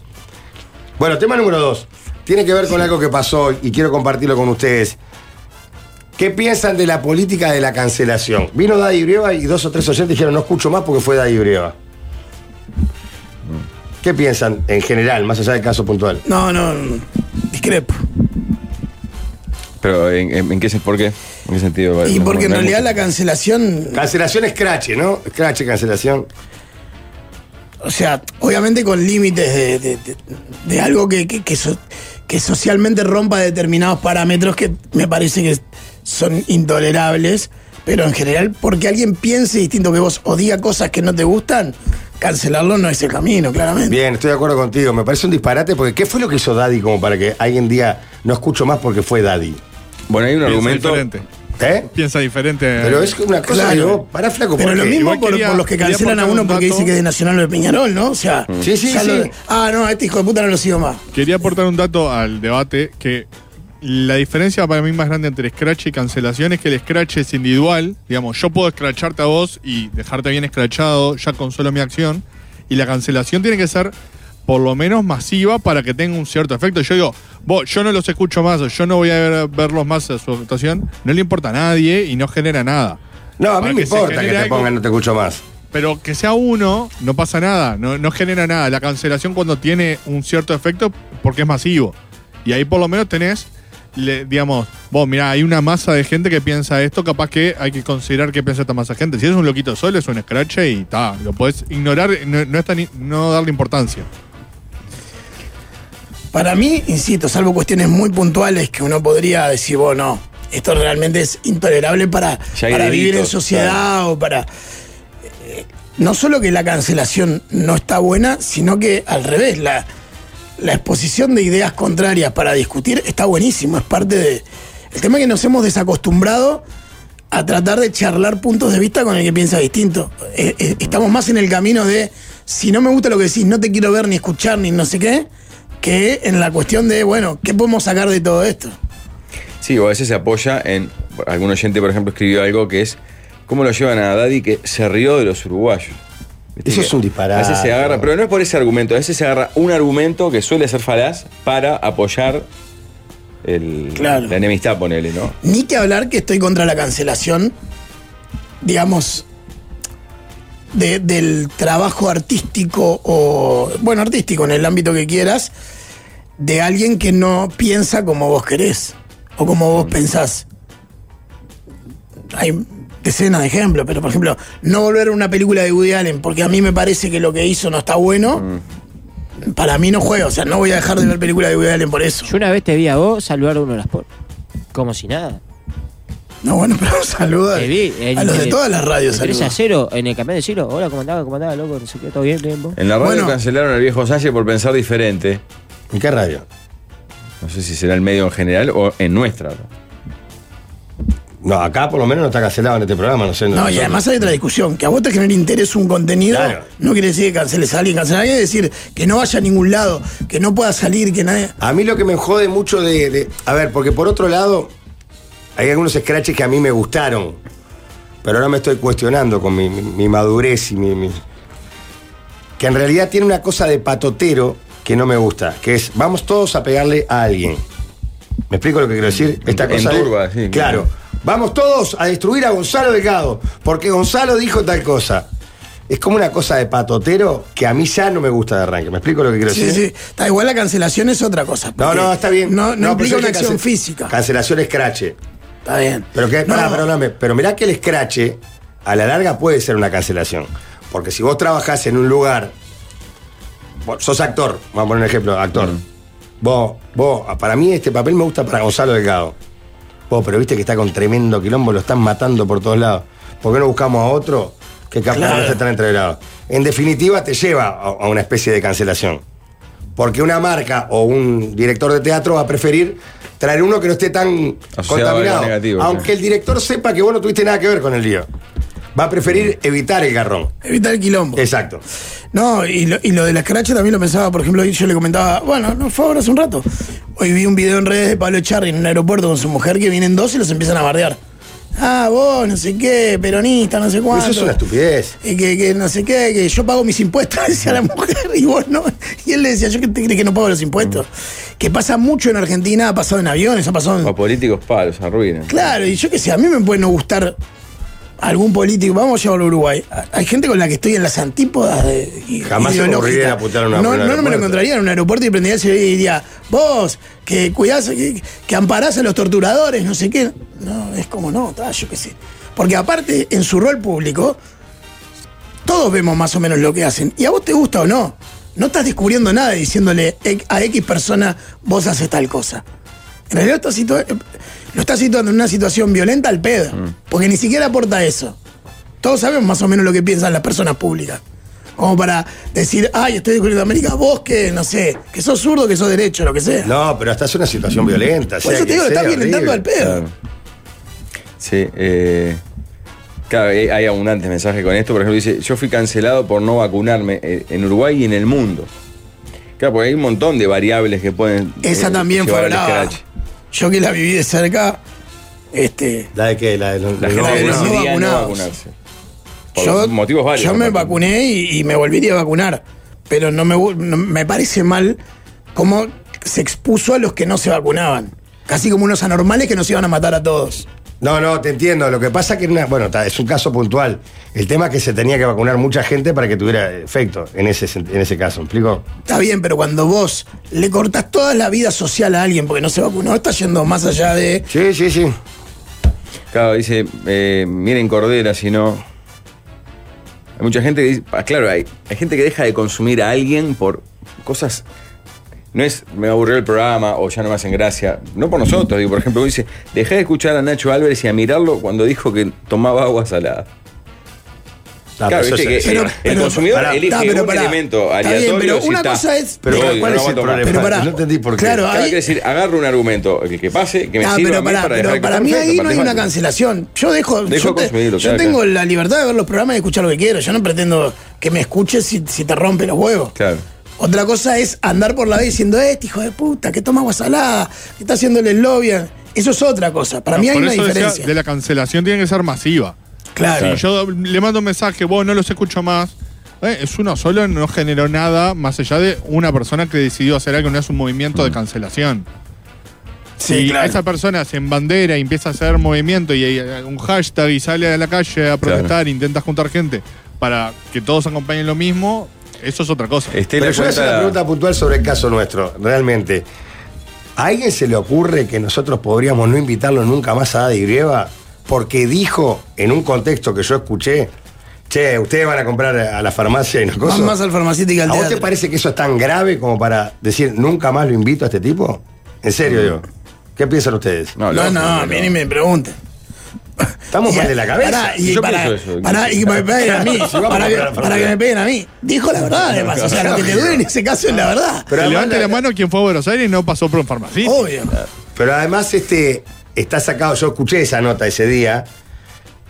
Speaker 4: Bueno, tema número dos. Tiene que ver con algo que pasó y quiero compartirlo con ustedes. ¿Qué piensan de la política de la cancelación? Vino Daddy Brieva y dos o tres oyentes dijeron no escucho más porque fue Daddy Brieva. ¿Qué piensan en general, más allá del caso puntual?
Speaker 2: No, no, no. discrepo.
Speaker 1: Pero, ¿en, en, en qué, se- ¿por qué? ¿En qué sentido?
Speaker 2: Y
Speaker 1: No,
Speaker 2: porque en
Speaker 1: no hay
Speaker 2: realidad
Speaker 1: mucho.
Speaker 2: la cancelación
Speaker 4: Cancelación es crache, ¿no? Crache, cancelación.
Speaker 2: o sea, obviamente con límites de, de- de- de algo que, que- que so- que socialmente rompa determinados parámetros que me parece que son intolerables, pero en general, porque alguien piense distinto que vos o diga cosas que no te gustan, cancelarlo no es el camino, claramente.
Speaker 4: (laughs) Bien, estoy de acuerdo contigo. Me parece un disparate porque ¿qué fue lo que hizo Daddy como para que alguien diga no escucho más porque fue Daddy?
Speaker 1: Bueno, hay un
Speaker 8: Piensa
Speaker 1: argumento.
Speaker 8: diferente.
Speaker 4: ¿Eh?
Speaker 8: Piensa diferente.
Speaker 4: Pero es una cosa
Speaker 2: Claro.
Speaker 4: que digo, pará flaco,
Speaker 2: Pero
Speaker 4: ¿por
Speaker 2: lo
Speaker 4: qué?
Speaker 2: mismo
Speaker 8: Igual
Speaker 2: por,
Speaker 8: quería-
Speaker 2: por los que
Speaker 8: quería
Speaker 2: cancelan a
Speaker 8: aportar
Speaker 2: uno
Speaker 8: un
Speaker 2: porque
Speaker 8: dato.
Speaker 2: dice que es de Nacional o de Peñarol, ¿no? O sea,
Speaker 4: Sí, sí,
Speaker 2: ya
Speaker 4: sí.
Speaker 2: lo- ah, no, a este hijo de puta no lo sigo más.
Speaker 8: Quería aportar un dato al debate que la diferencia para mí más grande entre scratch y cancelación es que el scratch es individual, digamos, yo puedo scratcharte a vos y dejarte bien scratchado ya con solo mi acción y la cancelación tiene que ser por lo menos masiva para que tenga un cierto efecto. Yo digo, vos, yo no los escucho más, o yo no voy a ver- verlos más a su actuación, no le importa a nadie y no genera nada.
Speaker 4: No, a mí
Speaker 8: Para
Speaker 4: me
Speaker 8: que se
Speaker 4: importa que
Speaker 8: genere
Speaker 4: te
Speaker 8: algo-
Speaker 4: pongan no te escucho más.
Speaker 8: Pero que sea uno, no pasa nada, no, no genera nada. La cancelación cuando tiene un cierto efecto, porque es masivo. Y ahí por lo menos tenés, le- digamos, vos, mirá, hay una masa de gente que piensa esto, capaz que hay que considerar que piensa esta masa de gente. Si es un loquito solo, es un scratch y ta, lo podés ignorar, no, no, es tan i- no darle importancia.
Speaker 2: Para mí, insisto, salvo cuestiones muy puntuales que uno podría decir, bueno, esto realmente es intolerable para,
Speaker 1: Ya hay
Speaker 2: para vivir en
Speaker 1: delitos,
Speaker 2: sociedad
Speaker 1: claro.
Speaker 2: o para... eh, No solo que la cancelación no está buena, sino que al revés, la, la exposición de ideas contrarias para discutir está buenísimo, es parte de... El tema es que nos hemos desacostumbrado a tratar de charlar puntos de vista con el que piensa distinto. Eh, eh, estamos más en el camino de, si no me gusta lo que decís, no te quiero ver ni escuchar ni no sé qué, que en la cuestión de, bueno, ¿qué podemos sacar de todo esto?
Speaker 1: Sí, o a veces se apoya en. Algún oyente, por ejemplo, escribió algo que es. ¿Cómo lo llevan a Daddy que se rió de los uruguayos? Viste
Speaker 4: Eso
Speaker 1: que
Speaker 4: es un disparate.
Speaker 1: A veces se agarra, pero no es por ese argumento, a veces se agarra un argumento que suele ser falaz para apoyar el-
Speaker 2: Claro.
Speaker 1: la enemistad, ponele, ¿no?
Speaker 2: Ni que hablar que estoy contra la cancelación, digamos, de- del trabajo artístico o, bueno, artístico en el ámbito que quieras, de alguien que no piensa como vos querés o como vos pensás. Hay decenas de ejemplos, pero por ejemplo, no volver a una película de Woody Allen porque a mí me parece que lo que hizo no está bueno. Para mí no juega, o sea, no voy a dejar de ver películas de Woody Allen por eso.
Speaker 5: Yo una vez te vi a vos saludar a uno de las por. Como si nada.
Speaker 2: No, bueno, pero saluda
Speaker 5: Te vi.
Speaker 2: a los de todas las radios.
Speaker 5: 3
Speaker 2: saluda.
Speaker 5: Eh, a 0 en el campeón de siglo. Hola, ¿cómo andaba? ¿Cómo andaba, loco? No sé qué, ¿todo bien? ¿Bien vos?
Speaker 1: En la radio
Speaker 2: Bueno.
Speaker 1: cancelaron al viejo Salle por pensar diferente.
Speaker 4: ¿En qué radio?
Speaker 1: No sé si será el medio en general o en nuestra.
Speaker 4: No, acá por lo menos no está cancelado en este programa, no sé.
Speaker 2: No, y
Speaker 4: sé.
Speaker 2: además hay otra discusión, que a vos te genera interés un contenido,
Speaker 4: Claro.
Speaker 2: no quiere decir que canceles a alguien, cancelar a alguien es decir que no vaya a ningún lado, que no pueda salir, que nadie...
Speaker 4: A mí lo que me jode mucho de, de- A ver, porque por otro lado, hay algunos scratches que a mí me gustaron. Pero ahora me estoy cuestionando con mi, mi- mi madurez y mi, mi- Que en realidad tiene una cosa de patotero que no me gusta, que es vamos todos a pegarle a alguien. ¿Me explico lo que quiero decir? Esta
Speaker 1: En
Speaker 4: cosa de-
Speaker 1: turba, sí,
Speaker 4: Claro.
Speaker 1: claro.
Speaker 4: Vamos todos a destruir a Gonzalo Delgado, porque Gonzalo dijo tal cosa. Es como una cosa de patotero que a mí ya no me gusta de arranque. ¿Me explico lo que quiero
Speaker 2: Sí,
Speaker 4: decir?
Speaker 2: sí, está igual la cancelación es otra cosa.
Speaker 4: No,
Speaker 2: porque
Speaker 4: no, está bien.
Speaker 2: No, no
Speaker 4: pero
Speaker 2: implica una
Speaker 4: yo dije
Speaker 2: acción
Speaker 4: cance-
Speaker 2: física.
Speaker 4: Cancelación escrache.
Speaker 2: Está bien.
Speaker 4: Pero que,
Speaker 2: No,
Speaker 4: pará, perdóname, pero mirá que el escrache a la larga puede ser una cancelación. Porque si vos trabajás en un lugar, vos sos actor, vamos a poner un ejemplo, actor. Vos, vos, para mí este papel me gusta para Gonzalo Delgado. Vos, pero viste que está con tremendo quilombo, lo están matando por todos lados. ¿Por qué no buscamos a otro que capaz
Speaker 2: Claro.
Speaker 4: no está tan entreverado? En definitiva, te lleva a- a una especie de cancelación. Porque una marca o un director de teatro va a preferir traer uno que no esté tan
Speaker 1: Asociado a algo
Speaker 4: contaminado.
Speaker 1: negativo,
Speaker 4: aunque
Speaker 1: sí.
Speaker 4: el director sepa que vos no tuviste nada que ver con el lío. Va a preferir
Speaker 1: Mm.
Speaker 4: evitar el garrón.
Speaker 2: Evita el quilombo.
Speaker 4: Exacto.
Speaker 2: No, y lo, y lo de la escrache también lo pensaba, por ejemplo, hoy yo le comentaba, bueno, no fue ahora hace un rato. Hoy vi un video en redes de Pablo Charri en un aeropuerto con su mujer que vienen dos y los empiezan a bardear. Ah, vos, no sé qué, peronista, no sé cuánto.
Speaker 4: Eso es una estupidez.
Speaker 2: Y que, que no sé qué, que yo pago mis impuestos, (laughs) decía la mujer, y vos no. Y él le decía, ¿yo qué te crees que no pago los impuestos? Que pasa mucho en Argentina, ha pasado en aviones, ha pasado en.
Speaker 1: O políticos palos, arruinan.
Speaker 2: Claro, y yo qué sé, a mí me puede no gustar algún político, vamos a llevarlo a Uruguay. A- Hay gente con la que estoy en las antípodas de. i-
Speaker 4: Jamás se me
Speaker 2: ideológica.
Speaker 4: ocurriría ir a putear a una-
Speaker 2: No,
Speaker 4: a un
Speaker 2: no, no me lo
Speaker 4: aeropuerto.
Speaker 2: encontraría en un aeropuerto y prendería el celular y diría, vos, que cuidás, que, que amparás a los torturadores, no sé qué. No, es como no, ta, yo qué sé. Porque aparte, en su rol público, todos vemos más o menos lo que hacen. Y a vos te gusta o no. No estás descubriendo nada diciéndole "Ec- a X persona, vos haces tal cosa. En realidad estás situa- lo estás situando en una situación violenta al pedo.
Speaker 4: Mm.
Speaker 2: Porque ni siquiera aporta eso. Todos sabemos más o menos lo que piensan las personas públicas. Como para decir, ay, estoy descubriendo América, vos que, no sé, que sos zurdo, que sos derecho, lo que sea.
Speaker 4: No, pero hasta es una situación violenta.
Speaker 2: Mm. Por
Speaker 4: sea
Speaker 2: eso te
Speaker 4: que
Speaker 2: digo, lo
Speaker 4: sea,
Speaker 2: estás violentando al
Speaker 4: horrible. Ah.
Speaker 2: pedo.
Speaker 1: Claro. Ah. Sí, eh, claro, eh, hay abundantes mensajes con esto. Por ejemplo, dice, yo fui cancelado por no vacunarme eh, en Uruguay y en el mundo. Claro, porque hay un montón de variables que pueden...
Speaker 2: Esa
Speaker 1: eh,
Speaker 2: también fue
Speaker 1: llevar al
Speaker 2: brava.
Speaker 1: scratch.
Speaker 2: Yo que la viví de cerca, este,
Speaker 4: ¿La de qué? La de los-
Speaker 1: La
Speaker 4: los-
Speaker 1: gente
Speaker 2: no,
Speaker 1: que
Speaker 2: no,
Speaker 1: decidía no
Speaker 2: vacunados.
Speaker 1: vacunarse. Por motivos varios.
Speaker 2: yo me
Speaker 1: aparte.
Speaker 2: vacuné y, y me volvería a vacunar. Pero no me, gu- no- me parece mal cómo se expuso a los que no se vacunaban. Casi como unos anormales que nos iban a matar a todos.
Speaker 4: No, no, te entiendo. Lo que pasa que, en una- bueno, ta, es un caso puntual. El tema es que se tenía que vacunar mucha gente para que tuviera efecto en ese, sen- en ese caso. ¿Me explico?
Speaker 2: Está bien, pero cuando vos le cortás toda la vida social a alguien porque no se vacunó, está yendo más allá de.
Speaker 4: Sí, sí, sí.
Speaker 1: Claro, dice, eh, miren Cordera, si no. Hay mucha gente que dice, ah, claro, hay, hay gente que deja de consumir a alguien por cosas. No es, me aburrió el programa o ya no me hacen gracia. No por nosotros, digo, por ejemplo, dice, dejé de escuchar a Nacho Álvarez y a mirarlo cuando dijo que tomaba agua salada.
Speaker 4: Ah,
Speaker 1: claro,
Speaker 4: pero
Speaker 1: viste
Speaker 4: eso
Speaker 1: que
Speaker 4: es-
Speaker 2: pero-
Speaker 1: el, el
Speaker 2: pero-
Speaker 1: consumidor
Speaker 4: pará,
Speaker 1: elige
Speaker 2: está, pero
Speaker 1: un
Speaker 2: pará.
Speaker 1: elemento
Speaker 2: Está bien,
Speaker 1: aleatorio
Speaker 2: pero
Speaker 1: y
Speaker 2: una
Speaker 1: está,
Speaker 2: cosa es-
Speaker 4: Pero
Speaker 1: lo
Speaker 4: ¿cuál-
Speaker 1: odio,
Speaker 4: cuál
Speaker 1: no
Speaker 4: es
Speaker 1: lo
Speaker 4: el
Speaker 1: voy a tomar.
Speaker 4: problema?
Speaker 2: Pero pará.
Speaker 4: no entendí por qué.
Speaker 2: Claro,
Speaker 1: Claro,
Speaker 2: ahí-
Speaker 1: quiere decir, agarro un argumento, el que pase, que me
Speaker 2: Ah,
Speaker 1: sirva
Speaker 2: pero
Speaker 1: a mí
Speaker 2: pará,
Speaker 1: para
Speaker 2: pero
Speaker 1: dejar de
Speaker 2: para mí
Speaker 1: consumir,
Speaker 2: ahí
Speaker 1: perfecto,
Speaker 2: no hay
Speaker 1: perfecto.
Speaker 2: una cancelación. Yo dejo,
Speaker 1: Dejo
Speaker 2: yo, te-
Speaker 1: consumirlo,
Speaker 2: yo
Speaker 1: claro,
Speaker 2: tengo
Speaker 1: claro.
Speaker 2: la libertad de ver los programas y escuchar lo que quiero. Yo no pretendo que me escuches si, si te rompe los huevos.
Speaker 1: Claro.
Speaker 2: Otra cosa es andar por la vida diciendo, este hijo de puta, que toma agua salada, que está haciéndole el lobby. Eso es otra cosa. Para mí hay
Speaker 8: por
Speaker 2: una
Speaker 8: eso decía,
Speaker 2: diferencia.
Speaker 8: de la cancelación tiene que ser masiva.
Speaker 2: Claro.
Speaker 8: Si yo le mando un mensaje, vos no los escucho más. eh, es uno solo, no generó nada más allá de una persona que decidió hacer algo, no es un movimiento de cancelación. si
Speaker 2: Mm. Sí, claro.
Speaker 8: esa persona se embandera y empieza a hacer movimiento y hay eh, un hashtag y sale a la calle a protestar, intenta juntar gente para que todos acompañen lo mismo, eso es otra cosa.
Speaker 1: Estela
Speaker 4: Pero yo voy a hacer
Speaker 1: cuenta-
Speaker 4: una pregunta puntual sobre el caso nuestro, realmente. ¿A alguien se le ocurre que nosotros podríamos no invitarlo nunca más a Adi Grieva? Porque dijo, en un contexto que yo escuché, che, ustedes van a comprar a la farmacia y no
Speaker 2: Más,
Speaker 4: cosas.
Speaker 2: más al farmacéutico y al
Speaker 4: ¿A vos
Speaker 2: teatro.
Speaker 4: te parece que eso es tan grave como para decir nunca más lo invito a este tipo? En serio, yo. ¿Qué piensan ustedes?
Speaker 1: Mm. No,
Speaker 2: No,
Speaker 1: lógico,
Speaker 2: no, a mí ni me pregunten.
Speaker 4: Estamos
Speaker 2: Y
Speaker 4: mal
Speaker 2: a-
Speaker 4: de la cabeza.
Speaker 2: Pará, y
Speaker 1: Yo
Speaker 2: para,
Speaker 1: pienso eso.
Speaker 2: y que me peguen a mí.
Speaker 4: vamos
Speaker 2: para,
Speaker 4: a
Speaker 2: que,
Speaker 4: hablar de
Speaker 2: para que me
Speaker 4: propiedad.
Speaker 2: peguen a mí. Dijo la verdad, además. O sea, lo que te duele en ese caso es la verdad.
Speaker 8: Que
Speaker 4: Pero además
Speaker 8: levante la mano quien fue a Buenos Aires y no pasó por un farmacista.
Speaker 2: Obvio.
Speaker 4: Pero además, este, está sacado, yo escuché esa nota ese día,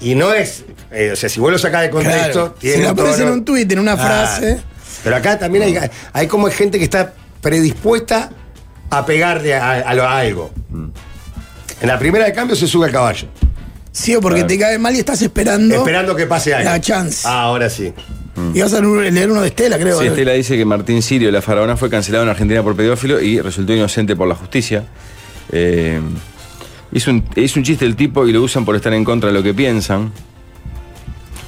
Speaker 4: y no es, eh, o sea, si vos lo sacás de contexto,
Speaker 2: Claro.
Speaker 4: tiene
Speaker 2: Si lo
Speaker 4: un tono-
Speaker 2: aparece en un tuit, en una frase.
Speaker 4: Pero acá también hay, hay como gente que está predispuesta a pegarle a, a lo- a algo. En la primera de cambio se sube al caballo,
Speaker 2: Sí, o porque te cae mal y estás esperando.
Speaker 4: esperando que pase algo.
Speaker 2: La chance.
Speaker 4: Ah, ahora sí.
Speaker 2: Y vas a leer uno de Estela, creo.
Speaker 1: Mm. Sí, Estela dice que Martín Sirio, la faraona, fue cancelado en Argentina por pedófilo y resultó inocente por la justicia. Eh, hizo, un, hizo un chiste el tipo y lo usan por estar en contra de lo que piensan.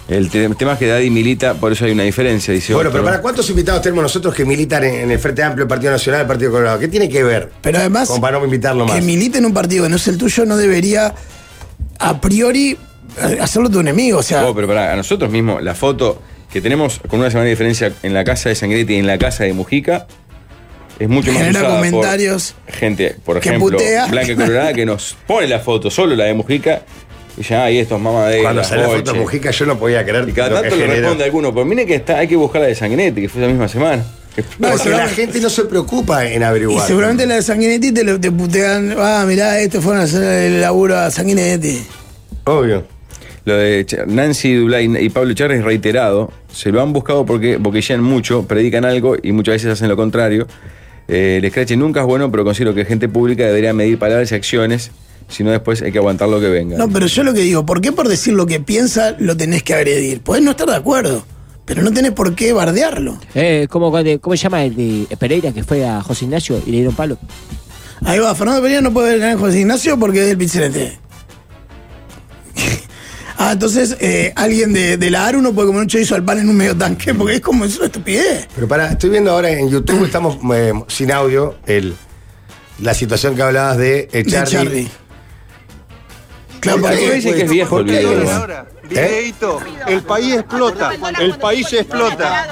Speaker 1: El te- tema es que Daddy milita, por eso hay una diferencia, dice
Speaker 4: bueno,
Speaker 1: otro.
Speaker 4: pero ¿para cuántos invitados tenemos nosotros que militan en, en el Frente Amplio, el Partido Nacional, el Partido Colorado? ¿Qué tiene que ver?
Speaker 2: Pero además,
Speaker 4: Como para no invitarlo más.
Speaker 2: que milite en un partido que no es el tuyo no debería a priori eh, hacerlo tu enemigo. O sea,
Speaker 1: Oh, pero pará, a nosotros mismos, la foto que tenemos con una semana de diferencia en la casa de Sangretti y en la casa de Mujica es mucho más
Speaker 2: Genera
Speaker 1: usada por
Speaker 2: comentarios
Speaker 1: gente, por
Speaker 2: que
Speaker 1: ejemplo,
Speaker 2: putea.
Speaker 1: Blanca Colorada que nos pone la foto, solo la de Mujica y ya, ahí estos mamaderos.
Speaker 4: Cuando salió la foto de Mujica yo no podía creer
Speaker 1: Y cada
Speaker 4: lo que
Speaker 1: tanto le
Speaker 4: generó.
Speaker 1: responde a alguno, pero miren que está, hay que buscar la de Sanguinetti, que fue la misma semana.
Speaker 2: No,
Speaker 4: Porque la
Speaker 2: seguramente-
Speaker 4: gente no se preocupa en
Speaker 2: y
Speaker 4: averiguar.
Speaker 2: seguramente la de Sanguinetti te, lo- te putean. Ah, mirá, estos fueron a hacer el laburo a Sanguinetti.
Speaker 4: Obvio.
Speaker 1: Lo de Ch- Nancy Dulain y Pablo Charres reiterado, se lo han buscado porque boquillan mucho, predican algo y muchas veces hacen lo contrario. Eh, el scratch nunca es bueno, pero considero que gente pública debería medir palabras y acciones, si no después hay que aguantar lo que venga.
Speaker 2: No, pero yo lo que digo, ¿por qué por decir lo que piensa lo tenés que agredir? Podés no estar de acuerdo, pero no tenés por qué bardearlo.
Speaker 5: Eh, ¿cómo, cuando- ¿Cómo se llama el de Pereira que fue a José Ignacio y le dieron palo?
Speaker 2: Ahí va, Fernando Pereira no puede ver ganar José Ignacio porque es del Pizzinete. (laughs) ah, entonces eh, alguien de, de la ARU no puede comer un chorizo al pan en un medio tanque porque es como es una estupidez.
Speaker 4: Pero para, estoy viendo ahora en YouTube, estamos eh, sin audio, el, la situación que hablabas de, eh,
Speaker 2: De
Speaker 4: Charlie.
Speaker 2: Charlie. Claro,
Speaker 1: ¿Por
Speaker 2: ¿para
Speaker 1: qué
Speaker 2: qué?
Speaker 1: dicen que es viejo el video? ¿no?
Speaker 9: Videíto, el país explota, el país explota.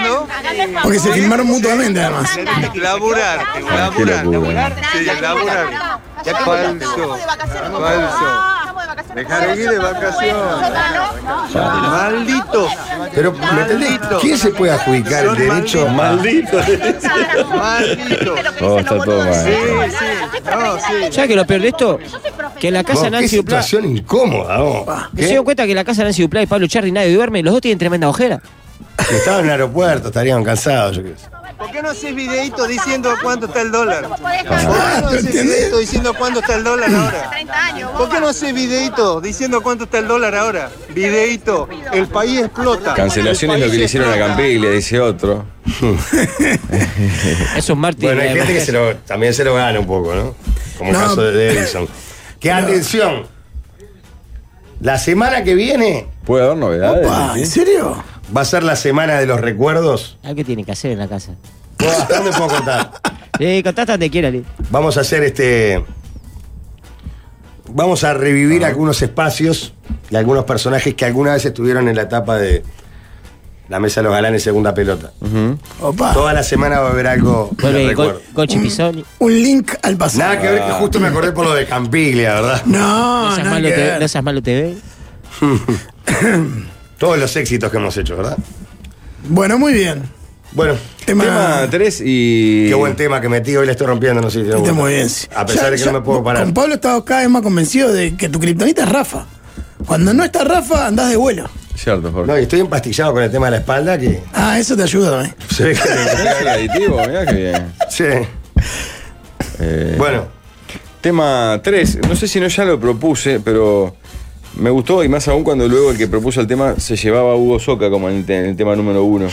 Speaker 9: ¿No?
Speaker 2: Porque se filmaron mutuamente, además.
Speaker 9: Laburar,
Speaker 1: Qué
Speaker 9: laburar,
Speaker 1: locura.
Speaker 9: sí, laburar. Falso, falso. Me cargué de vacaciones. Maldito,
Speaker 4: Pero, ¿me entendés? ¿Quién se puede adjudicar el derecho
Speaker 1: Maldito.
Speaker 9: maldito.
Speaker 1: Oh, está todo
Speaker 9: Sí,
Speaker 1: mal.
Speaker 9: sí, no, sí.
Speaker 5: ¿Sabes que lo peor de esto? Que en la casa
Speaker 4: Vos,
Speaker 5: Nancy
Speaker 4: qué
Speaker 5: Duplá-
Speaker 4: situación incómoda, vos.
Speaker 5: ¿Se
Speaker 4: ¿Qué?
Speaker 5: dieron cuenta que en la casa Nancy Duplá y Pablo Charri nadie duerme? Los dos tienen tremenda ojera.
Speaker 4: Si Estaban en el aeropuerto, estarían cansados, yo qué sé.
Speaker 9: ¿Por qué no haces videíto diciendo cuánto está el dólar? ¿Por qué no haces videíto diciendo cuánto está el dólar ahora? ¿Por qué no haces videíto diciendo cuánto está el dólar ahora? Videíto, el país explota.
Speaker 1: Cancelación es lo que le hicieron a Campiglia, dice otro.
Speaker 5: Es un mártir.
Speaker 4: Bueno, hay
Speaker 5: de la
Speaker 4: gente que se
Speaker 5: democracia.
Speaker 4: lo- también se lo gana un poco, ¿no? Como el
Speaker 2: No.
Speaker 4: caso de (laughs) Edison. Que atención, la semana que viene
Speaker 1: ¿Puede haber novedades?
Speaker 2: Opa, ¿en
Speaker 1: ¿Sí?
Speaker 2: serio?
Speaker 4: va a ser la semana de los recuerdos.
Speaker 5: Ah, ¿Qué tiene que hacer en la casa?
Speaker 4: Bueno, ¿hasta ¿Dónde puedo contar?
Speaker 5: Eh, contás te quiera, Lee.
Speaker 4: Vamos a hacer este. Vamos a
Speaker 1: Ah.
Speaker 4: revivir algunos espacios y algunos personajes que alguna vez estuvieron en la etapa de la mesa de los galanes segunda pelota.
Speaker 2: Opa.
Speaker 4: Toda la semana va a haber algo de
Speaker 5: Vuelve
Speaker 4: recuerdo.
Speaker 5: con, Pisoni.
Speaker 2: Un link al pasado.
Speaker 4: Nada que ver que
Speaker 1: Ah.
Speaker 4: justo me acordé por lo de Campiglia, ¿verdad?
Speaker 5: No
Speaker 2: No,
Speaker 5: seas
Speaker 2: nada
Speaker 5: malo
Speaker 2: que
Speaker 5: TV,
Speaker 2: ver.
Speaker 5: no seas malo TV.
Speaker 4: (laughs) Todos los éxitos que hemos hecho, ¿verdad?
Speaker 2: Bueno, muy bien.
Speaker 4: Bueno,
Speaker 1: Tema
Speaker 2: Tema.
Speaker 1: 3 y.
Speaker 4: qué buen tema que metí, hoy la estoy rompiendo, no sé si te
Speaker 2: Está
Speaker 4: gusta.
Speaker 2: muy bien.
Speaker 4: A pesar
Speaker 2: Ya-
Speaker 4: de que
Speaker 2: ya
Speaker 4: no me puedo parar.
Speaker 2: Con Pablo estaba cada vez más convencido de que tu kriptonita es Rafa. Cuando no está Rafa, andás de vuelo.
Speaker 1: Cierto,
Speaker 4: No,
Speaker 1: Jorge.
Speaker 4: y estoy empastillado con el tema de la espalda que
Speaker 2: Ah, eso te ayuda también.
Speaker 4: se (laughs) ve que...
Speaker 1: Mirá el aditivo, mirá Ah, qué bien.
Speaker 4: sí.
Speaker 1: Eh,
Speaker 4: Bueno,
Speaker 1: Tema 3. No sé si no ya lo propuse, pero me gustó y más aún cuando luego el que propuso el tema se llevaba a Hugo Soca como en el, te- en el tema número 1.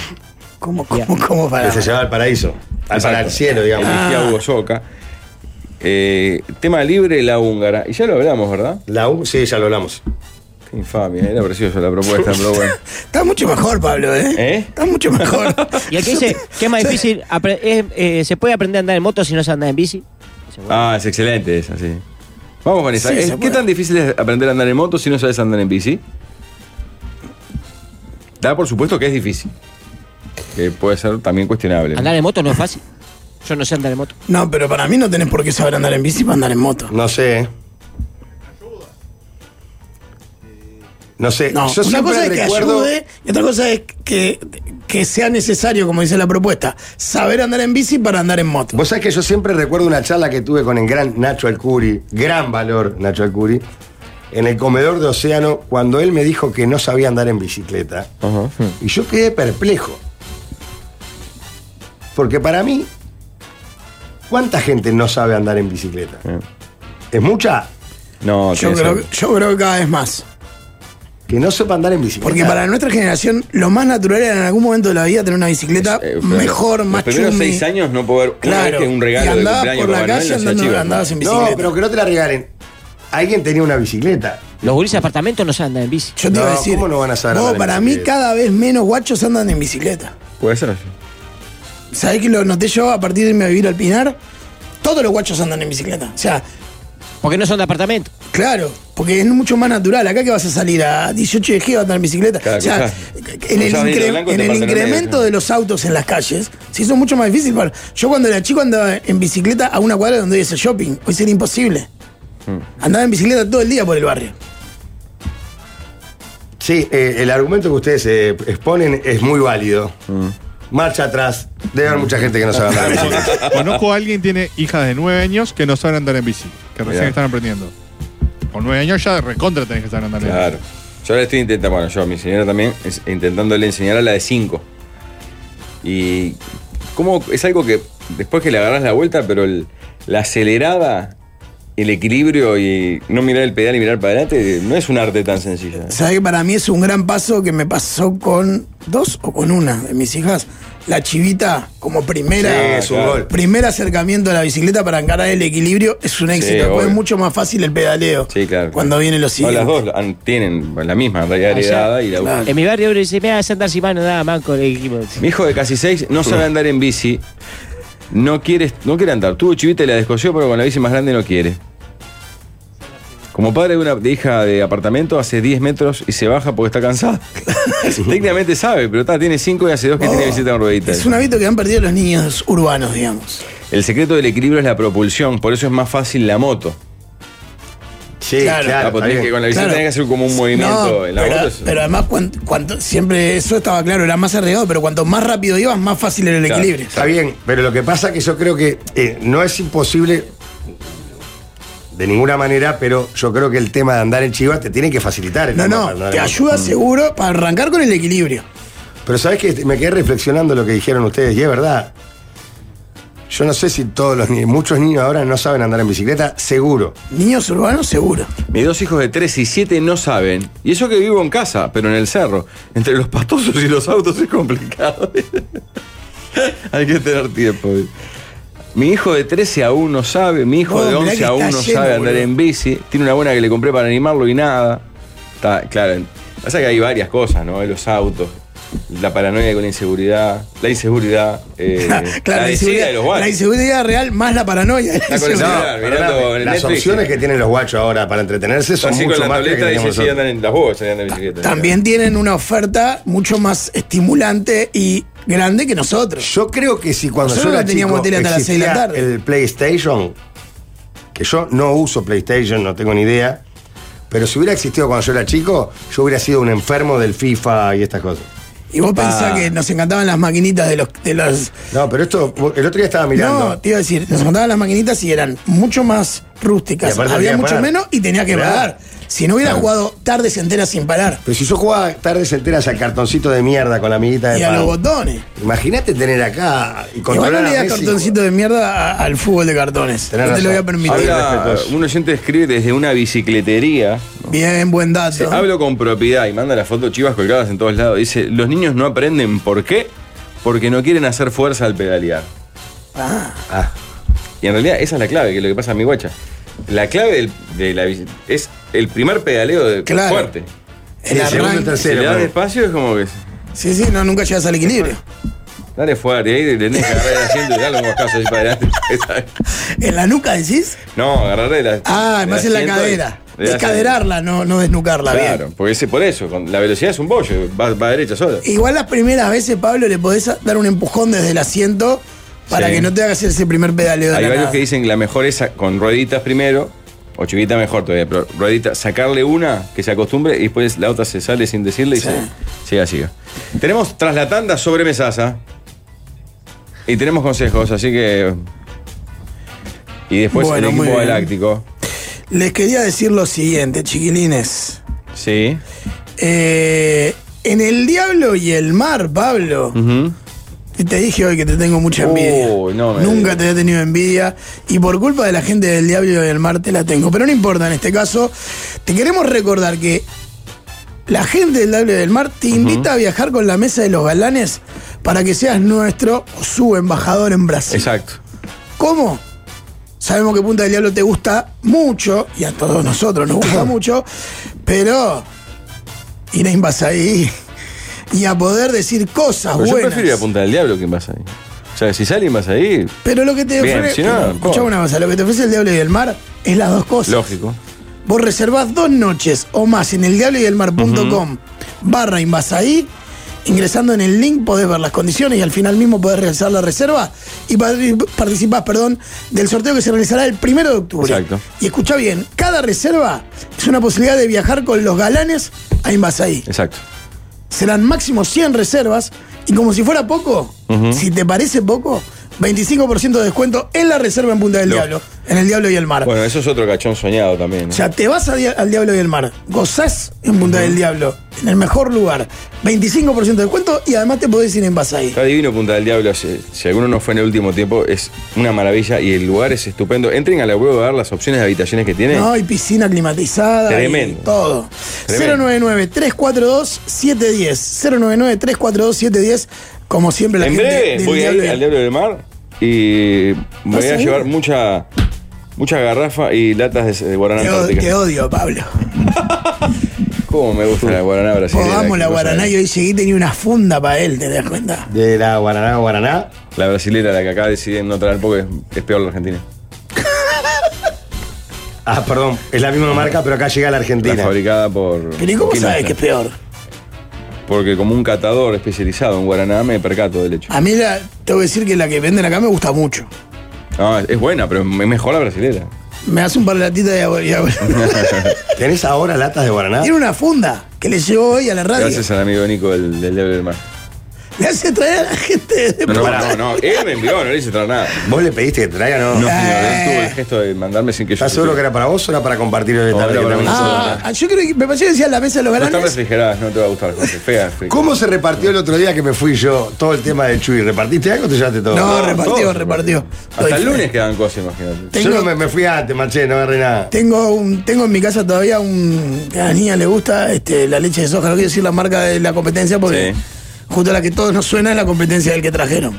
Speaker 2: ¿Cómo, cómo, cómo
Speaker 4: que
Speaker 2: para?
Speaker 4: se lleva al paraíso, al para el cielo, digamos.
Speaker 1: Elegía a Hugo Soca. Eh, tema libre, la húngara. Y ya lo hablamos, ¿verdad?
Speaker 4: La U, sí, ya lo hablamos.
Speaker 1: Qué infamia, era preciosa la propuesta, pero bueno.
Speaker 2: (laughs) Está mucho mejor, Pablo, ¿eh?
Speaker 1: ¿Eh?
Speaker 2: Está mucho mejor.
Speaker 5: Y aquí dice que es más difícil. apre- es, eh, ¿Se puede aprender a andar en moto si no se anda en bici?
Speaker 1: Ah, es excelente esa, sí. Vamos con esa.
Speaker 2: Sí,
Speaker 1: Eh,
Speaker 2: se
Speaker 1: ¿Qué
Speaker 2: puede.
Speaker 1: tan difícil es aprender a andar en moto si no sabes andar en bici? Da por supuesto que es difícil. Que puede ser también cuestionable. ¿no?
Speaker 5: Andar en moto no es fácil. Yo no sé andar en moto.
Speaker 2: No, pero para mí no tenés por qué saber andar en bici para andar en moto.
Speaker 4: No
Speaker 1: ¿eh?
Speaker 4: sé. No sé.
Speaker 2: No,
Speaker 4: Eh, Yo
Speaker 2: una
Speaker 4: siempre
Speaker 2: cosa es que
Speaker 4: recuerdo.
Speaker 2: ayude y otra cosa es que, que sea necesario, como dice la propuesta, saber andar en bici para andar en moto.
Speaker 4: Vos sabés que yo siempre recuerdo una charla que tuve con el gran Nacho Alcuri, gran valor Nacho Alcuri, en el comedor de Océano, cuando él me dijo que no sabía andar en bicicleta.
Speaker 1: Ajá.
Speaker 4: Y yo quedé perplejo. Porque para mí, ¿cuánta gente no sabe andar en bicicleta? Es mucha
Speaker 1: Eh. No,
Speaker 2: yo,
Speaker 1: tenés
Speaker 2: creo,
Speaker 1: razón.
Speaker 2: yo creo que cada vez más.
Speaker 4: que no sepa andar en bicicleta.
Speaker 2: Porque para nuestra generación lo más natural era en algún momento de la vida tener una bicicleta
Speaker 1: Eh, pero
Speaker 2: mejor,
Speaker 1: los
Speaker 2: más
Speaker 1: primeros
Speaker 2: chumi.
Speaker 1: seis años no poder una vez
Speaker 2: Claro.
Speaker 1: que un regalo
Speaker 2: y
Speaker 1: de
Speaker 2: andabas
Speaker 1: cumpleaños
Speaker 2: por la
Speaker 1: para Manuel
Speaker 2: calle
Speaker 1: hacía
Speaker 2: andando,
Speaker 1: chivas,
Speaker 2: andabas
Speaker 4: No,
Speaker 2: en bicicleta.
Speaker 4: pero que no te la regalen. Alguien tenía una bicicleta.
Speaker 5: Los gurises de apartamento no saben andar en bici.
Speaker 2: Yo te iba a
Speaker 4: No,
Speaker 2: decir.
Speaker 4: ¿cómo no van a saber
Speaker 2: vos,
Speaker 4: andar en
Speaker 2: para mí,
Speaker 4: bicicleta?
Speaker 2: cada vez menos guachos andan en bicicleta.
Speaker 1: Puede ser.
Speaker 2: ¿Sabés que lo noté yo a partir de irme a vivir al Pinar? Todos los guachos andan en bicicleta. O sea,
Speaker 5: Porque no son de apartamento.
Speaker 2: claro, porque es mucho más natural. Acá que vas a salir a 18 de G vas a andar en bicicleta.
Speaker 1: Claro,
Speaker 2: o sea,
Speaker 1: cruzás-
Speaker 2: en el,
Speaker 1: cruzás Benito
Speaker 2: incre-
Speaker 1: Blanco,
Speaker 2: en
Speaker 1: te
Speaker 2: el
Speaker 1: parten a medio,
Speaker 2: incremento
Speaker 1: sí.
Speaker 2: de los autos en las calles, se hizo mucho más difícil. para- Yo cuando era chico andaba en bicicleta a una cuadra donde hice shopping. Hoy sería imposible.
Speaker 1: Hmm.
Speaker 2: Andaba en bicicleta todo el día por el barrio.
Speaker 4: Sí, eh, el argumento que ustedes eh, exponen es muy válido. Marcha atrás. Debe haber mucha gente que no sabe andar en bicicleta.
Speaker 8: Conozco a alguien que tiene hijas de 9 años que no saben andar en bici, que recién
Speaker 1: Mirá.
Speaker 8: están aprendiendo. Con 9 años ya recontra tenés que saber andar en
Speaker 1: Claro.
Speaker 8: bici.
Speaker 1: Yo ahora estoy intentando, bueno, yo, mi señora también, es- intentándole enseñar a la de 5. Y cómo es algo que después que le agarras la vuelta, pero el- la acelerada, el equilibrio y no mirar el pedal y mirar para adelante, no es un arte tan sencillo. ¿eh?
Speaker 2: ¿Sabés que para mí es un gran paso que me pasó con dos o con una de mis hijas? La chivita como primera.
Speaker 4: Sí, es un
Speaker 1: claro.
Speaker 4: gol.
Speaker 2: Primer acercamiento a la bicicleta para encarar el equilibrio es un éxito. Después
Speaker 1: obvio.
Speaker 2: es mucho más fácil el pedaleo.
Speaker 1: Sí, claro.
Speaker 2: Cuando vienen los
Speaker 1: No,
Speaker 2: siguientes.
Speaker 1: las dos han- tienen la misma, en realidad,
Speaker 5: Ah, ya.
Speaker 1: heredada y la
Speaker 2: Claro.
Speaker 5: En mi barrio uno dice, me hace andar sin mano, nada, manco el equipo.
Speaker 1: Mi hijo de casi seis no sabe andar en bici. No quiere, no quiere andar. Tuvo chivita y la descosió, pero con la bici más grande no quiere. Como padre de una hija de apartamento, hace 10 metros y se baja porque está cansada. (laughs) Técnicamente sabe, pero está, tiene 5 y hace 2 que tiene visita con rueditas.
Speaker 2: Oh. Es un hábito que han perdido los niños urbanos, digamos.
Speaker 1: El secreto del equilibrio es la propulsión, por eso es más fácil la moto.
Speaker 4: Sí,
Speaker 2: Claro.
Speaker 1: Ah,
Speaker 4: claro.
Speaker 1: porque tenés
Speaker 4: también.
Speaker 1: que con la bicicleta
Speaker 2: Claro.
Speaker 1: tenés que hacer como un movimiento.
Speaker 2: No,
Speaker 1: en la
Speaker 2: pero,
Speaker 1: moto es-
Speaker 2: pero además, cuan- cuanto- siempre eso estaba claro, era más arriesgado, pero cuanto más rápido ibas, más fácil era el
Speaker 1: Claro.
Speaker 2: equilibrio.
Speaker 4: Está bien, pero lo que pasa que yo creo que eh, no es imposible de ninguna manera, pero yo creo que el tema de andar en Chivas te tiene que facilitar. el
Speaker 2: No,
Speaker 4: tema para andar
Speaker 2: no,
Speaker 4: en
Speaker 2: te
Speaker 4: moto.
Speaker 2: ayuda seguro para arrancar con el equilibrio.
Speaker 4: Pero sabes que me quedé reflexionando lo que dijeron ustedes, y es verdad. Yo no sé si todos los niños, muchos niños ahora no saben andar en bicicleta, seguro.
Speaker 2: Niños urbanos, seguro.
Speaker 1: Mis dos hijos de 3 y 7 no saben. Y eso que vivo en casa, pero en el cerro. Entre los pastosos y los autos es complicado. (laughs) Hay que tener tiempo. Mi hijo de 13 aún no sabe, mi hijo
Speaker 2: No,
Speaker 1: de
Speaker 2: Oh, mirá
Speaker 1: 11
Speaker 2: que
Speaker 1: aún
Speaker 2: está
Speaker 1: no
Speaker 2: lleno,
Speaker 1: sabe andar
Speaker 2: boludo.
Speaker 1: en bici. Tiene una buena que le compré para animarlo y nada. Está, claro. en- Pasa que hay varias cosas, ¿no? Los autos, la paranoia con la inseguridad, la
Speaker 2: (laughs)
Speaker 1: inseguridad, eh,
Speaker 2: claro,
Speaker 1: la,
Speaker 2: la
Speaker 1: desidia
Speaker 2: inseguridad,
Speaker 1: de los
Speaker 2: la
Speaker 1: guantes.
Speaker 2: inseguridad real más la paranoia. (laughs)
Speaker 1: Está con el celular,
Speaker 4: No,
Speaker 1: mirando
Speaker 4: perdóname,
Speaker 1: en
Speaker 4: las
Speaker 1: Netflix. eh.
Speaker 4: opciones que tienen los guachos ahora para entretenerse son
Speaker 1: Así con
Speaker 4: mucho
Speaker 1: la
Speaker 4: más que las que
Speaker 1: tableta y
Speaker 4: teníamos
Speaker 1: sí
Speaker 4: nosotros.
Speaker 1: andan en las bobas, andan en bicicleta.
Speaker 2: También tienen una oferta mucho más estimulante y grande que nosotros.
Speaker 4: Yo creo que si cuando
Speaker 2: Nosotros
Speaker 4: yo
Speaker 2: no
Speaker 4: era
Speaker 2: teníamos
Speaker 4: chico
Speaker 2: tele hasta las
Speaker 4: existía
Speaker 2: seis de la tarde.
Speaker 4: el PlayStation, que yo no uso PlayStation, no tengo ni idea, pero si hubiera existido cuando yo era chico, yo hubiera sido un enfermo del FIFA y estas cosas.
Speaker 2: Y vos
Speaker 4: Ah.
Speaker 2: pensás que nos encantaban las maquinitas de los... De los
Speaker 4: No, pero esto, el otro día estaba mirando.
Speaker 2: no, te iba a decir, nos encantaban las maquinitas y eran mucho más
Speaker 4: Y
Speaker 2: rústicas.
Speaker 4: aparte
Speaker 2: Había
Speaker 4: tenía que
Speaker 2: mucho
Speaker 4: pagar.
Speaker 2: menos y tenía que
Speaker 4: Claro.
Speaker 2: pagar. Si no hubiera
Speaker 4: Claro.
Speaker 2: jugado tardes enteras sin parar.
Speaker 4: Pero si yo jugaba tardes enteras al cartoncito de mierda con la amiguita de
Speaker 2: Y a
Speaker 4: pan.
Speaker 2: los botones.
Speaker 4: Imagínate tener acá y
Speaker 2: Igual no
Speaker 4: controlar
Speaker 2: le
Speaker 4: a
Speaker 2: das
Speaker 4: Messi.
Speaker 2: cartoncito de mierda a- al fútbol de cartones.
Speaker 4: Tenés
Speaker 2: no te lo voy a
Speaker 4: razón. este
Speaker 2: permitir.
Speaker 1: Habla,
Speaker 4: respetuoso.
Speaker 1: un oyente escribe desde una bicicletería.
Speaker 2: Bien, buen dato.
Speaker 1: Dice, Hablo con propiedad y manda la foto chivas colgadas en todos lados. Dice, los niños no aprenden. ¿Por qué? Porque no quieren hacer fuerza al pedalear. Ah. Y en realidad esa es la clave, que es lo que pasa a mi guacha. La clave del- de la bici es el primer pedaleo de
Speaker 2: Claro.
Speaker 1: fuerte.
Speaker 4: Sí,
Speaker 2: el
Speaker 4: segundo,
Speaker 2: arranque.
Speaker 1: Si
Speaker 4: tercero.
Speaker 1: le das
Speaker 4: pero-
Speaker 1: despacio es como que...
Speaker 2: Sí, sí, no, nunca llegas al equilibrio.
Speaker 1: Dale fuerte, y ahí tenés que agarrar el asiento y darle un moscazo así para adelante. (laughs)
Speaker 2: ¿En la nuca decís?
Speaker 1: No, agarrarle la...
Speaker 2: Ah,
Speaker 1: el
Speaker 2: más en la
Speaker 1: asiento y
Speaker 2: cadera.
Speaker 1: le das el-
Speaker 2: Descaderarla, no, no desnucarla. bien.
Speaker 1: Claro, porque ese, por eso, con la velocidad es un bollo, va, va derecha sola.
Speaker 2: Igual las primeras veces, Pablo, le podés dar un empujón desde el asiento para
Speaker 1: Sí.
Speaker 2: que no te hagas ese primer pedaleo de
Speaker 1: Hay
Speaker 2: la
Speaker 1: varios
Speaker 2: nada.
Speaker 1: que dicen que la mejor es sa- con rueditas primero, o chivita mejor todavía, pero ruedita, sacarle una que se acostumbre y después la otra se sale sin decirle y se siga, siga. Tenemos tras la tanda sobre mesaza y tenemos consejos, así que. Y después
Speaker 2: Bueno,
Speaker 1: el
Speaker 2: muy
Speaker 1: equipo
Speaker 2: bien.
Speaker 1: galáctico.
Speaker 2: Les quería decir lo siguiente, chiquilines.
Speaker 1: Sí.
Speaker 2: Eh, en El Diablo y el Mar, Pablo.
Speaker 1: Ujú.
Speaker 2: Y Te dije hoy que te tengo mucha
Speaker 1: Uh.
Speaker 2: envidia.
Speaker 1: Uy, no me
Speaker 2: Nunca
Speaker 1: digas.
Speaker 2: te he tenido envidia. Y por culpa de la gente del Diablo y del Mar te la tengo. Pero no importa, en este caso, te queremos recordar que la gente del Diablo y del Mar te invita a viajar con la mesa de los galanes para que seas nuestro o su embajador en Brasil.
Speaker 1: Exacto.
Speaker 2: ¿Cómo? Sabemos que Punta del Diablo te gusta mucho, y a todos nosotros nos gusta mucho, pero Inés vas ahí y a poder decir cosas
Speaker 1: Pero yo
Speaker 2: buenas.
Speaker 1: prefiero ir a Punta del Diablo que más ahí. O sea, si salen más ahí,
Speaker 2: Pero lo que te
Speaker 1: Bien,
Speaker 2: ofrece.
Speaker 1: si no,
Speaker 2: pero,
Speaker 1: ¿cómo?
Speaker 2: escuchame una cosa, lo que te ofrece el Diablo y el Mar es las dos cosas.
Speaker 1: lógico.
Speaker 2: Vos reservás dos noches o más en el diabloyelmar.com barra Invasaí. Ingresando en el link podés ver las condiciones y al final mismo podés realizar la reserva y parti- participás, perdón, del sorteo que se realizará el primero de octubre.
Speaker 1: Exacto.
Speaker 2: Y escucha bien, cada reserva es una posibilidad de viajar con los galanes a Invasaí.
Speaker 1: Exacto.
Speaker 2: Serán máximo 100 reservas y como si fuera poco, si te parece poco, 25% de descuento en la reserva en Punta del
Speaker 1: Lo-
Speaker 2: Diablo, en el Diablo y el Mar.
Speaker 1: Bueno, eso es otro cachón soñado también. ¿no?
Speaker 2: O sea, te vas a dia- al Diablo y el Mar, gozás en Punta del Diablo, en el mejor lugar, 25% de descuento y además te podés ir en Basay.
Speaker 1: Está divino Punta del Diablo. Si, si alguno no fue en el último tiempo, es una maravilla y el lugar es estupendo. Entren a la web a ver las opciones de habitaciones que tiene.
Speaker 2: No, y piscina climatizada.
Speaker 1: Tremendo.
Speaker 2: Y todo.
Speaker 1: Tremendo.
Speaker 2: 099-342-710. 099-342-710. Como siempre, la
Speaker 1: en
Speaker 2: gente.
Speaker 1: breve
Speaker 2: del
Speaker 1: voy a
Speaker 2: Diablo
Speaker 1: ir
Speaker 2: ¿Ah, y-
Speaker 1: al Diablo del Mar y voy
Speaker 2: ¿Vas
Speaker 1: a
Speaker 2: a ir?
Speaker 1: llevar mucha, mucha garrafa y latas de, de guaraná
Speaker 2: Te, od-
Speaker 1: antártica.
Speaker 2: te odio, Pablo.
Speaker 1: ¿Cómo me gusta la guaraná
Speaker 2: Vos
Speaker 1: brasileña?
Speaker 2: amo
Speaker 1: qué
Speaker 2: la
Speaker 1: cosa
Speaker 2: Guaraná
Speaker 1: es.
Speaker 2: y hoy seguí tenía una funda para él, ¿te das cuenta?
Speaker 4: De la Guaraná Guaraná.
Speaker 1: La brasilera, la que acá deciden no traer porque es peor la argentina.
Speaker 4: (laughs) Ah, perdón, es la misma marca, pero acá llega a la
Speaker 1: La
Speaker 4: Argentina.
Speaker 1: fabricada por.
Speaker 2: Pero ¿y cómo
Speaker 1: ¿quién
Speaker 2: sabes
Speaker 1: hace?
Speaker 2: que es peor?
Speaker 1: Porque como un catador especializado en Guaraná me percato del hecho.
Speaker 2: A mí la, tengo que decir que la que venden acá me gusta mucho.
Speaker 1: Ah, es buena, pero es mejor la brasilera.
Speaker 2: Me hace un par de latitas de agua-
Speaker 1: (laughs)
Speaker 2: y agua-
Speaker 4: ¿Tenés ahora latas de guaraná?
Speaker 2: Tiene una funda que le llegó hoy a la radio.
Speaker 1: Gracias al amigo Nico del, del Leverman.
Speaker 2: Le hace traer a la gente de Ah,
Speaker 1: No, no,
Speaker 2: Punta.
Speaker 1: no, no, él me envió, no le hice traer nada.
Speaker 4: ¿Vos le pediste que traiga o no?
Speaker 1: No,
Speaker 2: Eh.
Speaker 1: él tuvo el gesto de mandarme sin que yo.
Speaker 4: ¿Estás seguro que era para vos o era para compartir el
Speaker 1: No,
Speaker 4: detalle?
Speaker 1: era para
Speaker 4: que también
Speaker 1: mí.
Speaker 4: hizo?
Speaker 2: Ah, ah, yo creo que me pareció que decía la mesa de los
Speaker 1: No están
Speaker 2: grandes.
Speaker 1: refrigeradas, no te va a gustar, Jorge. Fea, fea.
Speaker 4: ¿Cómo se repartió el otro día que me fui yo todo el tema del Chuy? ¿Repartiste algo o te llevaste todo?
Speaker 2: No, repartió,
Speaker 1: todos
Speaker 2: repartió.
Speaker 1: Hasta el
Speaker 2: Doy fe.
Speaker 1: lunes quedan cosas, imagínate.
Speaker 4: Yo
Speaker 2: Tengo-
Speaker 4: no me, me fui antes, manché, no agarré nada.
Speaker 2: Tengo, un, tengo en mi casa todavía un. A la niña le gusta este, la leche de soja. No quiero decir la marca de la competencia porque
Speaker 1: Sí.
Speaker 2: junto a la que todos nos suena es la competencia del que trajeron.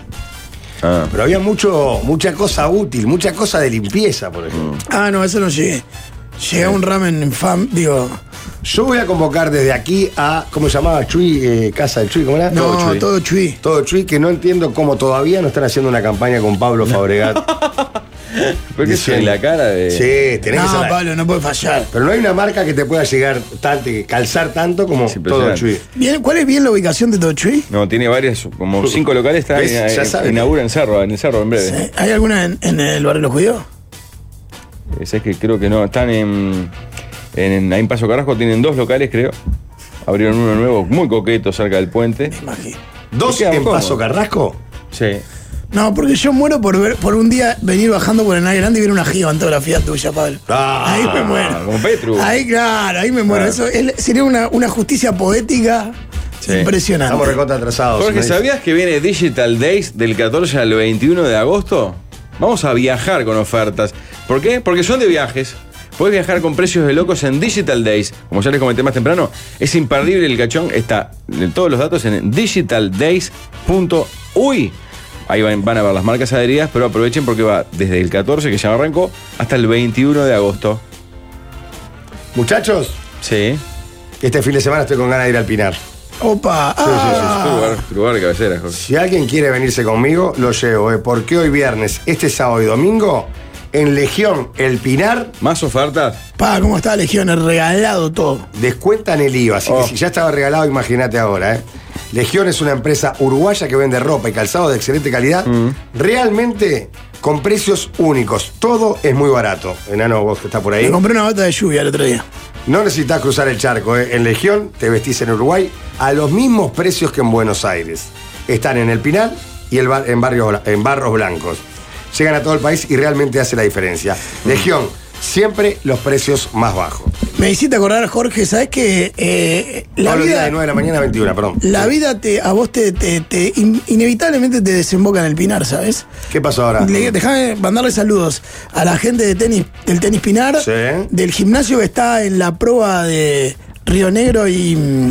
Speaker 1: Ah.
Speaker 4: Pero había mucho, mucha cosa útil, mucha cosa de limpieza, por ejemplo.
Speaker 2: Ah, no, eso no llegué. Llegué a un ramen infam, digo.
Speaker 4: Yo voy a convocar desde aquí a, ¿cómo se llamaba? Chuy, eh, Casa del Chuy, ¿cómo era?
Speaker 2: No,
Speaker 4: Chuy.
Speaker 2: todo chui.
Speaker 4: Todo Chuy, que no entiendo cómo todavía no están haciendo una campaña con Pablo Fabregat.
Speaker 1: (laughs) ¿Por qué
Speaker 4: Diciendo-
Speaker 1: en la cara de.?
Speaker 4: Sí, tenés que
Speaker 2: No,
Speaker 4: ser la-
Speaker 2: Pablo, no puede fallar.
Speaker 4: Pero no hay una marca que te pueda llegar tanto, que calzar tanto como
Speaker 1: Es
Speaker 4: todo
Speaker 1: impresionante.
Speaker 4: Chuy.
Speaker 2: Bien, ¿Cuál es bien la ubicación de todo chui?
Speaker 1: No, tiene varias, como cinco locales, está
Speaker 4: ¿Ves? Ya
Speaker 1: en, eh,
Speaker 4: saben.
Speaker 1: inaugura en Cerro, en el Cerro en breve.
Speaker 2: Eh, ¿Hay alguna en, en el barrio de los judíos?
Speaker 1: Eh, sabés que creo que no, están en, en, ahí en Paso Carrasco, tienen dos locales, creo. Abrieron uno nuevo, muy coqueto, cerca del puente.
Speaker 2: Imagino.
Speaker 4: ¿Dos
Speaker 1: Me queda
Speaker 4: en
Speaker 1: cómodo.
Speaker 4: Paso Carrasco?
Speaker 1: Sí.
Speaker 2: No, porque yo muero por ver, por un día venir bajando por el Nave Grande y ver una gigantografía tuya, Pablo.
Speaker 4: Ah,
Speaker 2: ahí me muero.
Speaker 1: como Petru.
Speaker 2: Ahí, claro, ahí me muero.
Speaker 1: Claro.
Speaker 2: Eso es- sería una, una justicia poética
Speaker 1: Sí.
Speaker 2: impresionante.
Speaker 4: Estamos recontra atrasados.
Speaker 1: Jorge,
Speaker 4: ¿no?
Speaker 1: ¿sabías que viene Digital Days del 14 al 21 de agosto? Vamos a viajar con ofertas. ¿Por qué? Porque son de viajes. Puedes viajar con precios de locos en Digital Days. Como ya les comenté más temprano, es imperdible el cachón. Está de todos los datos en digitaldays.uy. Ahí van, van a ver las marcas adheridas, pero aprovechen porque va desde el 14, que ya arrancó, hasta el 21 de agosto.
Speaker 4: Muchachos,
Speaker 1: Sí.
Speaker 4: este fin de semana estoy con ganas de ir al Pinar.
Speaker 2: Opa.
Speaker 1: Tu
Speaker 2: ah.
Speaker 1: lugar, tu lugar de cabecera, Jorge.
Speaker 4: Si alguien quiere venirse conmigo, lo llevo, ¿eh? Porque hoy viernes, este sábado y domingo, en Legión El Pinar,
Speaker 1: ¿Más ofertas?
Speaker 2: Pa, ¿cómo está Legión? Es regalado todo.
Speaker 4: descuentan el IVA. Así
Speaker 1: Oh.
Speaker 4: que si ya estaba regalado, imagínate ahora, ¿eh? Legión es una empresa uruguaya que vende ropa y calzado de excelente calidad,
Speaker 1: Mm.
Speaker 4: realmente con precios únicos. Todo es muy barato. Enano, vos que estás por ahí.
Speaker 2: Me compré una bata de lluvia el otro día.
Speaker 4: No necesitas cruzar el charco. ¿eh? En Legión te vestís en Uruguay a los mismos precios que en Buenos Aires. Están en el Pinal y el bar- en, barrios bla- en Barros Blancos. Llegan a todo el país y realmente hace la diferencia.
Speaker 2: Mm.
Speaker 4: Legión, siempre los precios más bajos.
Speaker 2: Me hiciste acordar, Jorge, ¿sabes que la
Speaker 4: Todos los días
Speaker 2: vida.
Speaker 4: de 9 de la mañana a 21, perdón.
Speaker 2: La vida te, a vos te, te- te- in- inevitablemente te desemboca en el pinar, ¿sabes?
Speaker 4: ¿Qué pasó ahora?
Speaker 2: Le- Dejame mandarle saludos a la gente de tenis, del tenis Pinar,
Speaker 4: Sí.
Speaker 2: del gimnasio que está en la prueba de Río Negro y, mm,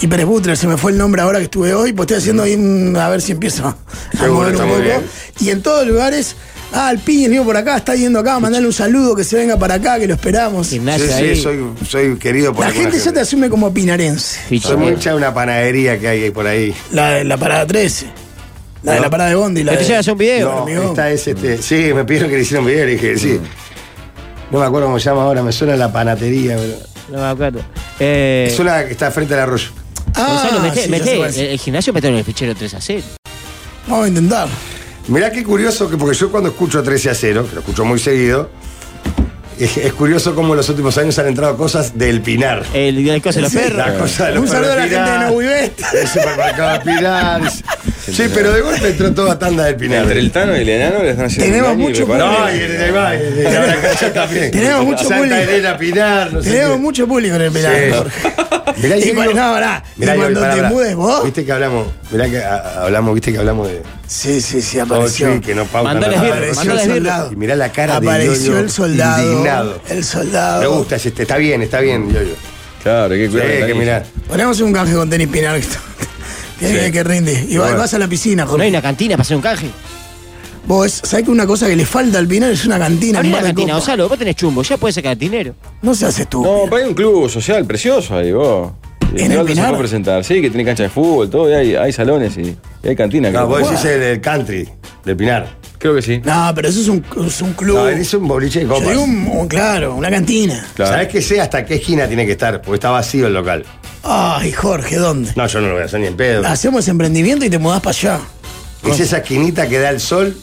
Speaker 2: y Pérez Butre, se me fue el nombre ahora que estuve hoy, pues estoy haciendo ahí, mm, a ver si empiezo a
Speaker 4: Seguro,
Speaker 2: mover un
Speaker 4: está muy
Speaker 2: poco.
Speaker 4: bien.
Speaker 2: Y en todos lugares, ah, el piñe vino por acá, está yendo acá, mandarle un saludo, que se venga para acá, que lo esperamos.
Speaker 5: Gimnasia
Speaker 4: Sí, sí,
Speaker 5: ahí.
Speaker 4: soy, soy querido por
Speaker 2: La
Speaker 4: alguna
Speaker 2: gente ya te asume como pinarense.
Speaker 4: Soy
Speaker 5: fichero.
Speaker 4: muy hincha de una panadería que hay ahí por ahí.
Speaker 2: La de la parada 13. La de
Speaker 4: No.
Speaker 2: la parada de Bondi. La
Speaker 5: ¿Te
Speaker 2: de...
Speaker 5: llegas a un video?
Speaker 4: No,
Speaker 2: hormigón.
Speaker 4: esta es este. Sí, me pidieron que le hiciera un video y le dije, sí.
Speaker 2: Mm.
Speaker 4: No me acuerdo cómo se llama ahora, me suena la panatería, pero.
Speaker 5: No me acuerdo. Eh, Ah,
Speaker 4: Es una que está frente al arroyo.
Speaker 5: Gonzalo, meté,
Speaker 2: Ah, sí, ya sé
Speaker 5: meté,
Speaker 2: cuál es.
Speaker 5: el, el gimnasio metieron el fichero 3 a 0.
Speaker 2: Vamos a intentar.
Speaker 4: Mirá qué curioso que, porque yo cuando escucho 13 a 0, que lo escucho muy seguido, es, es curioso cómo en los últimos años han entrado cosas del Pinar.
Speaker 5: El, el coso de los
Speaker 2: Sí.
Speaker 5: perros.
Speaker 4: La cosa de los
Speaker 2: Un saludo a la
Speaker 4: perros
Speaker 2: gente de
Speaker 4: Pinar,
Speaker 2: Novibet.
Speaker 4: El supermercado Pinar. Sí, pero de golpe entró toda tanda del Pinar.
Speaker 1: Entre el Tano y el Enano le están haciendo
Speaker 2: Tenemos
Speaker 1: un daño y
Speaker 2: mucho
Speaker 1: preparando-
Speaker 4: No, y el de Ibai, el de la
Speaker 2: (laughs)
Speaker 4: Bracacha también.
Speaker 2: Tenemos mucho
Speaker 4: Santa
Speaker 2: bullying.
Speaker 4: Elena Pinar, no sé
Speaker 2: Tenemos
Speaker 4: qué.
Speaker 2: mucho público en el Pinar,
Speaker 4: Sí.
Speaker 2: Jorge.
Speaker 4: Mirá,
Speaker 2: y
Speaker 4: yo
Speaker 2: cuando,
Speaker 4: digo-
Speaker 2: no, pará. Y
Speaker 4: Mirá, yo-
Speaker 2: cuando
Speaker 4: pará,
Speaker 2: te
Speaker 4: pará.
Speaker 2: mudes vos.
Speaker 4: Viste que hablamos, mirá que ah, hablamos, viste que hablamos de.
Speaker 2: Sí, sí, sí,
Speaker 4: Todo
Speaker 2: apareció.
Speaker 4: que no pauta
Speaker 5: Mandales
Speaker 4: nada.
Speaker 5: birra,
Speaker 2: Apareció el
Speaker 5: mandales birra.
Speaker 2: soldado.
Speaker 4: Y mirá la cara de
Speaker 2: Apareció
Speaker 4: Yoyo
Speaker 2: el soldado.
Speaker 4: indignado.
Speaker 2: El soldado.
Speaker 4: Me gusta, es este, está bien, está bien, Yoyo.
Speaker 1: Claro, qué
Speaker 4: Sí,
Speaker 1: cuidado.
Speaker 4: que
Speaker 1: Dani.
Speaker 4: mirá.
Speaker 2: Ponemos un canje con tenis Pinar. que está- (laughs) Tiene que rinde. Y vas,
Speaker 4: Bueno.
Speaker 2: vas a la piscina,
Speaker 5: No hay
Speaker 2: Jorge.
Speaker 5: una cantina para hacer un canje.
Speaker 2: Vos, ¿sabés que una cosa que le falta al Pinar es una cantina?
Speaker 5: Abrí
Speaker 2: en
Speaker 5: la
Speaker 2: Mar del
Speaker 5: cantina,
Speaker 2: Copa?
Speaker 5: Gonzalo. Vos tenés chumbo, ya podés ser cantinero.
Speaker 2: No seas estúpido.
Speaker 1: No, pero hay un club social precioso ahí, vos.
Speaker 2: ¿En el
Speaker 1: Rivaldo se
Speaker 2: Pinar?
Speaker 1: puede presentar, sí, que tiene cancha de fútbol, todo, y hay, hay salones y, y hay cantina.
Speaker 4: No,
Speaker 1: creo.
Speaker 4: vos decís el, el country del Pinar.
Speaker 1: Creo que sí.
Speaker 2: No, pero eso es un, es un club.
Speaker 4: No, es un boliche de
Speaker 2: Yo
Speaker 4: copas.
Speaker 2: digo un- un- claro, una cantina.
Speaker 1: Claro.
Speaker 4: ¿Sabés qué sé hasta qué esquina tiene que estar? Porque está vacío el local.
Speaker 2: Ay, Jorge, ¿dónde? Ah,
Speaker 4: No, yo no lo voy a hacer ni en pedo.
Speaker 2: Hacemos emprendimiento y te mudás para allá.
Speaker 4: Es esa esquinita que da el sol,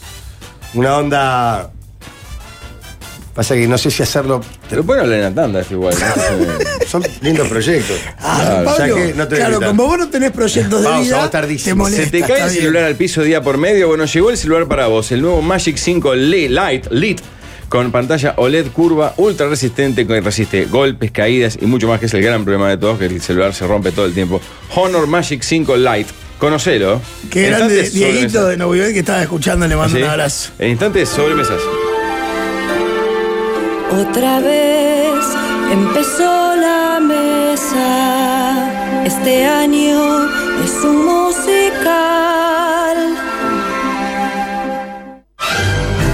Speaker 4: una onda. Pasa que no sé si hacerlo.
Speaker 1: Te lo pueden hablar en la tanda, es igual.
Speaker 4: (laughs)
Speaker 1: ¿no?
Speaker 4: Son lindos proyectos.
Speaker 2: Ah,
Speaker 4: Claro,
Speaker 2: Pablo,
Speaker 4: o sea que no te voy a
Speaker 2: claro,
Speaker 4: gritar.
Speaker 2: como vos no tenés proyectos de
Speaker 4: Vamos,
Speaker 2: vida,
Speaker 4: vamos
Speaker 2: te
Speaker 4: tardísimo.
Speaker 2: molesta.
Speaker 1: Se te
Speaker 2: está
Speaker 1: cae el
Speaker 2: bien.
Speaker 1: celular al piso día por medio. Bueno, llegó el celular para vos, el nuevo Magic 5 Li- Lite Lit. Con pantalla OLED curva, ultra resistente, que resiste golpes, caídas y mucho más, que es el gran problema de todos, que el celular se rompe todo el tiempo. Honor Magic 5 Lite, conocelo.
Speaker 2: Qué
Speaker 1: En
Speaker 2: grande
Speaker 1: instantes,
Speaker 2: Dieguito
Speaker 1: sobremesas.
Speaker 2: de Novivel que estaba escuchando, le mando
Speaker 1: ¿Sí?
Speaker 2: un abrazo.
Speaker 1: En instantes, sobremesas.
Speaker 10: Otra vez empezó la mesa. Este año es un musical.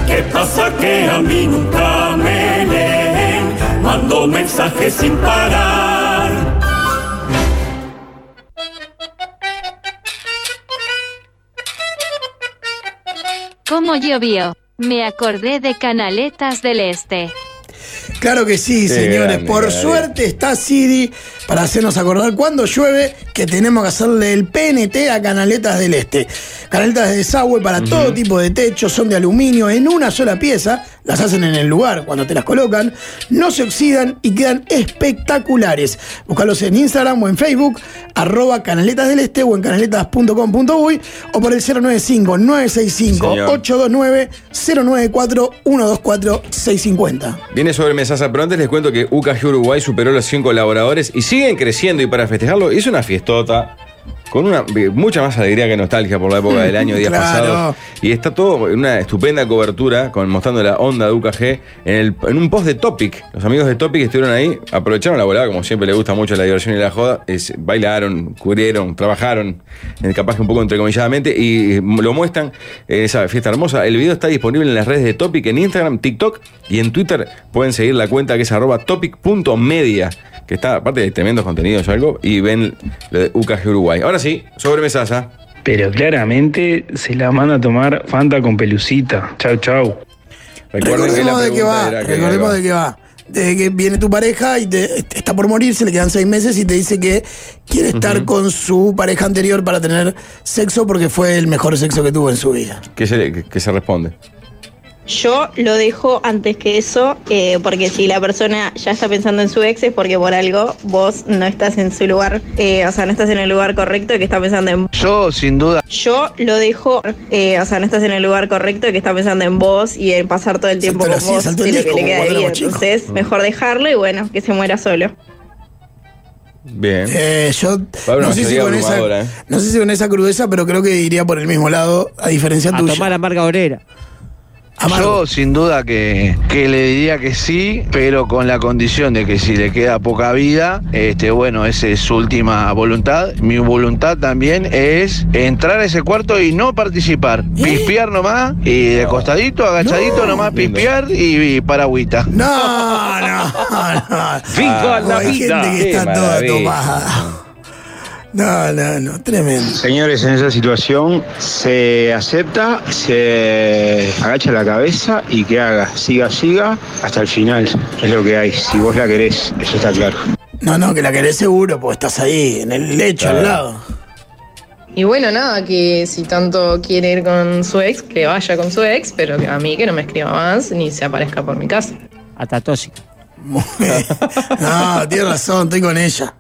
Speaker 6: ¿Qué pasa que a mí nunca me leen? Mando mensajes sin parar.
Speaker 11: Como llovió, me acordé de Canaletas del Este.
Speaker 2: Claro que sí,
Speaker 1: Qué
Speaker 2: señores.
Speaker 1: grande,
Speaker 2: Por
Speaker 1: Gabriel.
Speaker 2: suerte está Siri para hacernos acordar cuando llueve que tenemos que hacerle el PNT a canaletas del este. Canaletas de desagüe para todo tipo de techo, son de aluminio en una sola pieza, las hacen en el lugar cuando te las colocan, no se oxidan y quedan espectaculares. Búscalos en Instagram o en Facebook, arroba canaletas del este o en canaletas.com.uy o por el 095 965 829 094 124 650.
Speaker 1: Viene sobre mesaza, pero antes les cuento que UKG Uruguay superó los 100 colaboradores y siguen creciendo y para festejarlo hizo una fiestota con una mucha más alegría que nostalgia por la época del año, días
Speaker 2: claro.
Speaker 1: pasados. Y está todo en una estupenda cobertura con, mostrando la onda de UKG en, el- en un post de Topic. Los amigos de Topic estuvieron ahí, aprovecharon la volada, como siempre le gusta mucho la diversión y la joda, es- bailaron, cubrieron, trabajaron, eh, capaz que un poco entrecomilladamente, y eh, lo muestran en esa fiesta hermosa. El video está disponible en las redes de Topic, en Instagram, TikTok y en Twitter. Pueden seguir la cuenta que es arroba topic.media, que está, aparte de tremendos contenidos o algo, y ven lo de UKG Uruguay. Ahora sí, ¿ah? sobre mesaza.
Speaker 12: Pero claramente se la manda a tomar Fanta con pelucita. Chau, chau.
Speaker 1: Recuerden que la
Speaker 2: Recordemos de qué
Speaker 1: pregunta
Speaker 2: va,
Speaker 1: era que-
Speaker 2: recordemos de qué va. De que viene tu pareja y te, te- está por morir, se le quedan seis meses y te dice que quiere estar con su pareja anterior para tener sexo porque fue el mejor sexo que tuvo en su vida.
Speaker 1: que se, que- que se responde.
Speaker 13: Yo lo dejo antes que eso, eh, porque si la persona ya está pensando en su ex es porque por algo vos no estás en su lugar, eh, o sea, no estás en el lugar correcto que está pensando en
Speaker 9: Yo, sin duda.
Speaker 13: Yo lo dejo, eh, o sea, no estás en el lugar correcto que está pensando en vos y en pasar todo el tiempo
Speaker 2: Saltó
Speaker 13: con
Speaker 2: la silla,
Speaker 13: vos
Speaker 2: saltó
Speaker 13: de
Speaker 2: el
Speaker 13: lo que
Speaker 2: disco,
Speaker 13: le
Speaker 2: como
Speaker 13: queda de
Speaker 2: cuando
Speaker 13: vida.
Speaker 2: éramos chicos.
Speaker 13: Entonces, mejor dejarlo y bueno, que se muera solo.
Speaker 1: Bien.
Speaker 2: Eh, yo
Speaker 1: Pablo,
Speaker 2: no,
Speaker 1: me
Speaker 2: sé si
Speaker 1: salía
Speaker 2: con esa,
Speaker 1: abrumadora, ¿eh?
Speaker 2: no sé si con esa crudeza, pero creo que iría por el mismo lado, a diferencia
Speaker 5: A
Speaker 2: tuya.
Speaker 5: tomar amarga orera.
Speaker 2: Amargo.
Speaker 12: Yo sin duda que, que le diría que sí, pero con la condición de que si le queda poca vida, este bueno, esa es su última voluntad. Mi voluntad también es entrar a ese cuarto y no participar.
Speaker 2: ¿Eh?
Speaker 12: Pispear nomás, y de costadito, agachadito nomás
Speaker 1: Lindo.
Speaker 12: pispear y, y paragüita.
Speaker 2: No, no, no.
Speaker 1: Viva la
Speaker 2: hay
Speaker 1: vida.
Speaker 2: gente
Speaker 1: Qué
Speaker 2: que está toda
Speaker 1: maravilla.
Speaker 2: tomada. No, no, no, tremendo.
Speaker 12: Señores, en esa situación se acepta, se agacha la cabeza y que haga, siga, siga, hasta el final. Es lo que hay, si vos la querés, eso está claro.
Speaker 2: No, no, que la querés seguro, pues estás ahí, en el lecho, al lado.
Speaker 13: Y bueno, nada, que si tanto quiere ir con su ex, que vaya con su ex, pero que a mí que no me escriba más ni se aparezca por mi casa.
Speaker 5: Hasta tóxico.
Speaker 2: Muy bien. No, tienes razón, estoy con ella.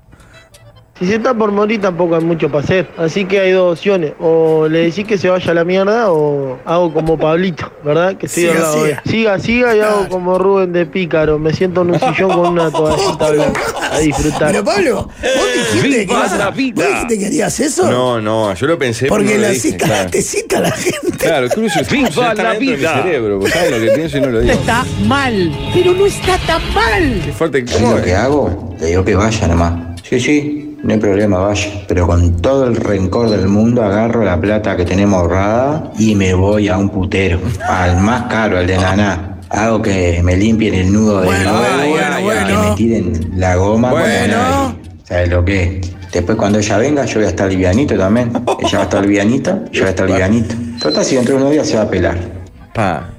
Speaker 12: Si se está por morir tampoco hay mucho para hacer, así que hay dos opciones, o le decís que se vaya a la mierda o hago como Pablito, ¿verdad? Que estoy
Speaker 2: Siga,
Speaker 12: al lado de él. Siga, siga y hago como Rubén de Pícaro, me siento
Speaker 2: (laughs)
Speaker 12: en un sillón con una toallita blanca a disfrutar.
Speaker 2: Pero Pablo, ¿vos dijiste, que,
Speaker 1: Viva la
Speaker 2: ibas-
Speaker 1: vida.
Speaker 2: ¿vos dijiste que harías eso?
Speaker 1: No, no, yo lo pensé. pero no
Speaker 2: Porque
Speaker 1: lo
Speaker 2: la
Speaker 1: dije,
Speaker 2: cita,
Speaker 1: claro.
Speaker 2: te cita la gente. (laughs)
Speaker 1: Claro, cruzo.
Speaker 3: Viva
Speaker 1: ya está dentro
Speaker 3: la
Speaker 1: de mi
Speaker 3: vida.
Speaker 1: cerebro, porque saben lo que pienso y no lo digo.
Speaker 10: Está mal, pero no está tan mal.
Speaker 1: Qué fuerte.
Speaker 12: Yo
Speaker 1: ¿Cómo
Speaker 12: lo que
Speaker 1: es?
Speaker 12: hago? Le digo que vaya nomás. Sí, sí, no hay problema, vaya. Pero con todo el rencor del mundo agarro la plata que tenemos ahorrada y me voy a un putero. Al más caro, al de Naná. Hago que me limpien el nudo de
Speaker 2: Bueno,
Speaker 12: nuevo,
Speaker 2: bueno,
Speaker 12: que
Speaker 2: bueno.
Speaker 12: me tiren la goma con la
Speaker 1: Bueno.
Speaker 12: nariz. ¿Sabes lo que es? Después cuando ella venga yo voy a estar livianito también. Ella va a estar livianita, yo voy a estar livianito. Total, si dentro de unos días se va a pelar.
Speaker 1: Pa.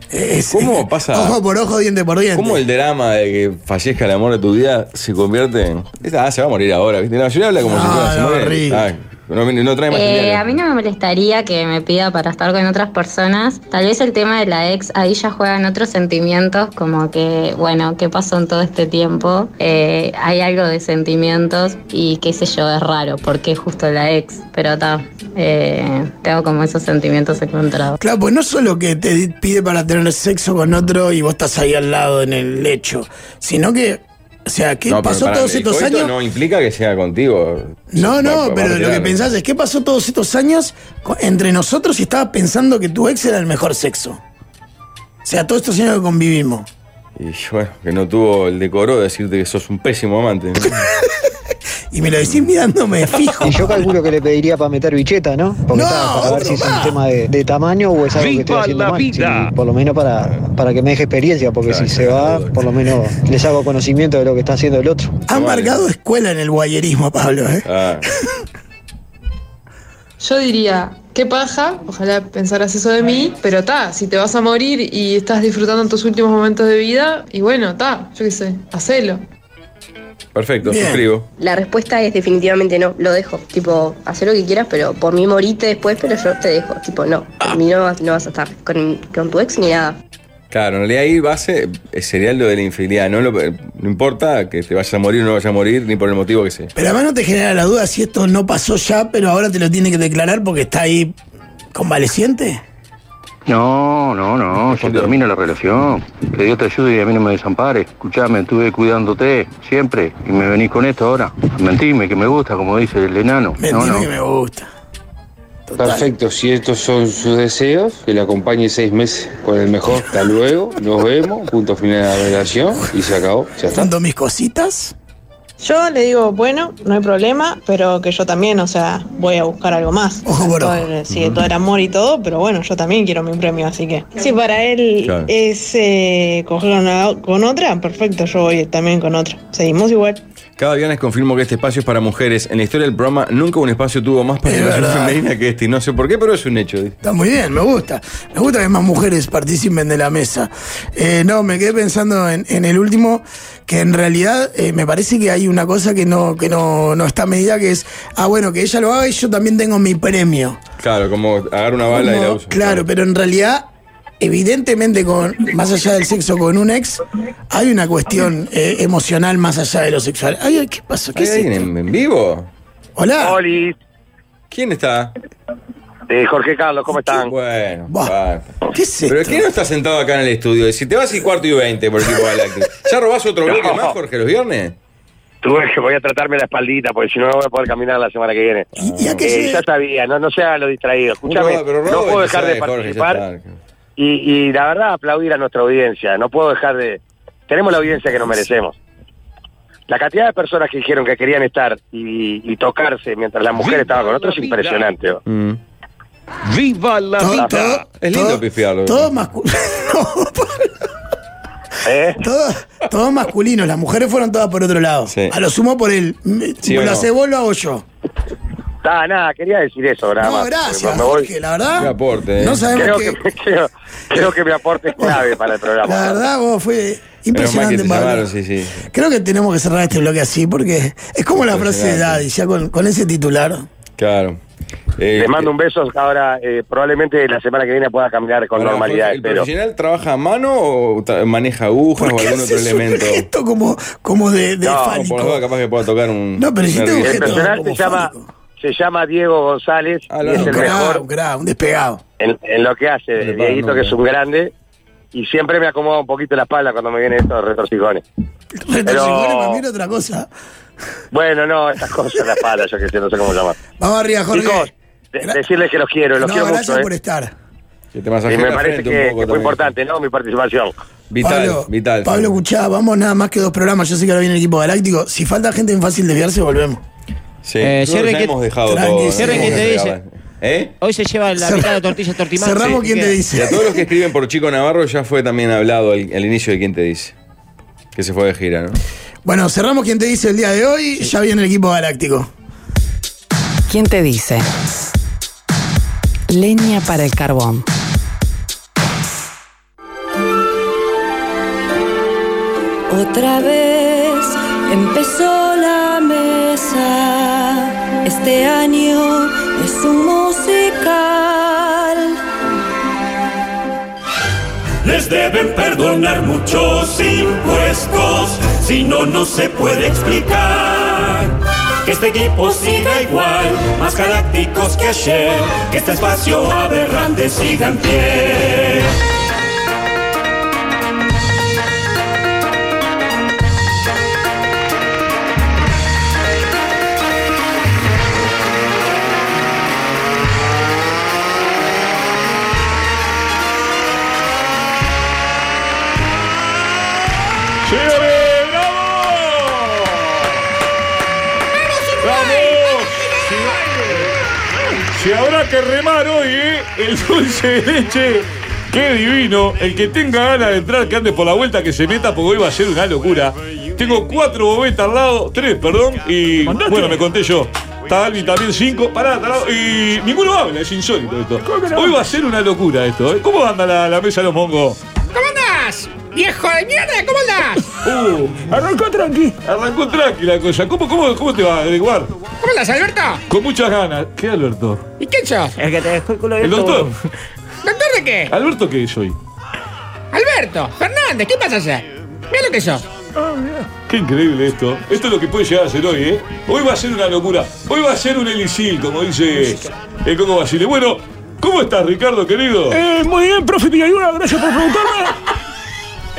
Speaker 1: ¿Cómo pasa?
Speaker 2: Ojo por ojo, diente por diente.
Speaker 1: ¿Cómo el drama de que fallezca el amor de tu vida se convierte en. Esta, ah, se va a morir ahora, ¿viste? La mayoría habla como si fuera se muere. Ah, no, no trae más
Speaker 14: Eh,
Speaker 1: señales.
Speaker 14: a mí no me molestaría que me pida para estar con otras personas. Tal vez el tema de la ex, ahí ya juegan otros sentimientos, como que, bueno, ¿qué pasó en todo este tiempo? Eh, hay algo de sentimientos y qué sé yo, es raro, porque justo la ex, pero está, eh, tengo como esos sentimientos encontrados.
Speaker 2: Claro, pues no solo que te pide para tener sexo con otro y vos estás ahí al lado en el lecho, sino que, o sea, ¿qué
Speaker 1: No, pero
Speaker 2: pasó
Speaker 1: pará,
Speaker 2: todos
Speaker 1: el
Speaker 2: estos
Speaker 1: coito
Speaker 2: años?
Speaker 1: No implica que sea contigo.
Speaker 2: No,
Speaker 1: Va- va-
Speaker 2: no,
Speaker 1: va
Speaker 2: pero lo
Speaker 1: retirando.
Speaker 2: que pensás es, ¿qué pasó todos estos años co- entre nosotros y estabas pensando que tu ex era el mejor sexo? O sea, todos estos años que convivimos.
Speaker 1: Y bueno, que no tuvo el decoro de decirte que sos un pésimo
Speaker 2: (laughs)
Speaker 1: amante.
Speaker 2: Y me lo decís mirándome fijo.
Speaker 5: Y yo calculo que le pediría para meter bicheta, ¿no? Porque
Speaker 2: No,
Speaker 5: está, para ver
Speaker 2: otro
Speaker 5: si es
Speaker 2: más.
Speaker 5: un tema de, de tamaño o es algo que estoy
Speaker 2: Viva
Speaker 5: haciendo
Speaker 2: la
Speaker 5: mal.
Speaker 2: vida.
Speaker 5: Sí, por lo menos para, para que me deje experiencia, porque si se va, por lo menos les hago conocimiento de lo que está haciendo el otro.
Speaker 2: Ha marcado escuela en el guayerismo, Pablo, ¿eh?
Speaker 1: Ah,
Speaker 15: Yo diría, qué paja, ojalá pensaras eso de mí, pero ta, si te vas a morir y estás disfrutando en tus últimos momentos de vida, y bueno, ta, yo qué sé, hacelo.
Speaker 1: Perfecto,
Speaker 15: Bien.
Speaker 1: suscribo.
Speaker 13: La respuesta es definitivamente no, lo dejo. Tipo, haz lo que quieras, pero por mí morite después, pero yo te dejo. Tipo, no,
Speaker 2: Ah.
Speaker 13: por mí no, vas- no vas a estar con, con tu ex ni nada.
Speaker 1: Claro, en realidad ahí base eh, sería lo de la infidelidad. No, lo- eh, no importa que te vayas a morir o no vayas a morir, ni por el motivo que sea.
Speaker 2: Pero además no te genera la duda si esto no pasó ya, pero ahora te lo tiene que declarar porque está ahí convaleciente.
Speaker 3: No, no, no, ya termina la relación. Que Dios te ayude y a mí no me desampare. Escuchame, estuve cuidándote siempre y me venís con esto ahora. Mentime que me gusta, como dice el enano. No, no.
Speaker 2: Me gusta.
Speaker 16: Perfecto, si estos son sus deseos, que le acompañe seis meses con el mejor. Hasta luego, nos vemos, punto final de la relación y se acabó. Ya está.
Speaker 2: Tanto mis cositas.
Speaker 17: Yo le digo, bueno, no hay problema, pero que yo también, o sea, voy a buscar algo más. Todo el- sí, todo el amor y todo, pero bueno, yo también quiero mi premio, así que. Si para él
Speaker 18: Claro.
Speaker 17: es eh, coger una- con otra, perfecto, yo voy también con otra. Seguimos igual.
Speaker 1: Cada viernes confirmo que este espacio es para mujeres. En la historia del programa nunca un espacio tuvo más participación femenina que este. Y No sé por qué, pero es un hecho.
Speaker 2: Está muy bien, me gusta. Me gusta que más mujeres participen de la mesa. Eh, no, me quedé pensando en, en el último, que en realidad eh, me parece que hay una cosa que no, que no, no está medida, que es, ah, bueno, que ella lo haga y yo también tengo mi premio.
Speaker 1: Claro, como agarrar una bala y Ah, la
Speaker 2: Como-
Speaker 1: uso.
Speaker 2: claro, pero en realidad, evidentemente, con, más allá del sexo con un ex, hay una cuestión eh, emocional más allá de lo sexual. Ay, ay, ¿qué pasó? ¿Qué
Speaker 1: ¿Hay
Speaker 2: es
Speaker 1: alguien
Speaker 2: esto?
Speaker 1: en, en vivo?
Speaker 2: Hola.
Speaker 1: ¿Quién está?
Speaker 4: Eh, Jorge Carlos, ¿cómo están?
Speaker 1: Bueno, basta. ¿Pero qué no está sentado acá en el estudio? Si te vas y cuarto y veinte por el tipo galáctico. ¿Ya robás otro
Speaker 4: No.
Speaker 1: bloque más, Jorge, los viernes?
Speaker 4: Tuve que voy a tratarme la espaldita, porque si no, no voy a poder caminar la semana que viene. Eh, ya sabía, no, no se hagan los distraídos. Escúchame,
Speaker 1: Roba- pero
Speaker 4: no
Speaker 1: roba
Speaker 4: puedo
Speaker 1: que
Speaker 4: dejar
Speaker 1: sabe,
Speaker 4: de
Speaker 1: Jorge, ya
Speaker 4: participar. y, y la verdad, aplaudir a nuestra audiencia. No puedo dejar de... Tenemos la audiencia que nos merecemos. La cantidad de personas que dijeron que querían estar y, y tocarse mientras la mujer estaba con otro es impresionante. ¿no?
Speaker 1: Mm. ¡Viva la
Speaker 4: vida!
Speaker 1: Es lindo pifiarlo.
Speaker 2: Todos masculinos. (laughs)
Speaker 4: ¿Eh?
Speaker 2: Todos, todos masculinos. Las mujeres fueron todas por otro lado.
Speaker 4: Sí.
Speaker 2: A lo sumo por él. Me-
Speaker 4: Sí o
Speaker 2: lo
Speaker 4: no.
Speaker 2: hace vos, lo hago yo.
Speaker 4: Ah, Nada, nada, quería decir eso, nada
Speaker 2: No,
Speaker 4: más.
Speaker 2: gracias,
Speaker 4: porque me voy-
Speaker 2: Jorge, la verdad, Qué
Speaker 1: aporte,
Speaker 2: eh. no sabemos
Speaker 4: creo
Speaker 2: qué-
Speaker 4: que... creo, creo que mi aporte es clave para el programa.
Speaker 2: La verdad, vos fue
Speaker 1: Menos mal que
Speaker 2: impresionante,
Speaker 1: te llamaron,
Speaker 2: Pablo.
Speaker 1: sí, sí.
Speaker 2: Creo que tenemos que cerrar este bloque así porque es como la frase de Daddy, ya con, con ese titular.
Speaker 1: Claro. Eh,
Speaker 4: Les mando un beso ahora, eh, probablemente la semana que viene pueda caminar con
Speaker 1: Ahora,
Speaker 4: normalidad,
Speaker 1: ¿El
Speaker 4: espero.
Speaker 1: profesional trabaja a mano o tra- maneja agujas o
Speaker 2: ¿Qué
Speaker 1: algún otro
Speaker 2: haces un
Speaker 1: elemento?
Speaker 2: gesto como, como de, de
Speaker 1: no,
Speaker 2: fálico?
Speaker 1: por las dudas capaz que pueda tocar un.
Speaker 2: No, pero hiciste un
Speaker 1: nervio.
Speaker 4: El personal se llama, se llama Diego González y es
Speaker 2: Un
Speaker 4: el
Speaker 2: crack, un
Speaker 4: mejor
Speaker 2: crack, un despegado.
Speaker 4: en, en lo que hace. eh,
Speaker 2: le pagan
Speaker 4: Dieguito,
Speaker 2: nombre.
Speaker 4: que es un grande, y siempre me acomoda un poquito la espalda cuando me vienen estos retorcijones.
Speaker 2: Retorcijones, para
Speaker 4: Pero,
Speaker 2: mí era otra cosa.
Speaker 4: bueno, no, estas cosas de la espalda, yo que sé, no sé cómo llamar.
Speaker 2: Vamos arriba, Jorge.
Speaker 4: Chicos, de- decirles que los quiero, los
Speaker 2: no,
Speaker 4: quiero
Speaker 2: gracias
Speaker 4: mucho.
Speaker 2: por
Speaker 4: eh.
Speaker 2: estar.
Speaker 1: Que te masajee
Speaker 4: Y me
Speaker 1: la
Speaker 4: parece
Speaker 1: frente
Speaker 4: que,
Speaker 1: un
Speaker 4: que
Speaker 1: poco
Speaker 4: fue
Speaker 1: también.
Speaker 4: importante, ¿no? Mi participación.
Speaker 1: Vital, vital.
Speaker 2: Pablo, escuchá, vamos nada más que dos programas. Yo sé que ahora viene el equipo galáctico. Si falta gente en fácil desviarse, volvemos.
Speaker 1: Sí,
Speaker 2: Eh,
Speaker 1: creo
Speaker 2: cierren
Speaker 1: ya
Speaker 2: que-
Speaker 1: hemos dejado
Speaker 2: Tranqui,
Speaker 1: todo.
Speaker 2: cierren que te dice.
Speaker 1: ¿Eh?
Speaker 19: Hoy se lleva la mitad de tortilla tortimán.
Speaker 1: Sí. Y a todos los que escriben por Chico Navarro ya fue también hablado al, al inicio de quién te dice. Que se fue de gira, ¿no?
Speaker 2: Bueno, cerramos quien te dice el día de hoy. Ya viene el equipo galáctico.
Speaker 20: ¿Quién te dice? Leña para el carbón.
Speaker 10: Otra vez empezó la mesa. Este año es un musical.
Speaker 6: Les deben perdonar muchos impuestos, si no, no se puede explicar. Que este equipo siga igual, más galácticos que ayer, que este espacio aberrante siga en pie.
Speaker 7: ¡Sígame! ¡Bravo! ¡Vamos! Si habrá que remar hoy, ¿eh? el dulce de leche. ¡Qué divino! El que tenga ganas de entrar, que ande por la vuelta, que se meta, porque hoy va a ser una locura. Tengo cuatro bobetas al lado, tres, perdón, y bueno, me conté yo. Está Alvin también cinco. Pará, tarado, y ninguno habla, es insólito esto. Hoy va a ser una locura esto. ¿eh? ¿Cómo anda la, la mesa de los mongos?
Speaker 8: ¿Cómo andás? ¡Viejo de mierda! ¿Cómo andás?
Speaker 7: Uh, arrancó tranqui. Arrancó tranqui la cosa. ¿Cómo, cómo, cómo te va a averiguar?
Speaker 8: ¿Cómo andás, Alberto?
Speaker 7: Con muchas ganas. ¿Qué Alberto?
Speaker 8: ¿Y quién sos?
Speaker 7: El que te dejó el culo doctor?
Speaker 8: ¿Doctor de qué?
Speaker 7: ¿Alberto qué soy?
Speaker 8: Alberto, Fernández, ¿qué pasa allá? Mira lo que sos.
Speaker 7: Ah, Qué increíble esto. Esto es lo que puede llegar a ser hoy, ¿eh? Hoy va a ser una locura. Hoy va a ser un elixir, como dice el Coco Basile. Bueno, ¿cómo estás, Ricardo, querido?
Speaker 21: Eh, muy bien, profe Piñayura, gracias por preguntarme.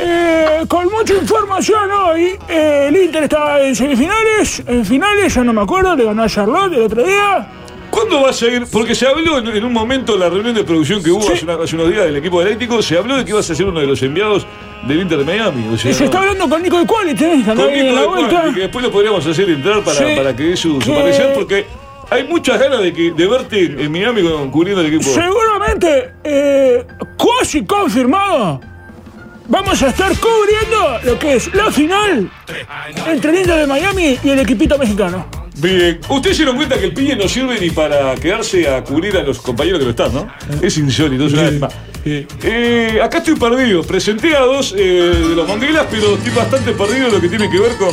Speaker 21: Eh, con mucha información hoy, eh, el Inter está en semifinales, en finales, ya no me acuerdo, le ganó a Charlotte el otro día.
Speaker 7: ¿Cuándo va a seguir? Porque se habló en, en un momento en la reunión de producción que hubo hace, una- hace unos días del equipo eléctrico, se habló de que ibas a ser uno de los enviados del Inter de Miami. O sea,
Speaker 21: Y se está hablando con Nico de Qualit, ¿eh? Andá
Speaker 7: Con
Speaker 21: bien en
Speaker 7: Nico
Speaker 21: la
Speaker 7: de
Speaker 21: vuelta.
Speaker 7: Juan, que después lo podríamos hacer entrar para,
Speaker 21: Sí.
Speaker 7: para que dé su, su
Speaker 21: Que-
Speaker 7: parecer, porque hay muchas ganas de, que, de verte en, en Miami con- cubriendo el equipo.
Speaker 21: Seguramente, eh, casi confirmado, vamos a estar cubriendo lo que es la final entre el Inter de Miami y el equipito mexicano.
Speaker 7: Bien, ustedes se dieron cuenta que el piñe no sirve ni para quedarse a cubrir a los compañeros que lo están, ¿no? Es insólito, es una lástima. Eh, acá estoy perdido. Presenté a dos eh, de los manguelas, pero estoy bastante perdido en lo que tiene que ver con.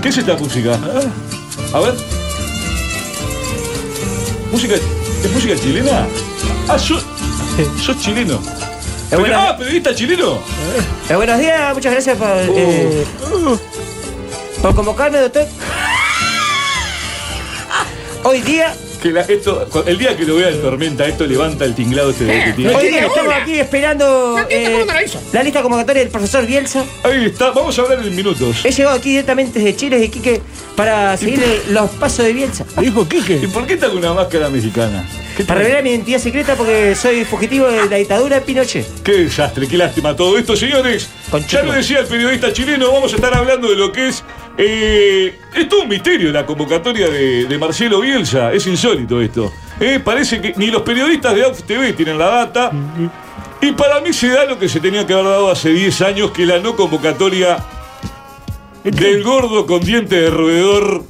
Speaker 7: ¿Qué es esta música? A ver. ¿Música, ¿Es música chilena? Ah, yo. ¿Sos chileno? Pero- ah, periodista chileno.
Speaker 5: Eh, buenos días, muchas gracias por,
Speaker 2: Uh.
Speaker 5: eh, por convocarme, doctor. Hoy día
Speaker 7: Que la- esto, el día que lo vea el tormenta, esto levanta el tinglado este
Speaker 5: Eh.
Speaker 7: que tiene.
Speaker 5: Hoy día estamos aquí esperando eh, la lista convocatoria del profesor Bielsa.
Speaker 7: Ahí está, vamos a hablar en minutos.
Speaker 5: He llegado aquí directamente desde Chile, desde Quique, para seguir eh, los pasos de Bielsa.
Speaker 7: Dijo Quique. ¿Y por qué está con una máscara mexicana?
Speaker 5: Para revelar mi identidad secreta porque soy fugitivo de la dictadura de Pinochet.
Speaker 7: Qué desastre, qué lástima todo esto, señores. ya lo decía el periodista chileno, vamos a estar hablando de lo que es. eh, es todo un misterio la convocatoria de, de Marcelo Bielsa, es insólito esto. Eh, parece que ni los periodistas de AUF TV tienen la data. Y para mí se da lo que se tenía que haber dado hace 10 años, que la no convocatoria del gordo con diente de roedor.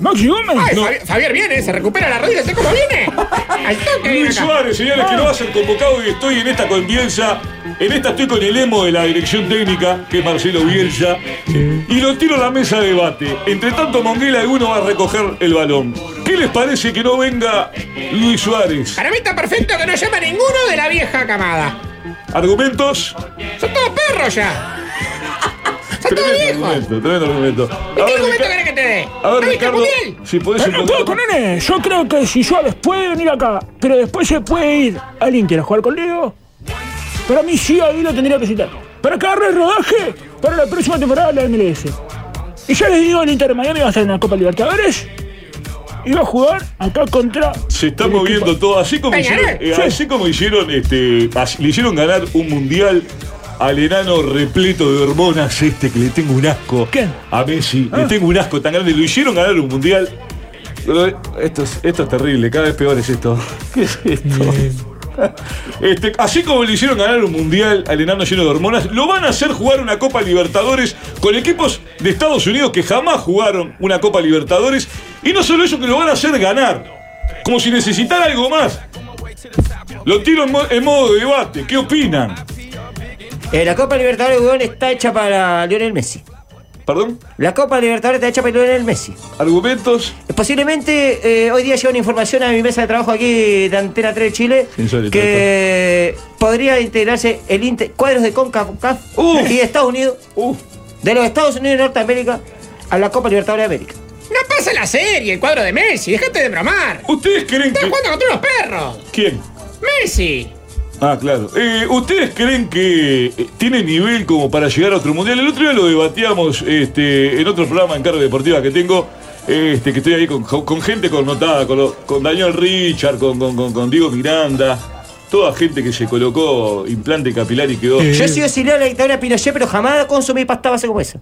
Speaker 21: ¡Maxi Gómez!
Speaker 8: Ay, Fabi- Fabiar viene, se recupera la rodilla, ¿sé cómo
Speaker 7: (laughs)
Speaker 8: viene? Al toque viene
Speaker 7: Luis
Speaker 8: acá.
Speaker 7: Suárez, señores, que no va a ser convocado y estoy en esta con Bielsa. En esta estoy con el emo de la dirección técnica, que es Marcelo Bielsa. Y lo tiro a la mesa de debate. Entre tanto, Monguela alguno va a recoger el balón. ¿Qué les parece que no venga Luis Suárez?
Speaker 8: Para mí está perfecto que no llama a ninguno de la vieja camada.
Speaker 7: ¿Argumentos?
Speaker 8: Son todos perros ya. Son todos
Speaker 7: Tremendo
Speaker 8: viejos.
Speaker 7: argumento, tremendo argumento.
Speaker 8: ¿Y qué argumento querés que te dé?
Speaker 7: A ver,
Speaker 8: ¿No viste el
Speaker 7: Ricardo,
Speaker 8: mundial?
Speaker 7: si podés
Speaker 21: Pero
Speaker 7: un
Speaker 21: un
Speaker 7: poquito
Speaker 21: poco, nene. Yo creo que si Suárez puede venir acá, pero después se puede ir al Inter a jugar conmigo, para mí sí ahí lo tendría que citar. Para que agarre el rodaje para la próxima temporada de la MLS. Y ya les digo, el Inter de Miami va a estar en la Copa Libertadores y va a jugar acá contra...
Speaker 7: Se está moviendo todo, así como hicieron,
Speaker 21: Peñarol.
Speaker 7: eh,
Speaker 21: Sí.
Speaker 7: así como hicieron, este, as- le hicieron ganar un mundial al enano repleto de hormonas este que le tengo un asco. A Messi,
Speaker 21: Ah.
Speaker 7: le tengo un asco tan grande, lo hicieron ganar un mundial. Pero, eh, Esto es, esto es terrible, cada vez peor es esto. ¿Qué es esto? Este, así como le hicieron ganar un mundial al enano lleno de hormonas, lo van a hacer jugar una Copa Libertadores con equipos de Estados Unidos que jamás jugaron una Copa Libertadores. Y no solo eso, que lo van a hacer ganar. Como si necesitara algo más. Lo tiro en, mo- en modo de debate. ¿Qué opinan?
Speaker 5: Eh, la Copa Libertadores, weón, está hecha para Lionel Messi.
Speaker 7: ¿Perdón?
Speaker 5: La Copa Libertadores está hecha para Lionel Messi.
Speaker 7: ¿Argumentos?
Speaker 5: Posiblemente eh, hoy día llega una información a mi mesa de trabajo aquí de Antena 3 de Chile
Speaker 7: Insólito
Speaker 5: que podría integrarse el Inter- cuadros de CONCACAF y de Estados Unidos de los Estados Unidos de Norteamérica a la Copa Libertadores de América.
Speaker 8: No pasa la serie, el cuadro de Messi, déjate de bromar.
Speaker 7: ¿Ustedes creen
Speaker 8: que.? jugando contra unos perros!
Speaker 7: ¿Quién?
Speaker 8: ¡Messi!
Speaker 7: Ah, claro. Eh, ¿Ustedes creen que eh, tiene nivel como para llegar a otro mundial? El otro día lo debatíamos este, en otro programa en carga deportiva que tengo, este, que estoy ahí con, con gente connotada, con, lo- con Daniel Richard, con, con- con- con Diego Miranda, toda gente que se colocó implante capilar y quedó.
Speaker 5: Yo he sido auxiliar de la dictadura de Pinochet, pero jamás consumí pasta base como esa.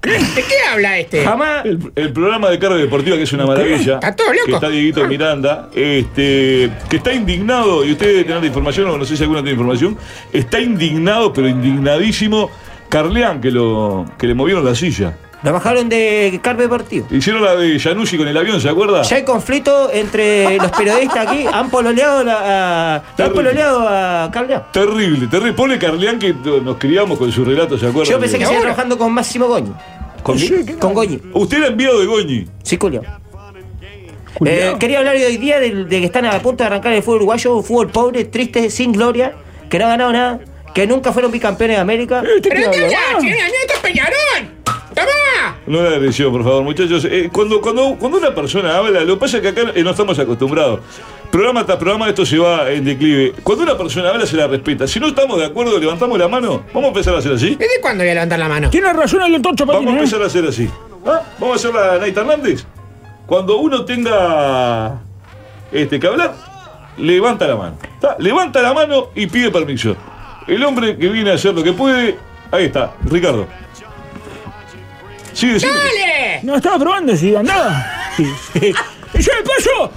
Speaker 8: ¿De qué habla este?
Speaker 5: Jamás.
Speaker 7: El, el programa de carga deportiva, que es una maravilla.
Speaker 8: Está todo loco. Ah.
Speaker 7: Que está Dieguito Miranda, este, que está indignado, y usted debe tener la información, o no sé si alguna tiene información, está indignado, pero indignadísimo, Carleán, que, lo, que le movieron la silla.
Speaker 5: La bajaron de Carpe Deportivo.
Speaker 7: Hicieron la de Yanushi con el avión, ¿se acuerda?
Speaker 5: Ya hay conflicto entre los periodistas aquí. Han pololeado la- a, han pololeado a Carleón.
Speaker 7: Terrible, terrible. Pone Carleán que nos criamos con su relato, ¿se acuerda?
Speaker 5: Yo pensé que estaba trabajando con Máximo Goñi.
Speaker 7: ¿Con qué?
Speaker 5: Con Goñi.
Speaker 7: Usted era enviado de Goñi.
Speaker 5: Sí, Julio. Eh, quería hablar hoy día del- de, que están a punto de arrancar el fútbol uruguayo, un fútbol pobre, triste, sin gloria, que no ha ganado nada, que nunca fueron bicampeones de América.
Speaker 7: Eh,
Speaker 8: ¿Pero qué habla? ¡Tiene nieto Peñarol! ¡Toma!
Speaker 7: No la agresión, por favor, muchachos. Eh, cuando, cuando, cuando una persona habla, lo que pasa es que acá eh, no estamos acostumbrados. Programa tras programa esto se va en declive. Cuando una persona habla, se la respeta. Si no estamos de acuerdo, levantamos la mano. Vamos a empezar a hacer así.
Speaker 8: ¿Desde cuándo voy a levantar la mano?
Speaker 7: Tiene razón el eh? doctor Vamos a empezar a hacer así. ¿Ah? Vamos a hacer la Naita Hernández. Cuando uno tenga este, que hablar, levanta la mano. Está, Levanta la mano y pide permiso. El hombre que viene a hacer lo que puede, ahí está, Ricardo. Sí, sí.
Speaker 8: ¡Dale!
Speaker 21: No, estaba probando si andaba. Sí. ¡Y yo de paso!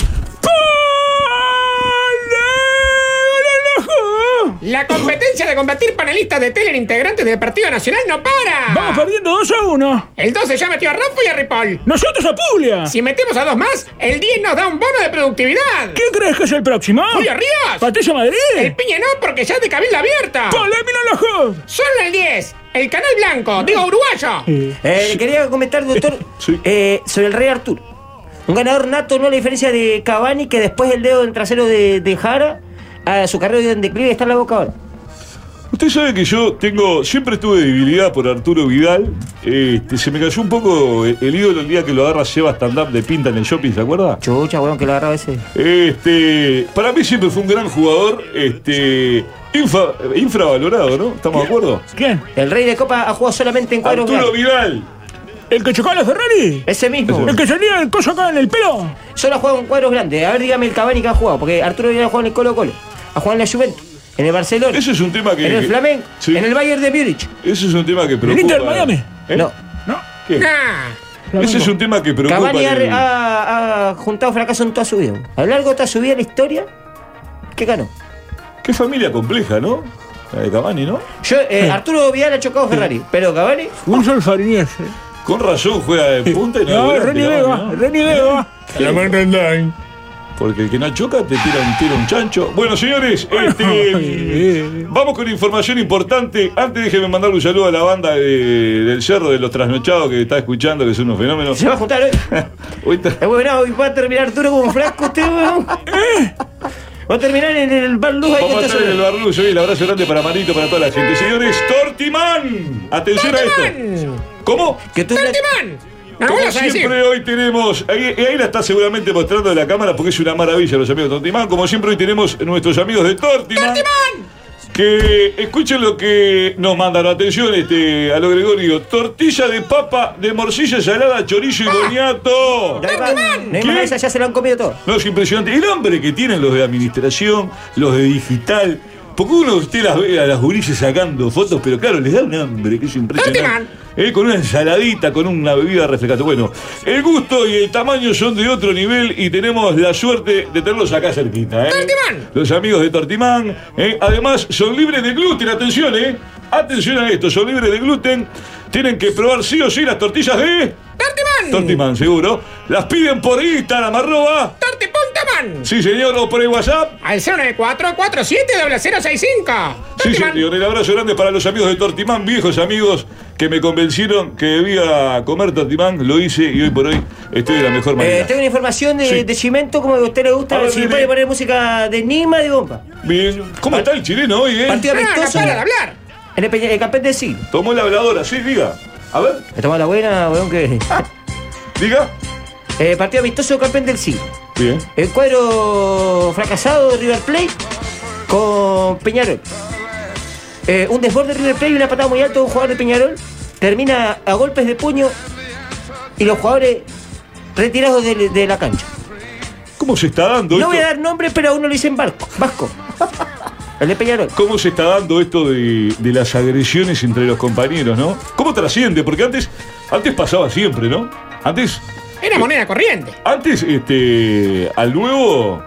Speaker 8: La competencia de combatir panelistas de tele en integrantes del Partido Nacional no para.
Speaker 21: Vamos perdiendo 2 a 1.
Speaker 8: El 12 ya metió a Rafa y a Ripoll.
Speaker 21: ¡Nosotros a Puglia!
Speaker 8: Si metemos a dos más, el 10 nos da un bono de productividad.
Speaker 21: ¿Quién crees que es el próximo?
Speaker 8: Julio Ríos.
Speaker 21: ¿Patricio Madrid?
Speaker 8: El piña no, porque ya es de cabina abierta.
Speaker 21: ¡Polémina la Hub!
Speaker 8: Solo el 10. El canal blanco, digo uruguayo.
Speaker 5: Eh, le quería comentar, doctor, eh, sobre el Rey Artur. Un ganador nato, no a la diferencia de Cavani, que después el dedo del trasero de, de Jara, a su carrera en declive está en la boca ahora.
Speaker 7: Usted sabe que yo tengo, siempre tuve debilidad por Arturo Vidal. Este, se me cayó un poco el, el ídolo el día que lo agarra lleva stand-up de pinta en el shopping, ¿se acuerda?
Speaker 5: Chucha, weón, que lo agarra a veces.
Speaker 7: Este, para mí siempre fue un gran jugador, este, infa- infravalorado, ¿no? ¿Estamos de acuerdo?
Speaker 21: ¿Quién?
Speaker 5: El Rey de Copa ha jugado solamente en cuadros
Speaker 7: Arturo
Speaker 5: blancos.
Speaker 7: Vidal.
Speaker 21: ¿El que chocó a los Ferrari?
Speaker 5: Ese mismo.
Speaker 21: ¿El que salía el coso acá en el pelo?
Speaker 5: Solo ha jugado en cuadros grandes. A ver, dígame el Cavani que ha jugado, porque Arturo Vidal ha jugado en el Colo Colo, ha jugado en la Juventus, en el Barcelona.
Speaker 7: Ese es un tema que-
Speaker 5: En el
Speaker 7: que-
Speaker 5: Flamengo, en el Bayern de Múnich.
Speaker 7: Ese es un tema que preocupa.
Speaker 5: Inter Miami?
Speaker 7: ¿Eh?
Speaker 5: No.
Speaker 7: ¿Qué? Ese es un tema que preocupa.
Speaker 5: Cavani ha,
Speaker 7: en el-
Speaker 5: ha- ha juntado fracaso en toda su vida. A lo largo de toda su vida en la historia, ¿qué ganó?
Speaker 7: Qué familia compleja, ¿no? La de Cavani, ¿no?
Speaker 5: Yo,
Speaker 21: (laughs)
Speaker 5: eh, Arturo Vidal ha chocado a Ferrari, pero Cavani.
Speaker 21: Un sol farinese.
Speaker 7: Con razón juega de punta y no, de
Speaker 21: No,
Speaker 7: volante,
Speaker 21: Ronnie
Speaker 7: Cavani,
Speaker 21: Vega,
Speaker 7: ¿no?
Speaker 21: Ronnie Vega.
Speaker 7: La mano Porque el que no choca te tira un, tira un chancho.
Speaker 21: (laughs)
Speaker 7: Bueno, señores, este, vamos con información importante. Antes déjenme mandar un saludo a la banda de- del Cerro de los Trasnochados que está escuchando, que es unos fenómenos.
Speaker 5: Se va a juntar hoy.
Speaker 7: (laughs) Hoy está-
Speaker 5: Eh, bueno, hoy va a terminar Arturo como un frasco usted, weón.
Speaker 21: ¿Eh?
Speaker 5: Va a terminar en el Bar Luz ahí
Speaker 7: Vamos a
Speaker 5: entonces.
Speaker 7: estar en el barluz hoy. El abrazo grande para Marito, para toda la gente. Señores, Tortimán. Atención a esto. ¿Cómo?
Speaker 5: Que tú
Speaker 8: ¡Tortimán! No,
Speaker 7: Como
Speaker 8: vuelvas a decir.
Speaker 7: siempre hoy tenemos, ahí, ahí la está seguramente mostrando de la cámara porque es una maravilla los amigos de Tortimán. Como siempre hoy tenemos nuestros amigos de Tortimán. Que escuchen lo que nos mandan. Atención este, a lo Gregorio. Tortilla de papa, de morcilla salada, chorizo y boniato.
Speaker 5: No hay
Speaker 7: ¿Qué?
Speaker 5: más, ya se lo han comido todo.
Speaker 7: No, es impresionante. El hambre que tienen los de administración, los de digital. Porque uno usted las ve a las gurises sacando fotos, pero claro, les da un hambre que es impresionante. Eh, con una ensaladita, con una bebida refrescante. Bueno, el gusto y el tamaño son de otro nivel y tenemos la suerte de tenerlos acá cerquita. ¿eh? Los amigos de Tortimán. ¿eh? Además, son libres de gluten. Atención, ¿eh? Atención a esto. Son libres de gluten. Tienen que probar sí o sí las tortillas de... Tortimán. Tortimán, seguro. Las piden por Instagram, arroba...
Speaker 8: Juan.
Speaker 7: Sí, señor, o por el WhatsApp.
Speaker 8: Al 09447-0065.
Speaker 7: Sí, señor, el abrazo grande para los amigos de Tortimán, viejos amigos que me convencieron que debía comer Tortimán, lo hice y hoy por hoy estoy de la mejor manera.
Speaker 5: Eh, tengo una información de,
Speaker 7: Sí.
Speaker 5: de Chimento, como a usted le
Speaker 7: A
Speaker 5: gusta,
Speaker 7: ver,
Speaker 5: si
Speaker 7: dime.
Speaker 5: puede poner música de Nima de bomba.
Speaker 7: Bien, ¿cómo está el chileno hoy, eh?
Speaker 5: Partido amistoso. En el, Peña- el campeón de sí.
Speaker 7: Tomó la habladora, sí, diga. A ver.
Speaker 5: ¿Me tomás la buena, weón? que
Speaker 7: (laughs) Diga.
Speaker 5: Eh, partido amistoso campeón del siglo.
Speaker 7: Bien.
Speaker 5: El cuadro fracasado de River Plate con Peñarol. Eh, un desborde de River Plate y una patada muy alta de un jugador de Peñarol. Termina a golpes de puño y los jugadores retirados de, de la cancha.
Speaker 7: ¿Cómo se está
Speaker 5: No
Speaker 7: dando esto?
Speaker 5: voy a dar nombres, pero a uno le dicen Barco, Vasco. El de Peñarol.
Speaker 7: ¿Cómo se está dando esto de, de las agresiones entre los compañeros, no? ¿Cómo trasciende? Porque antes, antes pasaba siempre, ¿no? Antes, eh,
Speaker 8: Era moneda corriente.
Speaker 7: antes, este, al nuevo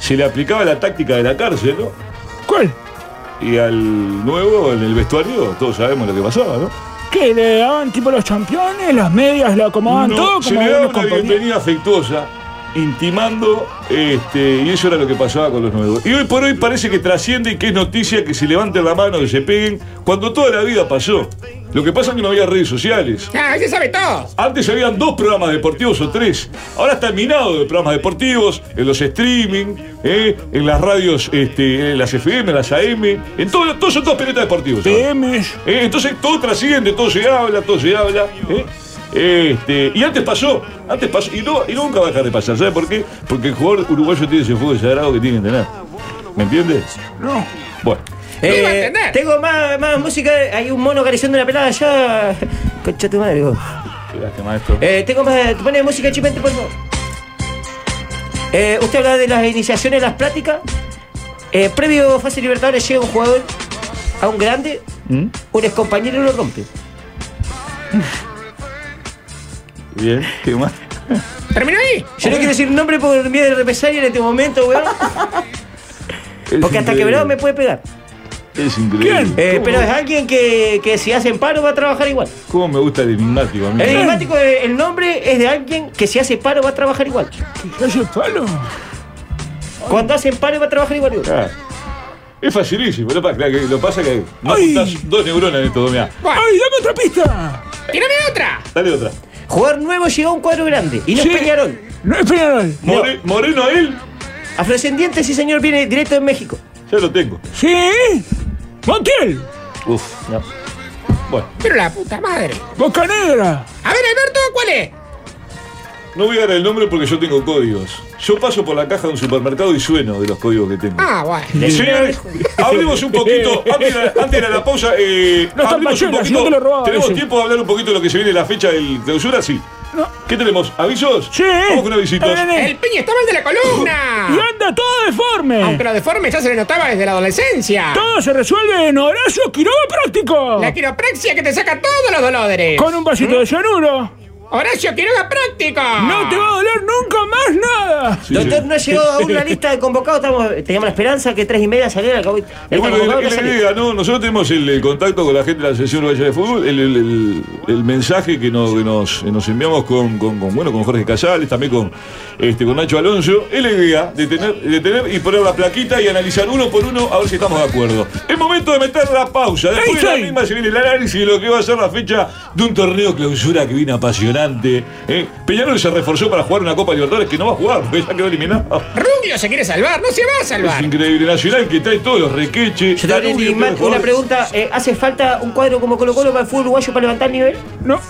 Speaker 7: se le aplicaba la táctica de la cárcel, ¿no?
Speaker 21: ¿Cuál?
Speaker 7: Y al nuevo, en el vestuario, todos sabemos lo que pasaba, ¿no?
Speaker 21: ¿Qué? ¿Le daban tipo los championes, las medias, le acomodaban
Speaker 7: No,
Speaker 21: todo?
Speaker 7: se
Speaker 21: Como
Speaker 7: le daba
Speaker 21: buenos
Speaker 7: una
Speaker 21: compañeros?
Speaker 7: bienvenida afectuosa, intimando, este, y eso era lo que pasaba con los nuevos. Y hoy por hoy parece que trasciende y que es noticia que se levanten la mano, que se peguen, cuando toda la vida pasó. Lo que pasa es que no había redes sociales.
Speaker 8: Ah, ese sabe todo.
Speaker 7: Antes habían dos programas deportivos o tres. Ahora está minado de programas deportivos, en los streaming, ¿eh? en las radios, este, en las FM, en las AM, en todo, todos son todos pelotas deportivos. ahora. ¿Eh? Entonces todo trasciende, todo se habla, todo se habla. ¿eh? Este, y antes pasó, antes pasó, y, no, y nunca va a dejar de pasar. ¿Sabe por qué? Porque el jugador uruguayo tiene ese fuego sagrado que tiene que tener. ¿Me entiendes?
Speaker 5: No.
Speaker 7: Bueno.
Speaker 5: Eh, tengo más, más música. Hay un mono acariciando una pelada allá. Concha tu madre, vos.
Speaker 7: Gracias, maestro.
Speaker 5: Eh, tengo más. Pone música chipente, por favor. Eh, usted hablaba de las iniciaciones, las pláticas. Eh, previo a fase Libertadores llega un jugador a un grande, un excompañero lo rompe.
Speaker 7: Bien, ¿qué más?
Speaker 5: ¿Terminó ahí? Yo no quiero decir nombre por miedo de represalia en este momento, (laughs) weón. Porque hasta
Speaker 7: increíble.
Speaker 5: quebrado me puede pegar.
Speaker 7: Es increíble.
Speaker 5: Eh,
Speaker 7: ¿Cómo-
Speaker 5: pero es alguien que, que si hacen paro va a trabajar igual.
Speaker 7: ¿Cómo me gusta el enigmático a mí?
Speaker 5: El enigmático, eh, el nombre es de alguien que si hace paro va a trabajar igual.
Speaker 21: hace paro?
Speaker 5: Cuando hacen paro va a trabajar igual.
Speaker 7: Ah, Es facilísimo, lo, pa- claro que lo pasa que no juntás dos neuronas en esto, mirá.
Speaker 21: ¡Ay, dame otra pista!
Speaker 8: ¡Tírame otra!
Speaker 7: Dale otra.
Speaker 5: Jugador nuevo llegó a un cuadro grande. Y no
Speaker 7: Sí.
Speaker 5: es Peñarol.
Speaker 21: No es Peñarol.
Speaker 7: More- ¿Moreno él?
Speaker 5: Afrodescendiente, sí señor, viene directo de México.
Speaker 7: Ya lo tengo.
Speaker 21: ¿Sí? ¡Montiel!
Speaker 7: Uf, no. Bueno,
Speaker 8: Pero la puta madre.
Speaker 21: ¡Boca Negra!
Speaker 8: A ver, Alberto, ¿cuál es?
Speaker 7: no voy a dar el nombre porque yo tengo códigos. Yo paso por la caja de un supermercado y sueno de los códigos que tengo.
Speaker 8: Ah, bueno.
Speaker 7: Señores, hablemos un poquito, antes de la, antes de la pausa, eh,
Speaker 21: No está
Speaker 7: hablemos un
Speaker 21: Pachuca, si no te lo
Speaker 7: poquito,
Speaker 21: robaba
Speaker 7: tenemos
Speaker 21: ese.
Speaker 7: tiempo de hablar un poquito de lo que se viene la fecha del clausura, sí. ¿Qué tenemos? ¿Avisos? Sí. Vamos con avisitos.
Speaker 8: El piña está mal de la columna.
Speaker 21: eh. ¡Y anda todo deforme!
Speaker 8: Aunque lo deforme ya se le notaba desde la adolescencia.
Speaker 21: Todo se resuelve en Horacio Quiroga Práctico.
Speaker 8: La quiropraxia que te saca todos los dolores. ¿Mm?
Speaker 21: Con un vasito de cianuro.
Speaker 8: Horacio Quiroga Práctico.
Speaker 21: No te va a doler nunca más nada.
Speaker 5: Doctor, no llegó a
Speaker 7: (laughs)
Speaker 5: una lista de convocados. Estamos, teníamos la esperanza que tres y media saliera. acabo-
Speaker 7: Y bueno,
Speaker 5: está
Speaker 7: es la-
Speaker 5: convocado,
Speaker 7: es la
Speaker 5: no salió.
Speaker 7: idea, ¿no? Nosotros tenemos el, el contacto con la gente de la Asociación Uruguaya de Fútbol, el, el- el- el mensaje que nos, que nos, que nos enviamos con, con- con, bueno, con Jorge Casales, también con, este, con Nacho Alonso, es la idea de tener, de tener y poner la plaquita y analizar uno por uno a ver si estamos de acuerdo. Es momento de meter la pausa, después de la misma se viene el análisis de lo que va a ser la fecha de un torneo clausura que viene apasionante. ¿eh? Peñarol se reforzó para jugar una Copa Libertadores que no va a jugar, porque ya quedó eliminado.
Speaker 8: (laughs) Rubio se quiere salvar, no se va a
Speaker 7: Es
Speaker 8: salvar.
Speaker 7: increíble, Nacional que trae todos los requeches.
Speaker 5: Doctor
Speaker 7: Danubio,
Speaker 5: Enigma,
Speaker 7: todos los
Speaker 5: una
Speaker 7: jugadores.
Speaker 5: pregunta. eh, ¿Hace falta un cuadro como Colo Colo para el fútbol uruguayo para levantar el nivel?
Speaker 21: No.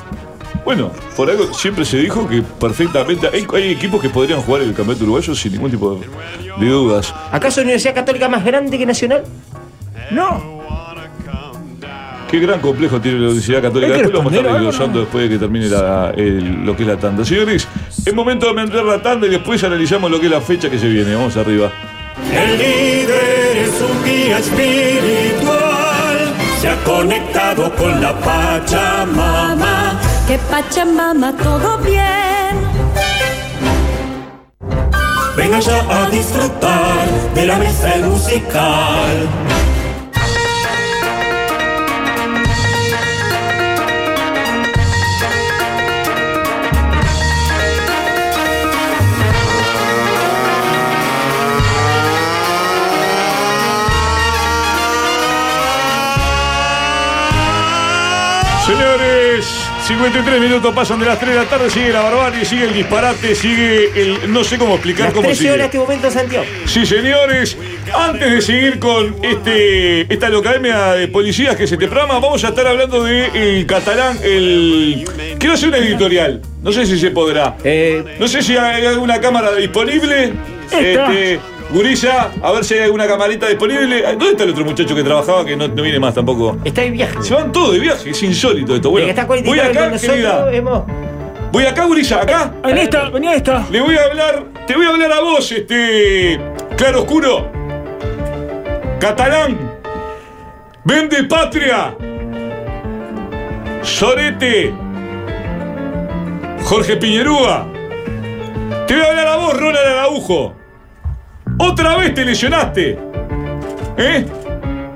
Speaker 7: Bueno, por algo siempre se dijo que perfectamente hay, hay equipos que podrían jugar el campeonato uruguayo sin ningún tipo de, de dudas.
Speaker 5: ¿Acaso la Universidad Católica más grande que Nacional?
Speaker 21: No.
Speaker 7: Qué gran complejo tiene la Universidad Católica.
Speaker 21: Hay que
Speaker 7: Después lo vamos a estar
Speaker 21: responder algo,
Speaker 7: desglosando después de que termine la- el- lo que es la tanda. Señores, es momento de meter la tanda y después analizamos lo que es la fecha que se viene. Vamos arriba.
Speaker 6: El líder es un guía espiritual, se ha conectado con la Pachamama.
Speaker 10: Ah, que Pachamama todo bien.
Speaker 6: Venga ya a disfrutar de la mesa musical.
Speaker 7: Señores, 53 minutos pasan de las 3 de la tarde, sigue la barbarie, sigue el disparate, sigue el. No sé cómo explicar
Speaker 5: Las
Speaker 7: cómo
Speaker 5: 13
Speaker 7: sigue.
Speaker 5: horas que momento Santiago.
Speaker 7: Sí, señores, antes de seguir con este, esta locademia de policías que se te programa, vamos a estar hablando de el catalán, el... Quiero hacer una editorial, no sé si se podrá.
Speaker 5: Eh.
Speaker 7: no sé si hay alguna cámara disponible.
Speaker 21: Está.
Speaker 7: Este, Gurisa, a ver si hay alguna camarita disponible. ¿Dónde está el otro muchacho que trabajaba que no, no viene más tampoco?
Speaker 5: Está de viaje.
Speaker 7: Se van todos de viaje, es insólito esto.
Speaker 5: El
Speaker 7: Bueno,
Speaker 5: que está
Speaker 7: voy
Speaker 5: 49
Speaker 7: acá,
Speaker 5: con nosotros,
Speaker 7: querida.
Speaker 5: hemos-
Speaker 7: Voy acá, Gurisa, acá.
Speaker 21: En esta, vení a esta.
Speaker 7: Le voy a hablar, te voy a hablar a vos, este. Claro Oscuro. Catalán. Vende patria. Sorete. Jorge Piñerúa. Te voy a hablar a vos, Ronald Araujo. Otra vez te lesionaste. ¿Eh?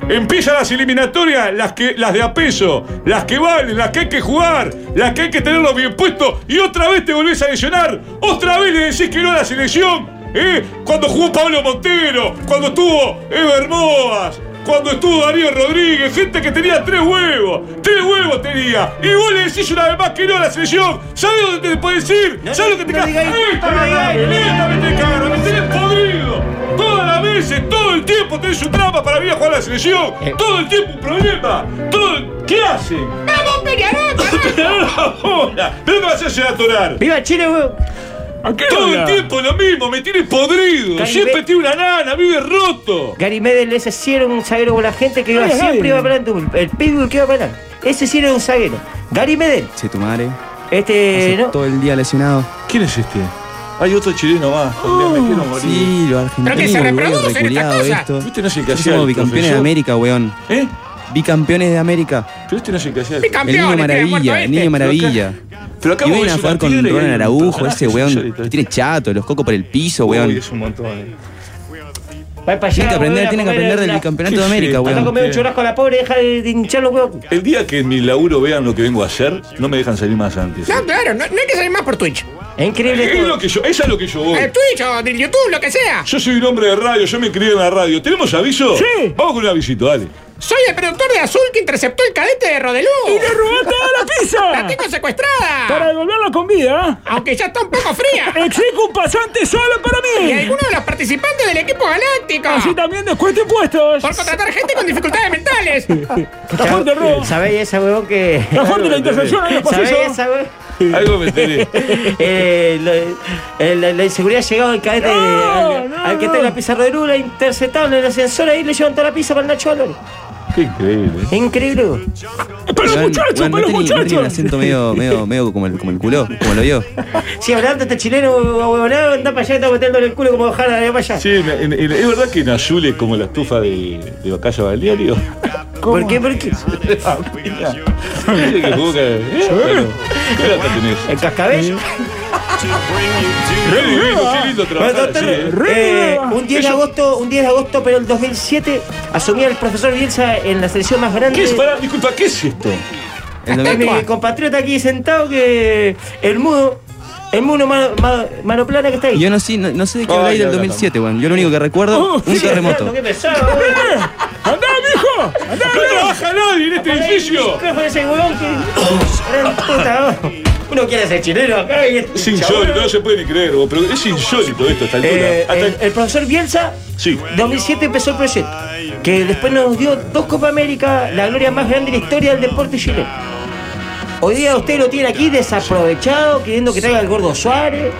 Speaker 7: Empiezan las eliminatorias, las, que, las de a peso, las que valen, las que hay que jugar, las que hay que tenerlos bien puestos, y otra vez te volvés a lesionar, otra vez le decís que no a la selección, ¿eh? Cuando jugó Pablo Montero, cuando estuvo Ever Moas, cuando estuvo Darío Rodríguez, gente que tenía tres huevos, tres huevos tenía, y vos le decís una vez más que no a la selección, ¿sabés dónde te podés ir? ¿Sabés lo que te cae? ¡Esta cagada! ¡Esta me te cago! ¡Me tenés podrido! Todas las veces, todo el tiempo tenés un trampa para venir a jugar a la selección. Todo el tiempo un problema. Todo el- ¿Qué hacen? ¡Vamos, (laughs) Peñarol! ¡Peñarol ahora! ¿Pero qué vas a hacer atorar?
Speaker 5: ¡Viva Chile, weón!
Speaker 7: Todo
Speaker 5: hora?
Speaker 7: el tiempo lo mismo, me tiene podrido.
Speaker 5: Caribe-
Speaker 7: Siempre tiene una nana, vive roto.
Speaker 5: Gary Medel, ese sí era un zaguero con la gente que iba,
Speaker 7: Ay, ay,
Speaker 5: siempre
Speaker 7: ay.
Speaker 5: iba para adelante. El pitbull que iba para adelante. Ese sí era un zaguero. Gary Medel,
Speaker 4: Sí, tu madre.
Speaker 5: este,
Speaker 4: Hace
Speaker 5: ¿no?
Speaker 4: Todo el día lesionado. Uh,
Speaker 7: ¿Quién es este? Hay otro chileno más. me quiero morir.
Speaker 4: Sí, lo argentino.
Speaker 7: Pero que se reproducen estas cosas.
Speaker 4: Esto.
Speaker 7: Viste, no sé qué
Speaker 4: Nosotros
Speaker 7: hacía
Speaker 4: Somos
Speaker 7: el
Speaker 4: bicampeones de
Speaker 7: profesor.
Speaker 4: América, weón.
Speaker 7: ¿Eh?
Speaker 4: Bicampeones de América.
Speaker 7: Pero este no es el este que hacía.
Speaker 4: El niño maravilla, el
Speaker 12: este,
Speaker 4: niño maravilla.
Speaker 7: Pero acá
Speaker 4: y
Speaker 7: vos
Speaker 4: vienen
Speaker 7: ves
Speaker 4: a jugar
Speaker 7: una
Speaker 4: con
Speaker 7: piedra y "Ah, hay
Speaker 4: Ronald
Speaker 7: un
Speaker 4: Araujo,
Speaker 7: personaje
Speaker 4: ese weón.
Speaker 7: insólito.
Speaker 4: que Tiene chato, los cocos por el piso, Eh, weón.
Speaker 7: Uy, es un montón.
Speaker 5: Va para allá,
Speaker 4: Tienen que aprender,
Speaker 5: weón, a
Speaker 4: tienen que
Speaker 5: comer
Speaker 4: aprender del
Speaker 5: una-
Speaker 4: bicampeonato
Speaker 7: ¿Qué
Speaker 4: de América,
Speaker 7: es
Speaker 5: Anda a
Speaker 4: weón.
Speaker 5: comer un churrasco a la pobre, deja de hinchar los huevos.
Speaker 7: El día que en mi laburo vean lo que vengo a hacer, no me dejan salir más antes.
Speaker 8: No,
Speaker 5: (laughs)
Speaker 8: claro, no, no hay que salir más por Twitch.
Speaker 5: Es increíble.
Speaker 7: Es lo que yo, esa es lo que yo voy.
Speaker 8: El Twitch o del YouTube, lo que sea.
Speaker 7: Yo soy un hombre de radio, yo me crié en la radio. ¿Tenemos aviso? Sí. Vamos con un avisito, dale.
Speaker 8: Soy el productor de Azul que interceptó el cadete de Rodelú. ¡Y le
Speaker 21: robó toda la pizza!
Speaker 8: ¡La tengo secuestrada!
Speaker 21: Para devolver la comida.
Speaker 8: Aunque ya está un poco fría.
Speaker 21: Exijo un pasante solo para mí.
Speaker 8: Y alguno de los participantes del equipo galáctico.
Speaker 21: Así también descuento impuestos.
Speaker 8: Por contratar gente con dificultades mentales.
Speaker 21: Está fuerte el robo.
Speaker 5: ¿Sabéis esa huevón que.?
Speaker 21: Está fuerte la
Speaker 5: (laughs)
Speaker 21: intercepción ahí,
Speaker 5: ¿Sabéis
Speaker 21: pasillo.
Speaker 5: esa huevón?
Speaker 7: Algo me enteré.
Speaker 5: (laughs) Eh, lo- eh, la, la inseguridad ha llegado al cadete al, al que está en la pizarra de Lula, interceptado en el ascensor ahí le llevan toda la pizza para el Nacho Álvarez.
Speaker 7: Qué increíble.
Speaker 5: Increíble.
Speaker 21: Pero
Speaker 4: Weón,
Speaker 5: muchachos,
Speaker 4: weón, no
Speaker 5: pero
Speaker 4: tenía- no tenía un
Speaker 5: muchachos.
Speaker 4: acento medio, medio, medio como el, como el culo, como lo vio.
Speaker 5: Si hablando este chileno, huevonado, anda para allá, está metiéndole el culo como Jara de para allá.
Speaker 7: Sí, en- en- en- es verdad que en azul es como la estufa de, de Bacalla (laughs) Balneario.
Speaker 5: ¿Por qué?
Speaker 7: (laughs)
Speaker 5: ¿Por qué?
Speaker 7: Ah,
Speaker 5: (laughs)
Speaker 7: Dice que juega. ¿eh? Bueno, ¿Qué edad tenés?
Speaker 5: El cascabel.
Speaker 7: Re divino, qué lindo trabajar
Speaker 5: Bueno, doctor,
Speaker 7: así, ¿eh?
Speaker 5: eh, un 10 de agosto, un 10 de agosto, pero el 2007 asumía el profesor Bielsa en la selección más grande.
Speaker 7: ¿Qué es? Pará, disculpa, ¿qué es esto?
Speaker 5: Está mi compatriota aquí sentado que el mudo, el mudo mano, mano- mano plana que está ahí.
Speaker 4: Yo no sé, no, no sé de qué
Speaker 2: Oh,
Speaker 5: Ay,
Speaker 4: habláis del
Speaker 5: no, no,
Speaker 4: 2007, weón. Yo lo único que
Speaker 7: Uh,
Speaker 4: recuerdo, un terremoto.
Speaker 5: Qué pesado, güey.
Speaker 7: (laughs)
Speaker 21: ¡Andá, mijo! ¡Andá,
Speaker 7: ¡No trabaja nadie en este
Speaker 5: Por ahí,
Speaker 7: edificio!
Speaker 5: ¿qué fue ese huevón que- Gran puta, güey. Uno quiere ser chileno acá y
Speaker 7: Es insólito, no se puede ni creer, vos, pero es insólito esto a esta altura.
Speaker 5: Eh,
Speaker 7: Hasta-
Speaker 5: el, el profesor Bielsa,
Speaker 7: Sí.
Speaker 5: 2007 empezó el proyecto, que después nos dio dos Copa América, la gloria más grande de la historia del deporte chileno. Hoy día usted lo tiene aquí desaprovechado, queriendo que traiga el gordo Suárez.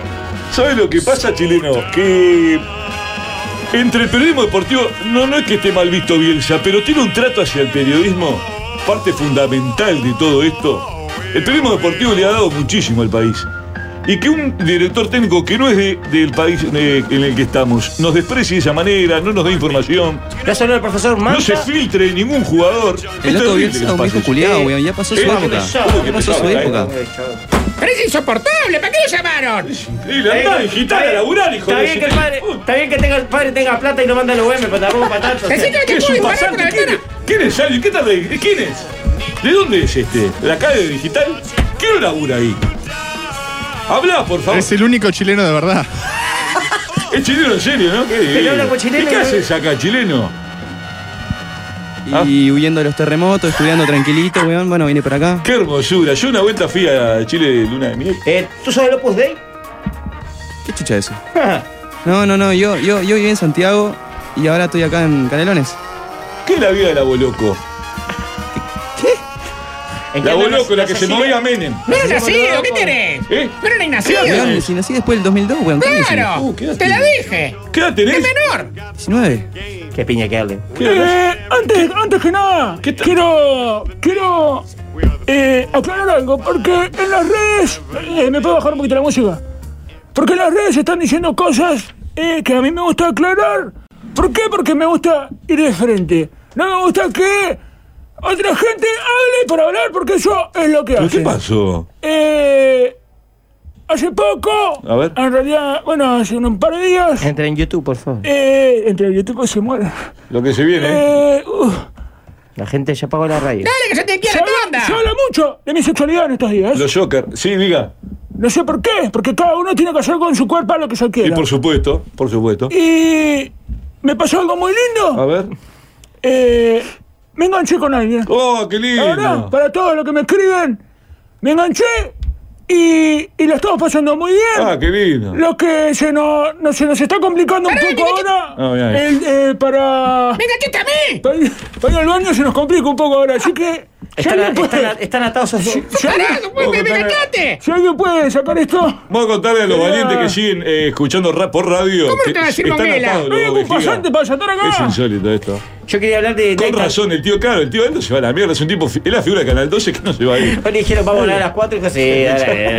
Speaker 7: ¿Sabes lo que pasa, chileno? Que entre el periodismo deportivo, no, no es que esté mal visto Bielsa, pero tiene un trato hacia el periodismo, parte fundamental de todo esto. El periodismo deportivo le ha dado muchísimo al país. Y que un director técnico que no es de- del país eh, en el que estamos nos desprecie de esa manera, no nos dé información.
Speaker 5: el profesor
Speaker 7: No se filtre ningún jugador.
Speaker 4: El
Speaker 7: Esto
Speaker 4: loco Bielsa
Speaker 7: es horrible
Speaker 4: es un
Speaker 7: que
Speaker 4: viejo
Speaker 7: pase.
Speaker 4: culiado, weón. Ya pasó su
Speaker 7: Eh,
Speaker 4: época.
Speaker 7: ¿cómo que
Speaker 4: Ya pasó su
Speaker 7: pesado,
Speaker 4: época.
Speaker 8: Pero es insoportable, ¿para qué lo llamaron? Es
Speaker 7: increíble, andá a digital a laburar, hijo
Speaker 5: Eh, Está
Speaker 7: de
Speaker 5: bien,
Speaker 7: su-
Speaker 5: que el padre, está bien que tenga, el padre tenga plata y no manda los UM, pero tampoco para tanto.
Speaker 8: Decí que
Speaker 7: ¿Qué es un pasante? ¿Quién, quién es alguien? ¿Qué tal? de- ¿Quién es? ¿De dónde es este? ¿De acá de digital? ¿Qué no labura ahí? Habla, por favor.
Speaker 9: Es el único chileno de verdad.
Speaker 7: Es chileno en serio, ¿no? ¿Qué,
Speaker 9: Pero habla con
Speaker 7: ¿Y
Speaker 9: chileno, ¿eh?
Speaker 7: qué
Speaker 9: ¿no?
Speaker 7: haces acá, chileno?
Speaker 4: Y huyendo de los terremotos, estudiando tranquilito, weón. Bueno, vine para acá.
Speaker 7: Qué hermosura. Yo una vuelta fui a Chile de luna de miel.
Speaker 9: Eh,
Speaker 5: ¿Tú sabes el Opus Dei?
Speaker 4: ¿Qué chucha eso? (laughs) No, no, no. Yo, yo, yo viví en Santiago y ahora estoy acá en Canelones.
Speaker 7: ¿Qué es la vida del aboloco?
Speaker 4: ¿En qué
Speaker 7: La
Speaker 4: andan
Speaker 7: aboloco,
Speaker 4: las-
Speaker 7: la
Speaker 4: las
Speaker 7: que se
Speaker 4: asesinas?
Speaker 7: movía Menem.
Speaker 8: No eras nacido,
Speaker 5: ¿Eh?
Speaker 8: ¿qué
Speaker 7: tiene?
Speaker 8: tenés? No eras ni nacido.
Speaker 4: Weón, si nací después del 2002, weón. ¿qué dicen?
Speaker 8: Claro, te la dije.
Speaker 7: ¿Qué edad
Speaker 8: ¡Qué menor!
Speaker 4: 19.
Speaker 5: Qué piña que hablen.
Speaker 21: Eh, antes, antes que nada, quiero, quiero eh, aclarar algo, porque en las redes, eh, me puedo bajar un poquito la música, porque en las redes están diciendo cosas eh, que a mí me gusta aclarar. ¿Por qué? Porque me gusta ir de frente. No me gusta que otra gente hable por hablar, porque eso es lo que
Speaker 7: ¿Pero
Speaker 21: hace.
Speaker 7: qué pasó?
Speaker 21: Eh, hace poco,
Speaker 7: A ver.
Speaker 21: en realidad, bueno, hace un par de días,
Speaker 5: Entra en YouTube, por favor.
Speaker 21: eh, entre YouTube se muere.
Speaker 7: Lo que se viene.
Speaker 21: Eh, uf.
Speaker 5: uh. La gente ya apagó la radio.
Speaker 21: Dale, que yo te quiero, se habla, se habla mucho de mi sexualidad en estos días.
Speaker 7: Los Joker. Sí, diga.
Speaker 21: No sé por qué, porque cada uno tiene que hacer con su cuerpo lo que se
Speaker 7: Y
Speaker 21: quiera.
Speaker 7: por supuesto, por supuesto.
Speaker 21: Y me pasó algo muy lindo.
Speaker 7: A ver.
Speaker 21: Eh, me enganché con alguien.
Speaker 7: ¡Oh, qué lindo!
Speaker 21: Ahora, para todo lo que me escriben, me enganché y, y la estamos pasando muy bien.
Speaker 7: Ah, qué lindo.
Speaker 21: Lo que se nos, no- se nos está complicando un poco ahora.
Speaker 7: Ah, bien.
Speaker 21: el, eh, para. ¡Me
Speaker 8: enganchaste a mí!
Speaker 21: Para ir, para ir al baño se nos complica un poco ahora, así que. si
Speaker 5: Están-
Speaker 21: alguien puede-
Speaker 5: están- están atados a
Speaker 21: Si- si
Speaker 8: Pará,
Speaker 21: alguien-
Speaker 8: pues, me- me enganchaste.
Speaker 21: Si alguien puede sacar esto.
Speaker 7: Vamos a contarle a los
Speaker 21: Mira.
Speaker 7: valientes que siguen eh, escuchando rap por radio.
Speaker 21: ¿Cómo
Speaker 7: que
Speaker 21: te va a decir
Speaker 7: están
Speaker 21: Manguela? No
Speaker 7: atados los
Speaker 21: hay
Speaker 7: dos,
Speaker 21: ningún
Speaker 7: que diga.
Speaker 21: pasante para saltar acá.
Speaker 7: Es insólito esto.
Speaker 5: Yo quería hablar de.
Speaker 7: Con
Speaker 5: Nathan.
Speaker 7: razón, el tío, claro, el tío Aldo se va a la mierda. Es un tipo. fi- Es la figura de Canal 12 que no se va a ir.
Speaker 5: Hoy le dijeron, vamos a hablar a las 4 y dijo,
Speaker 7: (laughs)
Speaker 5: sí, dale. Eh,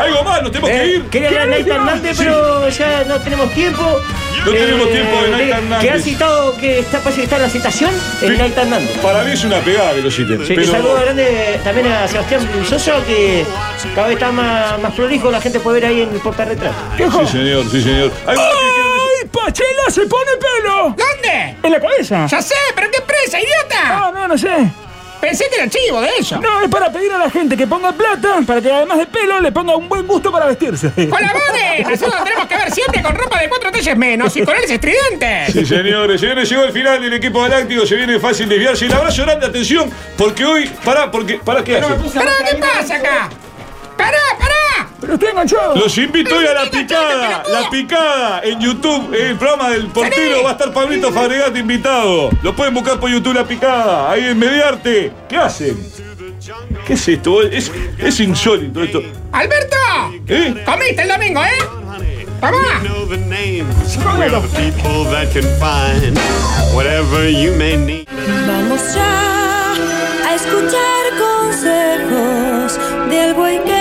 Speaker 7: Algo más, nos tenemos que ir.
Speaker 5: Quería hablar de Nathan Hernández, pero ya no tenemos tiempo. Eh,
Speaker 7: No tenemos tiempo de Nathan Hernández.
Speaker 5: Que ha citado que está, parece que está en la citación en Nathan Hernández.
Speaker 7: Para mí es una pegada que lo citen.
Speaker 5: Sí,
Speaker 7: pero-
Speaker 5: saludo grande también a Sebastián Sosa, que cada vez está más, más prolijo, la gente puede ver ahí en el portarretrato.
Speaker 7: Sí, señor, sí, señor. Hay más que-
Speaker 21: ¡Ay, Pachela se pone pelo!
Speaker 8: ¿Dónde?
Speaker 21: En la cabeza.
Speaker 8: Ya sé, pero qué presa, idiota.
Speaker 21: Ah, no, no sé.
Speaker 8: Pensé que era chivo de ella.
Speaker 21: No, es para pedir a la gente que ponga plata para que además de pelo le ponga un buen gusto para vestirse.
Speaker 8: Hola, Bode. Nosotros tenemos que ver siempre con ropa de cuatro talles menos y colores estridentes.
Speaker 7: Sí, señores, señores, llegó el final del equipo galáctico, se viene fácil desviarse. Y la abrazo grande, atención, porque hoy. Pará, porque. Pará, ¿qué hace?
Speaker 8: Pará, ¿qué pasa acá? Pará, pará.
Speaker 21: Pero estoy enganchado.
Speaker 7: Los invito hoy a la picada, la picada en YouTube, el programa del portero va a estar Pablito Fabregat invitado. Lo pueden buscar por YouTube la picada, ahí en Mediarte. ¿Qué hacen? ¿Qué es esto? Es, es insólito esto.
Speaker 8: Alberto.
Speaker 7: ¿Eh?
Speaker 8: Comiste el domingo, ¿eh? Tomá.
Speaker 9: people that can find whatever you may need.
Speaker 10: Vamos ya a escuchar consejos del buen